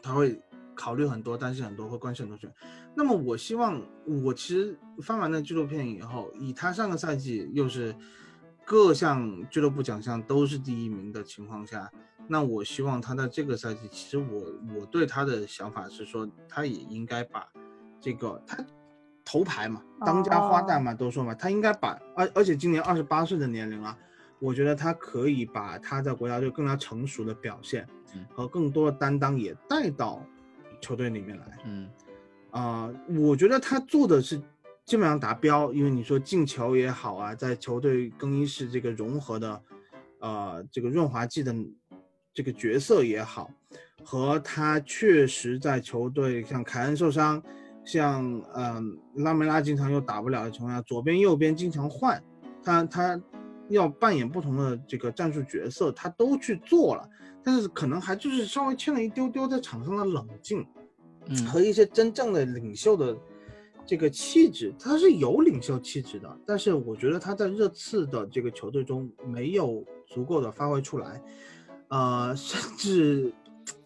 他会考虑很多，担心很多，会关心很多事。那么我希望，我其实翻完那纪录片以后，以他上个赛季又是各项俱乐部奖项都是第一名的情况下，那我希望他在这个赛季，其实我我对他的想法是说，他也应该把这个他头牌嘛，当家花旦嘛，都说嘛，他应该把，而而且今年二十八岁的年龄啊，我觉得他可以把他在国家队更加成熟的表现
嗯
和更多的担当也带到球队里面来。
嗯
啊、我觉得他做的是基本上达标，因为你说进球也好啊，在球队更衣室这个融合的，呃，这个润滑剂的这个角色也好，和他确实在球队像凯恩受伤，像嗯、拉梅拉经常又打不了的情况下，左边右边经常换，他他要扮演不同的这个战术角色，他都去做了，但是可能还就是稍微欠了一丢丢在场上的冷静。
嗯
和一些真正的领袖的这个气质，他是有领袖气质的，但是我觉得他在热刺的这个球队中没有足够的发挥出来，呃，甚至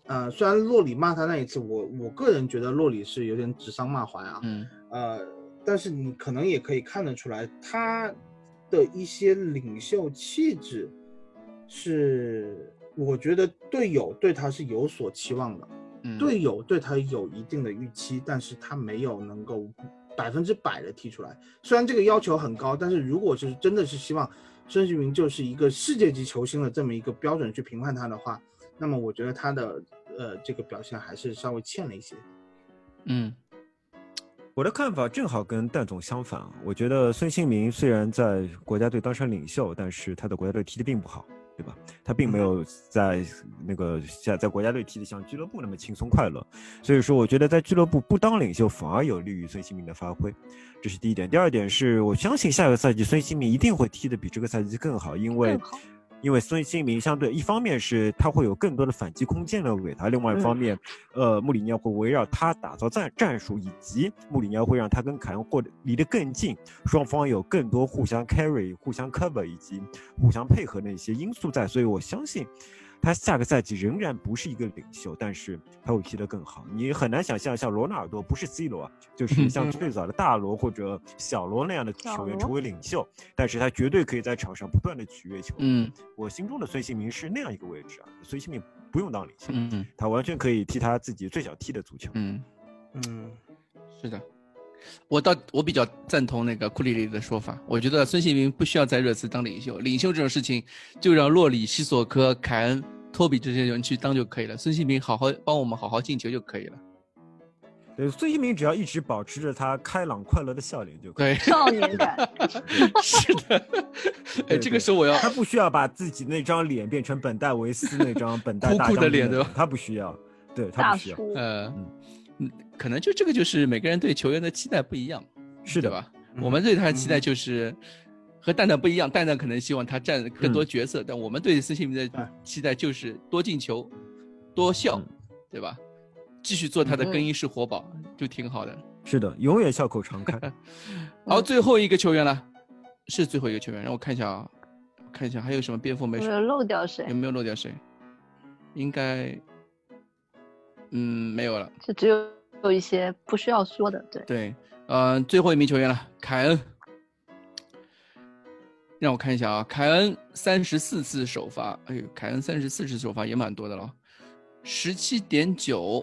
呃，虽然洛里骂他那一次，我我个人觉得洛里是有点指桑骂槐啊，
嗯
呃，但是你可能也可以看得出来，他的一些领袖气质是，我觉得队友对他是有所期望的。
嗯，
队友对他有一定的预期，但是他没有能够百分之百的踢出来。虽然这个要求很高，但是如果就是真的是希望孙兴民就是一个世界级球星的这么一个标准去评判他的话，那么我觉得他的呃这个表现还是稍微欠了一些。
嗯
[LAUGHS] 我的看法正好跟蛋总相反，啊我觉得孙兴民虽然在国家队当上领袖，但是他的国家队踢得并不好，对吧？他并没有在那个在在国家队踢得像俱乐部那么轻松快乐，所以说我觉得在俱乐部不当领袖反而有利于孙兴民的发挥，这是第一点。第二点是我相信下个赛季孙兴民一定会踢得比这个赛季更好，因为
更好
因为孙兴民相对一方面是他会有更多的反击空间的给他，另
嗯
外一方面，呃，穆里尼奥会围绕他打造战战术，以及穆里尼奥会让他跟凯恩或者离得更近，双方有更多互相 carry、互相 cover 以及互相配合的一些因素在，所以我相信。他下个赛季仍然不是一个领袖，但是他会踢得更好。你很难想象像罗纳尔多不是 C 罗啊，
[LAUGHS]
就是像最早的大罗或者小罗那样的球
小
员
罗
成为领袖，但是他绝对可以在场上不断的取悦球员。
嗯
我心中的孙兴民是那样一个位置啊，孙兴民不用当领袖，
嗯
他完全可以踢他自己最想踢的足球。
嗯，
嗯，
是的，我倒我比较赞同那个库里里的说法，我觉得孙兴民不需要在热刺当领袖，领袖这种事情就让洛里、西索科、凯恩、托比这些人去当就可以了。孙兴民好好帮我们好好进球就可以了。 [LAUGHS]
对，孙兴民只要一直保持着他开朗快乐的笑脸就可以。
对，
[LAUGHS] 少年
[LAUGHS]
感，
是的。哎，这
对对
个时候我要
他不需要把自己那张脸变成本戴维斯那张本戴
哭
大
哭
将
的
军
脸对吧
他不需要，对他
大
不需要。
叔，
呃
嗯，
嗯，可能就这个就是每个人对球员的期待不一样，
是的
对吧？
嗯
我们对他的期待就是和蛋蛋不一样，蛋蛋可能希望他占更多角色，但我们对孙兴民
对
的期待就是多进球、多笑，
嗯
对吧？继续做他的
嗯
更衣室活宝、就挺好的。
是的，永远笑口常
[LAUGHS]
开。
然后最后一个球员了，是最后一个球员，让我看一下啊，看一下还有什么边锋没
我
说。
有漏掉谁
有？没有漏掉谁？应该，嗯，没有了。
就只有有一些不需要说的，对，
对，呃，最后一名球员了，凯恩。让我看一下啊，凯恩三十四次首发，哎呦，凯恩三十四次首发也蛮多的了，哦十七点九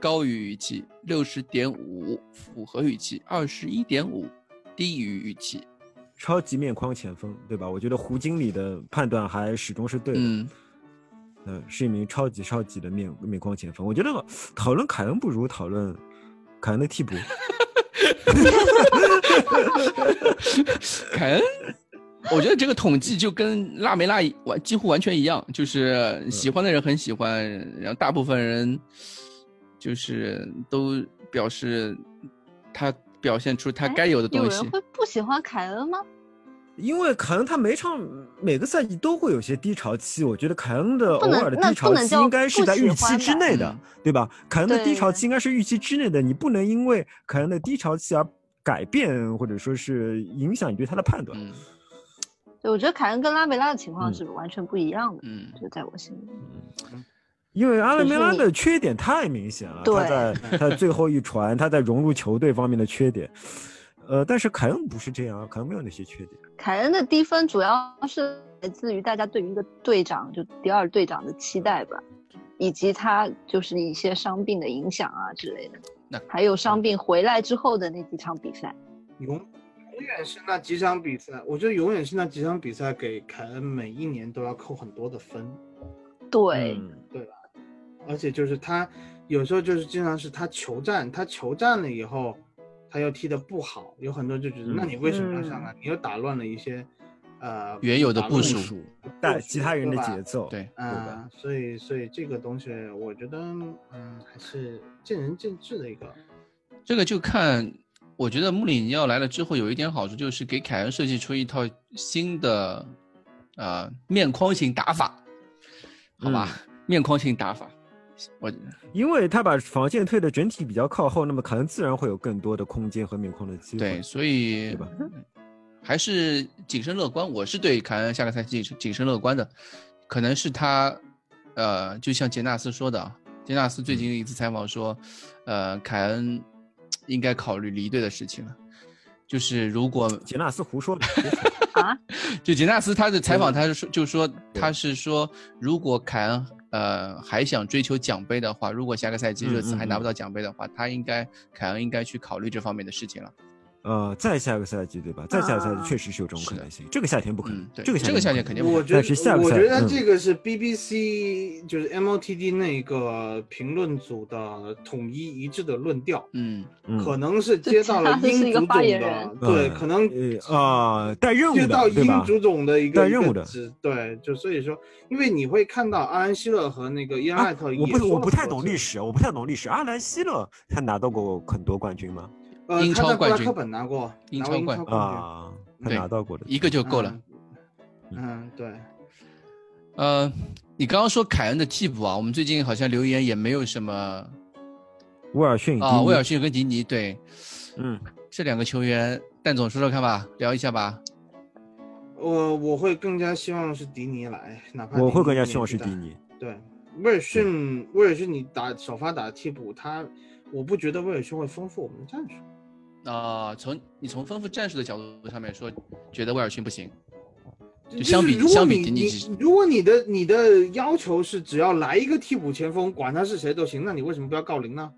高于预期，六十点五符合预期，二十一点五低于预期。
超级面框前锋，对吧？我觉得胡经理的判断还始终是对的。
嗯，
嗯，是一名超级超级的面面框前锋。我觉得讨论凯恩不如讨论凯恩的替补。
凯恩， [LAUGHS] 我觉得这个统计就跟辣没辣一完几乎完全一样，就是喜欢的人很喜欢，然后大部分人就是都表示他表现出他
哎
该有的
有
东西
人。会不喜欢凯恩吗？
因为凯恩他每场每个赛季都会有些低潮期，我觉得凯恩的
不
偶
能
尔的
那不
低潮
能
期
叫
应该是
不
在
喜
预期
欢
之
吧
内的
嗯，
对吧？凯恩的低潮
对
期应该是预期之内的，你不能因为凯恩的低潮期而改变或者说是影响你对他的判断。
嗯
对，我觉得凯恩跟拉梅拉的情况
嗯
是完全不一样的，
嗯，
就在我心里。
因为阿拉梅拉
就是
的缺点太明显了，
对
他在他的最后一传，他在融入球队方面的缺点，呃，但是凯恩不是这样，凯恩没有那些缺点。
凯恩的低分主要是来自于大家对于一个队长，就第二队长的期待吧，以及他就是一些伤病的影响啊之类的
那。嗯
还有伤病回来之后的那几场比赛，
永永远是那几场比赛，我觉得永远是那几场比赛给凯恩每一年都要扣很多的分，
对，
嗯
而且就是他有时候就是经常是他球战，他球战了以后，他又踢得不好，有很多人就觉得、
嗯
那你为什么要上来？你又打乱了一些呃
原有的
打乱
部
了
署
部署，
带其他人
对
的
吧
节奏，
对
吧？
啊，所以所以这个东西，我觉得嗯还是见仁见智的一个。
这个就看，我觉得穆里尼奥来了之后有一点好处，就是给凯恩设计出一套新的，呃，面框型打法，好吧，面框型打法，我
因为他把防线推的整体比较靠后，那么凯恩自然会有更多的空间和面框的机会。
对，所以嗯
嗯对吧
还是谨慎乐观。我是对凯恩下个赛季是谨慎乐观的，可能是他，呃，就像杰纳斯说的啊，杰纳
嗯
斯最近一次采访说，呃，凯恩应该考虑离队的事情了。就是如果
杰纳斯胡说的，
就杰纳斯他的采访，他是说就说他是说，如果凯恩呃还想追求奖杯的话，如果下个赛季
嗯
热刺还
嗯
拿
嗯
不到奖杯的话，他应该凯恩应该去考虑这方面的事情了。
呃，再下个赛季对吧？再下个赛季
啊
确实是有这种
是
可
的
能性，这个夏天不可能
嗯，，对，
这个夏
这个夏天
不可
肯
能
定不
我
可
觉得
但是下个
我
赛
觉得
嗯
这个是 BBC 就是 MOTD 那个评论组的统一一致的论调，
嗯。
嗯
可能是接到了英足
这其他是一个
总
发言
的
人，
对，
嗯
可能
呃啊带任务
接
的
到
对吧
英足总的一个
带任务的
一个指对，就所以说，因为你会看到阿安希勒和那个伊恩艾特也
啊我
说了很多次、
不我不太懂历史，我不太懂历史。阿兰希勒他拿到过很多冠军吗？
呃，
英
他
超
在布
冠
拉
军
克本拿过，
英
拿
超
过英
冠
超冠军，
啊，他
对
拿到过的
一个就够了。
嗯。嗯，对，
呃，你刚刚说凯恩的替补啊，我们最近好像留言也没有什么
威尔逊
啊，
嗯迪尼
威尔逊跟迪尼对
嗯，
这两个球员，蛋总说说看吧，聊一下吧。
我我会更加希望是迪尼来，哪怕
我
迪
会
尼
更加
年
希望
纪
是
大
迪尼。
对，威尔逊，威尔逊你打首发打替补，他我不觉得威尔逊会丰富我们的战术。
啊、从你从丰富战术的角度上面说，觉得威尔逊不行。就相比
是如果
相比
你
迪尼基
你如果你的你的要求是只要来一个替补前锋，管他是谁都行，那你为什么不要郜林呢？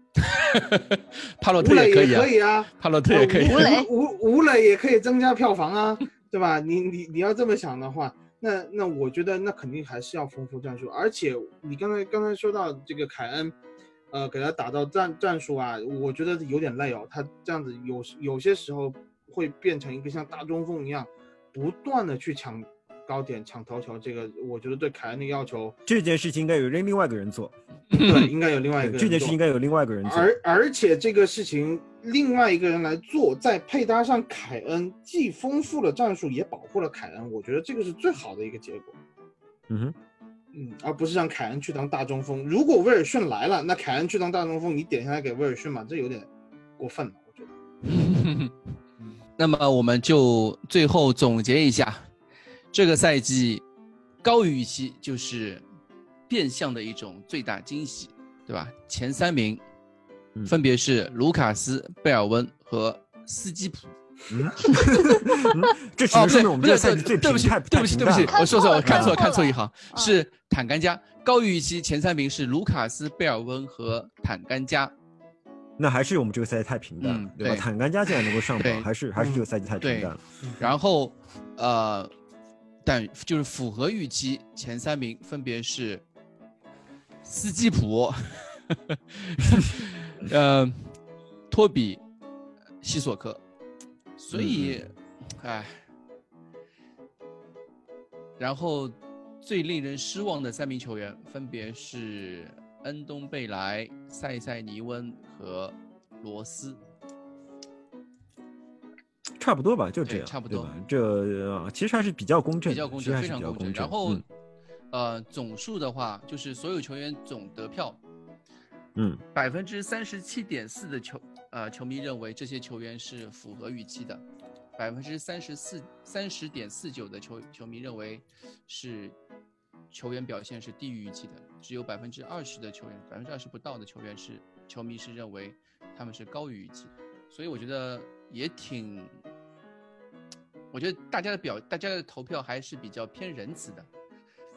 帕洛
吴
特
磊
可以
也
啊
可，以啊，
帕洛特也可以
吴
啊。
[LAUGHS]
磊
吴吴吴磊也可以增加票房啊，对吧？你你你要这么想的话，那那我觉得那肯定还是要丰富战术，而且你刚才刚才说到这个凯恩，呃，给他打到战战术啊，我觉得有点累哦，他这样子有时有些时候会变成一个像大中锋一样，不断的去抢高点、抢头球，这个我觉得对凯恩的要
[LAUGHS]
求，
这件事情应该有另另外一个人做，
对，应该有另外一个人
这件
做
事情应该有另外一个人做。
而而且这个事情，另外一个人来做，再配搭上凯恩，既丰富了战术，也保护了凯恩，我觉得这个是最好的一个结果。
嗯哼，
嗯，而不是让凯恩去当大中锋。如果威尔逊来了，那凯恩去当大中锋，你点下来给威尔逊嘛，这有点过分了，我觉得。
[LAUGHS] 那么我们就最后总结一下，这个赛季高于预期就是变相的一种最大惊喜，对吧？前三名
嗯
分别是卢卡斯、贝尔温和斯基普。
嗯，嗯这只能说明我们这个赛季最
哦对不
平
起
太，
对不起，对不起，哦我说错了，我看错了，看错一行，
嗯
是坦甘加。高于预期前三名是卢卡斯、贝尔温和坦甘加。
那还是我们这个赛季太平淡了，
嗯
对吧？
对
坦甘加竟然能够上
对嗯
榜，还是还是这个赛季太平淡了。
然后，呃，但就是符合预期前三名分别是斯基普， [LAUGHS] 呃，托比、西索科，所以，哎，然后最令人失望的三名球员分别是恩东贝莱、塞塞尼温和罗斯。
差不多吧，就这
对
样，
差不多
对吧。这、呃其实还是比较公正的，
比较公
其实
正，
还
非
是
常
比较
公正。
公正。
然后
嗯，
呃，总数的话，就是所有球员总得票，
嗯
百分之三十七点四的球呃球迷认为这些球员是符合预期的，百分之三十四三十点四九的球球迷认为是球员表现是低于预期的，只有百分之二十的球员，百分之二十不到的球员是球迷是认为他们是高于预期的，所以我觉得也挺。我觉得大家的表，大家的投票还是比较偏仁慈的，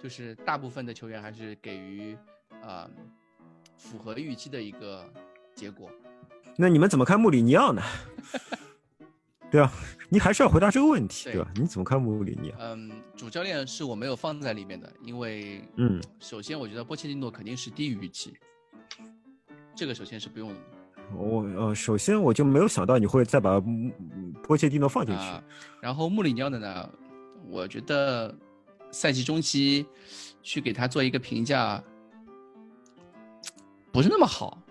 就是大部分的球员还是给予啊、符合预期的一个结果。
那你们怎么看穆里尼奥
[LAUGHS]
呢？对吧？你还是要回答这个问题，
对
对吧？你怎么看穆里尼奥？
嗯，主教练是我没有放在里面的，因为
嗯，
首先我觉得波切蒂诺肯定是低于预期，这个首先是不用
我呃，首先我就没有想到你会再把嗯嗯波切蒂诺放进去。
啊。然后穆里尼奥的呢，我觉得赛季中期去给他做一个评价，不是那么好。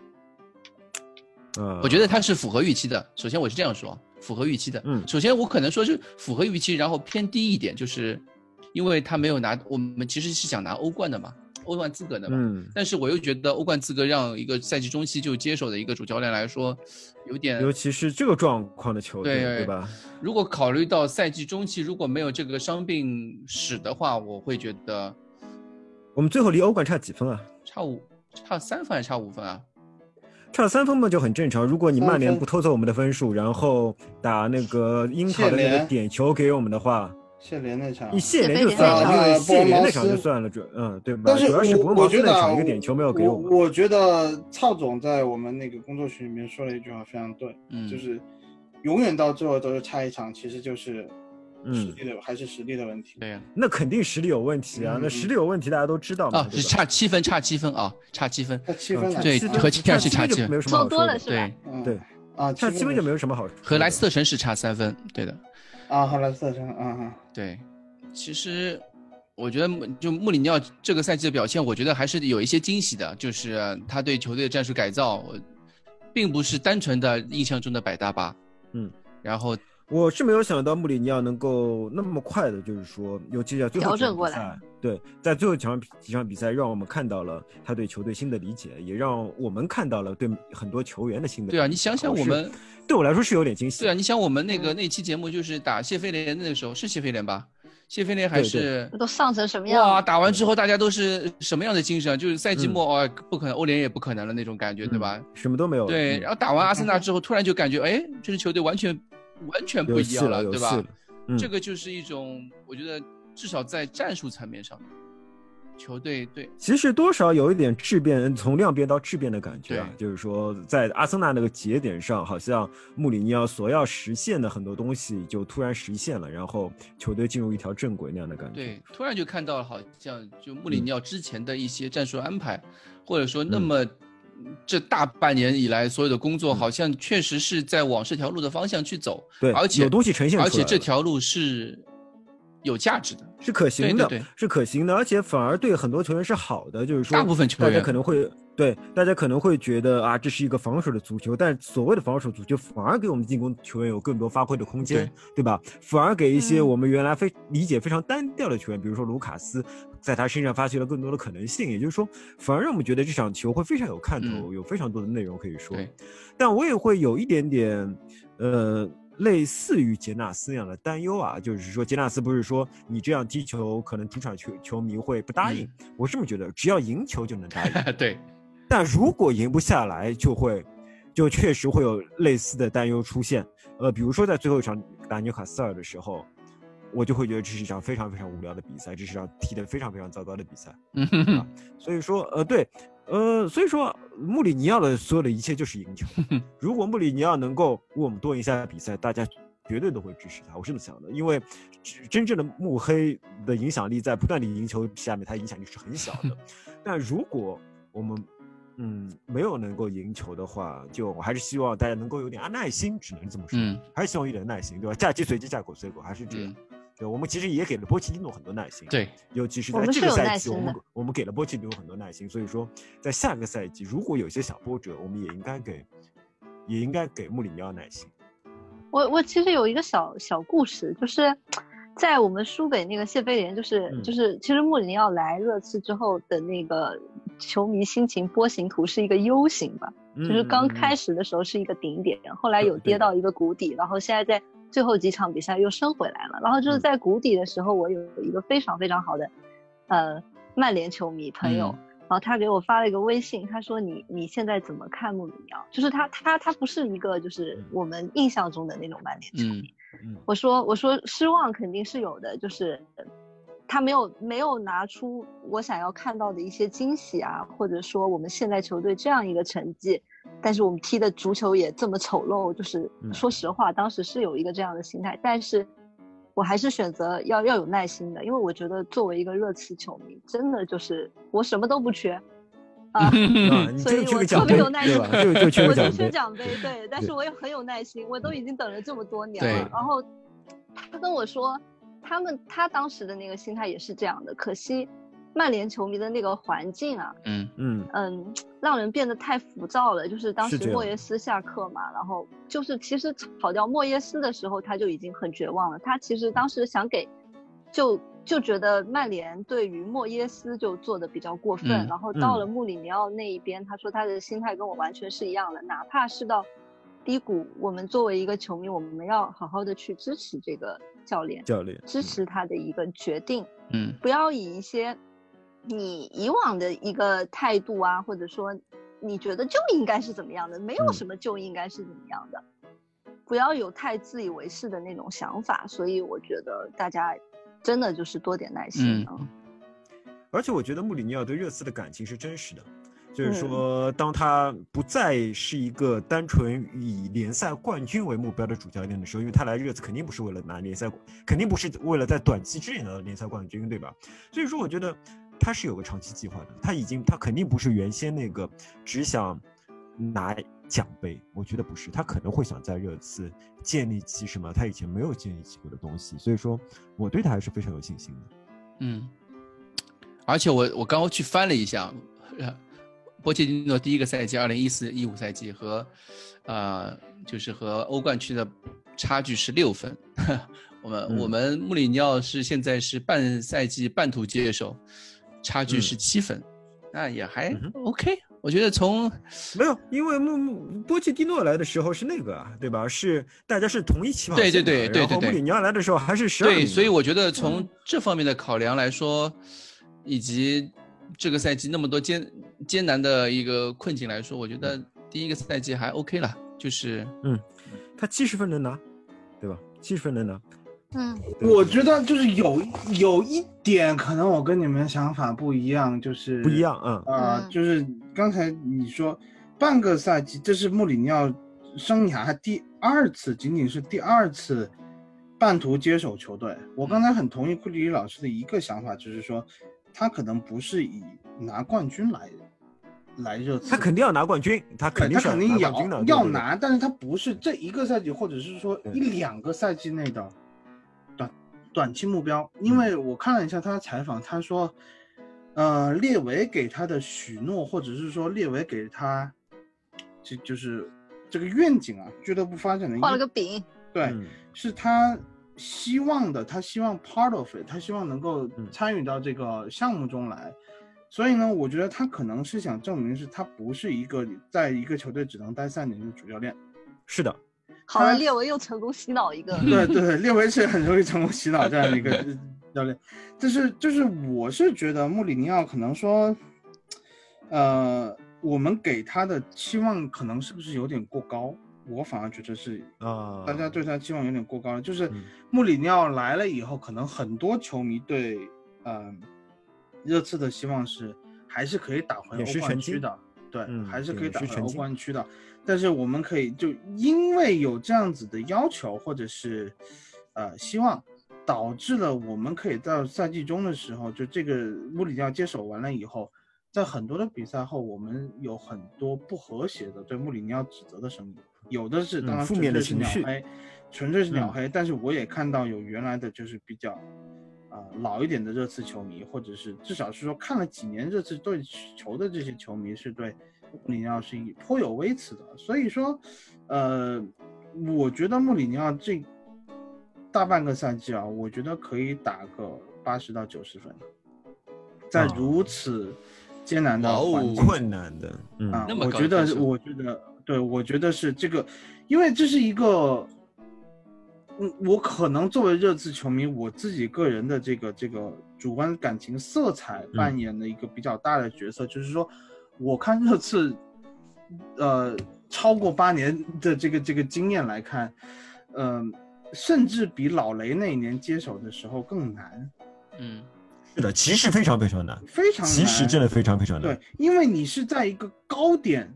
呃，
我觉得它是符合预期的。首先我是这样说，符合预期的。
嗯
首先我可能说是符合预期，然后偏低一点，就是因为他没有拿，我们其实是想拿欧冠的嘛，欧冠资格的嘛。
嗯，
但是我又觉得欧冠资格让一个赛季中期就接手的一个主教练来说，有点
尤其是这个状况的球队，
呃对
对吧？
如果考虑到赛季中期如果没有这个伤病史的话，我会觉得
我们最后离欧冠差几分啊？
差五差三分还是差五分啊？
差三分嘛就很正常。如果你
三
曼联
分
不偷走我们的分数，然后打那个樱桃
谢
的那个
莲
点球给我们的话，
谢联那场
你，谢
谢
莲
菲
就
联
算
那
了，
场
因为
啊
谢
博
莲
茅
那场就
斯
算了，主嗯对吧？
但是
主要是博
我
茅
我
斯
觉
那
得啊
场一个点球没有给
我
们。
我觉得蔡总在我们那个工作群里面说了一句话非常对，
嗯，
就是永远到最后都是差一场，其实就是实
嗯，
力的、还是实力的问题。
对呀、
那肯定实力有问题啊，
嗯
那实力有问题大家都知道
啊，
嘛，对
是
吧
差七分，差七分啊，差七分。
他七分啊
嗯
了，
对
差七分
和切尔西差
差七分
距
就没有什么
说
好
多
说
了
的。
是吧
对，？
嗯
对
啊，
差七分就没
有
有什么好说的。
和莱斯特城是差三分，对的。
啊，后来四分啊，
对，其实我觉得穆就穆里尼奥这个赛季的表现，我觉得还是有一些惊喜的，就是他对球队的战术改造，我并不是单纯的印象中的摆大巴。
嗯，
然后
我是没有想到穆里尼奥能够那么快的，就是说，尤其在最后
调
几场
整过
比赛
来。
对，在最后几场比几场比赛，让我们看到了他对球队新的理解，也让我们看到了对很多球员的新的理解。
对啊，你想想我
是
们，
对我来说是有点惊喜。
对啊，你想我们那
嗯
个那期节目就是打谢菲联那个时候是谢菲联吧？谢菲联还
对嗯对
是
都上成什么样
哇，
了？
打完之后大家都是什么样的精神啊？就是赛季末哦，不可能，欧联也不可能了那种感觉，对吧？
嗯什么都没有。
对，
嗯
然后打完阿森纳之后，突然就感觉，哎，这支球队完全完全不
有
一
戏
样
了，有
对
戏
吧
了？嗯
这个就是一种，我觉得至少在战术层面上，球队对
其实多少有一点质变，嗯从量变到质变的感觉啊，
对
就是说在阿森纳那个节点上，好像穆里尼奥所要实现的很多东西就突然实现了，然后球队进入一条正轨那样的感觉。
对，突然就看到了好像就穆里
嗯
尼奥之前的一些战术安排，或者说那么这大半年以来所有的工作，
嗯
好像确实是在往这条路的方向去走，
对，
而且
有东西呈现出来
而
了，
且这条路是有价值的，
是可行的，
对对对
是可行的，而且反而对很多球员是好的，就是说
大部分球
大家
员
可能会对大家可能会觉得啊，这是一个防守的足球，但所谓的防守足球反而给我们进攻球员有更多发挥的空间，对吧？反而给一些
嗯
我们原来非、理解非常单调的球员，比如说卢卡斯，在他身上发掘了更多的可能性，也就是说，反而让我们觉得这场球会非常有看头，有非常多的内容可以说
嗯对。
但我也会有一点点，呃，类似于杰纳斯那样的担忧啊，就是说杰纳斯不是说你这样踢球，可能主场球球迷会不答应，我是这么觉得，只要赢球就能答应，
对， [LAUGHS]
但如果赢不下来，就会就确实会有类似的担忧出现。呃，比如说在最后一场打纽卡斯尔的时候，我就会觉得这是一场非常非常无聊的比赛，这是一场踢得非常非常糟糕的比赛。
嗯哼哼，
所以说，呃，对，呃，所以说穆里尼奥的所有的一切就是赢球。如果穆里尼奥能够为我们多赢下比赛，大家绝对都会支持他。我是这么想的，因为只真正的穆黑的影响力在不断的赢球下面，他影响力是很小的。 [LAUGHS] 但如果我们嗯没有能够赢球的话，就我还是希望大家能够有点啊耐心，只能这么说，
嗯
还是希望有点耐心，对吧？嫁鸡随鸡，嫁狗随狗，还是这样。
嗯，
对，我们其实也给了波切蒂诺很多耐心。啊
对，
尤其是
我
在
们是
这个
有
赛
耐
季，我
心
们
的
我们给了波切蒂诺很多耐心，所以说在下个赛季如果有些小波折，我们也应该给，也应该给穆里尼奥耐心。
我我其实有一个小小故事，就是在我们输给那个谢菲联，就是、
嗯
就是，其实穆里尼奥来热刺之后的那个球迷心情波形图是一个 U 型吧，就是刚开
始，
始的时候是一个顶点，后来有
嗯对
跌
对
到一个谷底，然后现在在最后几场比赛又升回来了。然后就是
嗯
在谷底的时候，我有一个非常非常好的，呃，曼联球迷朋友，
嗯
然后他给我发了一个微信，他说你你现在怎么看穆里尼奥？就是他他他不是一个就是
嗯
我们印象中的那种曼联球迷。
嗯
嗯
我说我说失望肯定是有的，就是呃他没有没有拿出我想要看到的一些惊喜啊，或者说我们现在球队这样一个成绩，但是我们踢的足球也这么丑陋，就是
嗯
说实话，当时是有一个这样的心态，但是我还是选择要要有耐心的，因为我觉得作为一个热刺球迷，真的就是我什么都不缺。啊，
嗯
啊，你
所
这个
以
缺
我特
个奖
别
杯，
有耐
对
心
吧？就就缺
[LAUGHS] 我就
个奖
缺
杯。嗯
奖杯，对，但
对
是我也很有耐心，我都已经等了这么多年
对
了。然后他跟我说，他们他当时的那个心态也是这样的，可惜曼联球迷的那个环境啊，
嗯
嗯，
嗯，让人变得太浮躁了。就是当
是这
时
样
莫耶斯下课嘛，然后就是其实炒掉莫耶斯的时候，他就已经很绝望了。他其实当时想给，就就觉得曼联对于莫耶斯就做的比较过分，
嗯
然后到了穆里尼奥那一边，他说他的心态跟我完全是一样的，哪怕是到低谷，我们作为一个球迷，我们要好好的去支持这个教练，
教练嗯
支持他的一个决定。
嗯
不要以一些你以往的一个态度啊，或者说你觉得就应该是怎么样的，没有
嗯
什么就应该是怎么样的，不要有太自以为是的那种想法。所以我觉得大家真的就是多点耐
嗯
心啊。
而且我觉得穆里尼奥对热刺的感情是真实的，就是
嗯
说，当他不再是一个单纯以联赛冠军为目标的主教练的时候，因为他来热刺肯定不是为了拿联赛，肯定不是为了在短期之内拿到联赛冠军，对吧？所以说，我觉得他是有个长期计划的，他已经他肯定不是原先那个只想拿。奖杯，我觉得不是，他可能会想在热刺建立起什么他以前没有建立起过的东西，所以说我对他还是非常有信心的。
嗯，而且我我刚刚去翻了一下，呃波切蒂诺第一个赛季，二零一四一五赛季和，呃，就是和欧冠区的差距是六分。 [LAUGHS] 我们、
嗯
我们穆里尼奥是现在是半赛季半途接手，差距是七分，那也还
嗯哼
OK。我觉得从
没有，因为穆穆波切蒂诺来的时候是那个啊，对吧？是大家是同一起跑
对
线
对
的
对
然
对
后
对
穆里尼奥来的时候还是十二
对，所以我觉得从这方面的考量来说，以及这个赛季那么多艰艰难的一个困境来说，我觉得第一个赛季还 OK 了，就是
他七十分能拿，对吧？七十分能拿，
嗯
我觉得就是有有一点，可能我跟你们想法不一样，就是
不一样，嗯，
啊、
嗯
就是刚才你说半个赛季，这是穆里尼奥生涯第二次，仅仅是第二次半途接手球队。我刚才很同意库里老师的一个想法，就是说他可能不是以拿冠军来来热刺，
他肯定要拿冠军，他
对
肯定
他
是
肯定
拿冠军
要
的，
要
对。
拿，但是他不是这一个赛季，或者是说
对
一两个赛季内的短短期目标。
嗯
因为我看了一下他的采访，他说，呃，列维给他的许诺，或者是说列维给他，这就是这个愿景啊，俱乐部发展的一
画了个饼，
对，
对对嗯
是他希望的，他希望 part of it，他希望能够
嗯
参与到这个项目中来。所以呢，我觉得他可能是想证明是他不是一个在一个球队只能待三年的主教练。
是的，
好了，
他
列维又成功洗脑一个了。
嗯
对对，列维是很容易成功洗脑这样的一个教练。但是就是我是觉得穆里尼奥可能说，呃，我们给他的期望可能是不是有点过高？我反而觉得是
啊，
大家对他期望有点过高了。就是
嗯
穆里尼奥来了以后，可能很多球迷对嗯、热刺的希望是还是可以打回
也是
欧冠
成
区
绩
的，对，
嗯
还是
对
可以
也
打
是
回
成
欧
绩
冠区的。但是我们可以就因为有这样子的要求或者是呃希望，导致了我们可以到赛季中的时候，就这个穆里尼奥接手完了以后。在很多的比赛后，我们有很多不和谐的对穆里尼奥指责的声音，有的是
嗯
当然
负
纯
面的
粹是
情
鸟
绪
黑，纯粹是鸟
嗯
黑。但是我也看到有原来的就是比较，呃，老一点的热刺球迷，或者是至少是说看了几年热刺队球的这些球迷，是对穆里尼奥是颇有微词的。所以说，呃，我觉得穆里尼奥这大半个赛季啊，我觉得可以打个八十到九十分，在
哦
如此艰难的
啊哇哦
环
[LAUGHS]
境下
困难的，嗯，
啊，
那么
我
高
觉
的
得
分
是，
数
我觉得，对，我觉得是这个，因为这是一个，嗯，我可能作为热刺球迷，我自己个人的这个这个主观感情色彩
嗯
扮演的一个比较大的角色，就是说，我看热刺，呃，超过八年的这个这个经验来看，嗯、甚至比老雷那一年接手的时候更难，
嗯，
是的，其实非常非常难，
非常难。
其实真的非常非常
对
难，，
因为你是在一个高点，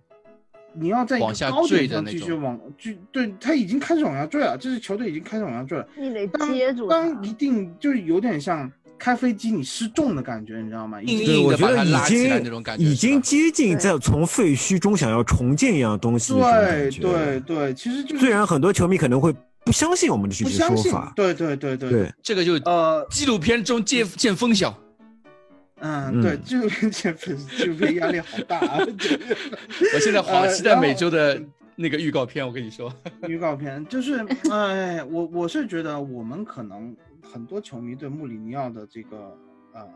你要在一个
往下
高
坠的
点上
那
继续
种
往，就对他已经开始往下坠了，这支球队已经开始往下坠了。
你得
当
接住他。
当一定就是有点像开飞机你失重的感觉，你知道吗？已
硬
经
对，
硬
我
的
觉
把
得
它
已
拉起来那种
经
感觉，
已
是吧
经接近
对
在从废墟中想要重建一样东西的
对
那种
对
感觉。
对，其实就是
虽然很多球迷可能会不相信我们的这
不
些
相
说
信
法，，
对对对对
对，
这个就
呃
纪录片中见见风晓，
嗯对，
嗯
这个减肥就 [LAUGHS] 被压力好大
[LAUGHS]
啊！这个
我现在好
呃
期待
然后
每周的那个预告片，我跟你说，
[LAUGHS] 预告片，就是，哎，我我是觉得我们可能很多球迷对穆里尼奥的这个呃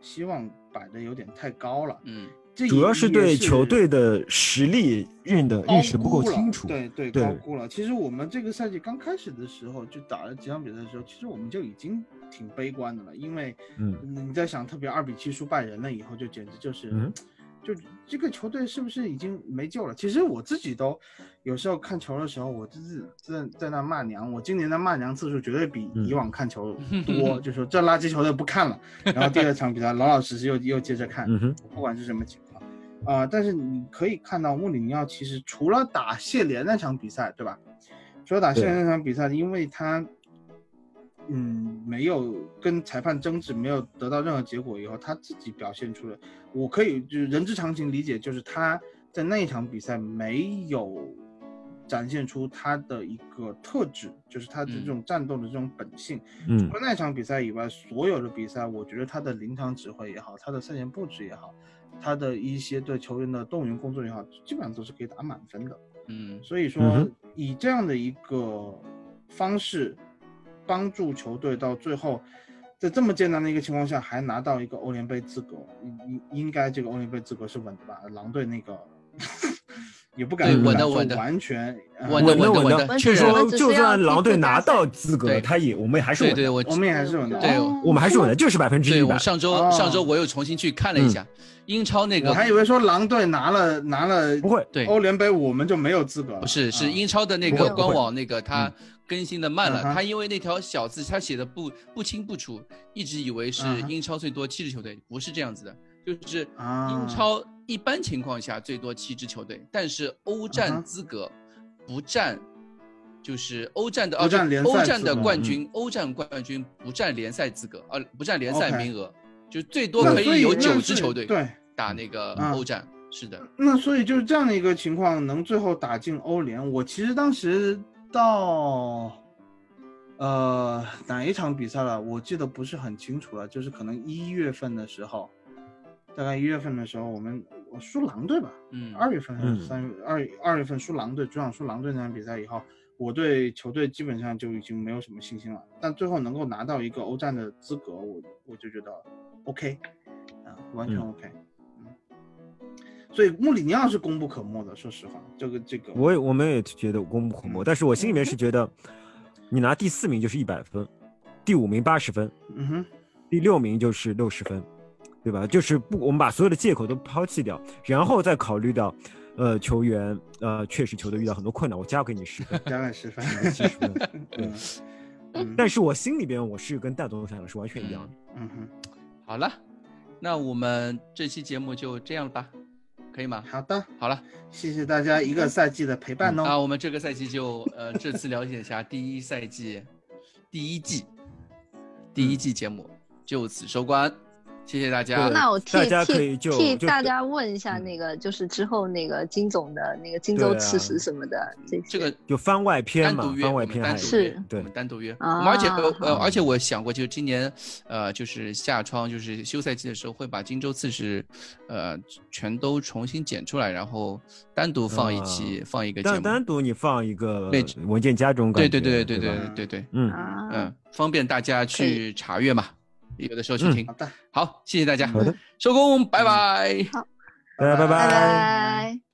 希望摆的有点太高了，
嗯，
这
主
也
要是
也
对
是
球队的实力认的
高
认识的不够
估了
清楚。
对对
对
高估了。其实我们这个赛季刚开始的时候，就打了几场比赛的时候，其实我们就已经挺悲观的了，因为
嗯，
你在想，特别二比七输拜仁了以后，就简直就是，
嗯
就这个球队是不是已经没救了？其实我自己都有时候看球的时候，我就是在在那骂娘。我今年的骂娘次数绝对比
嗯
以往看球多，
[LAUGHS]
就说这垃圾球队不看了。然后第二场比赛老老实实又又接着看，
嗯哼，
不管是什么情况。啊、但是你可以看到穆里尼奥其实除了打谢联那场比赛，对吧？除了打谢
对
联那场比赛，因为他，嗯，没有跟裁判争执，没有得到任何结果以后，他自己表现出了，我可以就是人之常情理解，就是他在那一场比赛没有展现出他的一个特质，就是他的这
嗯
种战斗的这种本性。
嗯
除了那场比赛以外，所有的比赛，我觉得他的临场指挥也好，他的赛前布置也好，他的一些对球员的动员工作也好，基本上都是可以打满分的。
嗯，
所以
嗯
说
哼，
以这样的一个方式，帮助球队到最后，在这么艰难的一个情况下，还拿到一个欧联杯资格，应应应该这个欧联杯资格是稳的吧？狼队那个 [LAUGHS] 也不敢
对
不
稳
敢
的
说
稳的
完全呃
稳的
的
稳的
稳
稳的
就
确实
说
只是
就
要
算
进
狼队
附加
拿
赛
到资格，
对
他也我们还是
对
稳
对，我
的，
我们嗯也还是稳的。
对
哦
我们还是稳的，就是百分之
对
一
我
百。
上周、
哦
上周我又重新去看了一下、英超那个
我，还以为说狼队拿了拿了
不会，
对，
欧联杯我们就没有资格了。
不是，
啊
是英超的那
不会
个
不
官
会
网那个它更新的慢了，
嗯哼
他因为那条小字他写的不不清不楚，一直以为是
嗯哼
英超最多七支球队，不是这样子的，就是
啊
英超一般情况下最多七支球队，但是欧
嗯
战
哼
资格不占，就是欧战的
不
啊，
占
就
联赛
欧战
资
的
格嗯
冠军，欧战冠军不占联赛资格，啊，不占联赛
OK
名额，就最多
那
可
所以
有
那
九支
是
球队
对，
打那个
嗯
欧战，是的，
那所以就是这样的一个情况，能最后打进欧联。我其实当时到，呃，哪一场比赛了？我记得不是很清楚了，就是可能一月份的时候，大概一月份的时候，我们我输狼队吧，
嗯，
二月份还
嗯
是三月、二二月份输狼队，主场输狼队那场比赛以后，我对球队基本上就已经没有什么信心了。但最后能够拿到一个欧战的资格，我我就觉得 OK，啊、完全
嗯
OK，嗯。所以穆里尼奥是功不可没的，说实话，这个这个
我也我们也觉得功不可没，但是我心里面是觉得，你拿第四名就是一百分，第五名八十分，
嗯哼，，
第六名就是六十分，对吧？就是不，我们把所有的借口都抛弃掉，然后再考虑到，呃，球员呃确实球队遇到很多困难，我加给你十分
加了
[LAUGHS]
十分，
七
[LAUGHS]
十分。
嗯嗯
但是我心里边我是跟大总想的是完全一样的。
嗯哼，
好了，那我们这期节目就这样了吧，可以吗？
好的，
好了，
谢谢大家一个赛季的陪伴
啊，
嗯
哦。
我们这个赛季就
[LAUGHS]
呃这次了解一下第一赛季，第一季，
嗯
第一季节目就此收官，谢谢大家
[LAUGHS]
对。
那我替
大家可以
替
就
替
就
大家问一下
嗯
那个，就是之后那个金总的那个金州
对啊
吃食什么的这
这
些。
个
就番外篇
单
嘛
独，约，
番
我
外
们
篇
单
还
独
有啊
是
约我们单独约。我们而且呃
嗯
呃，而且我想过，就是今年呃，就是夏窗就是休赛季的时候，会把荆州刺史呃全都重新剪出来，然后单独放一期放一个节
单
目。
啊单独你放一个
对
文件夹这种感
对
觉，
对对对
吧
对
吧
对对，
嗯，
啊，
嗯，方便大家
可以
去查阅嘛，有的时候去
嗯
听
好。的，
好，谢谢大家
好的，
收工，拜拜。
大家拜
拜
拜
拜。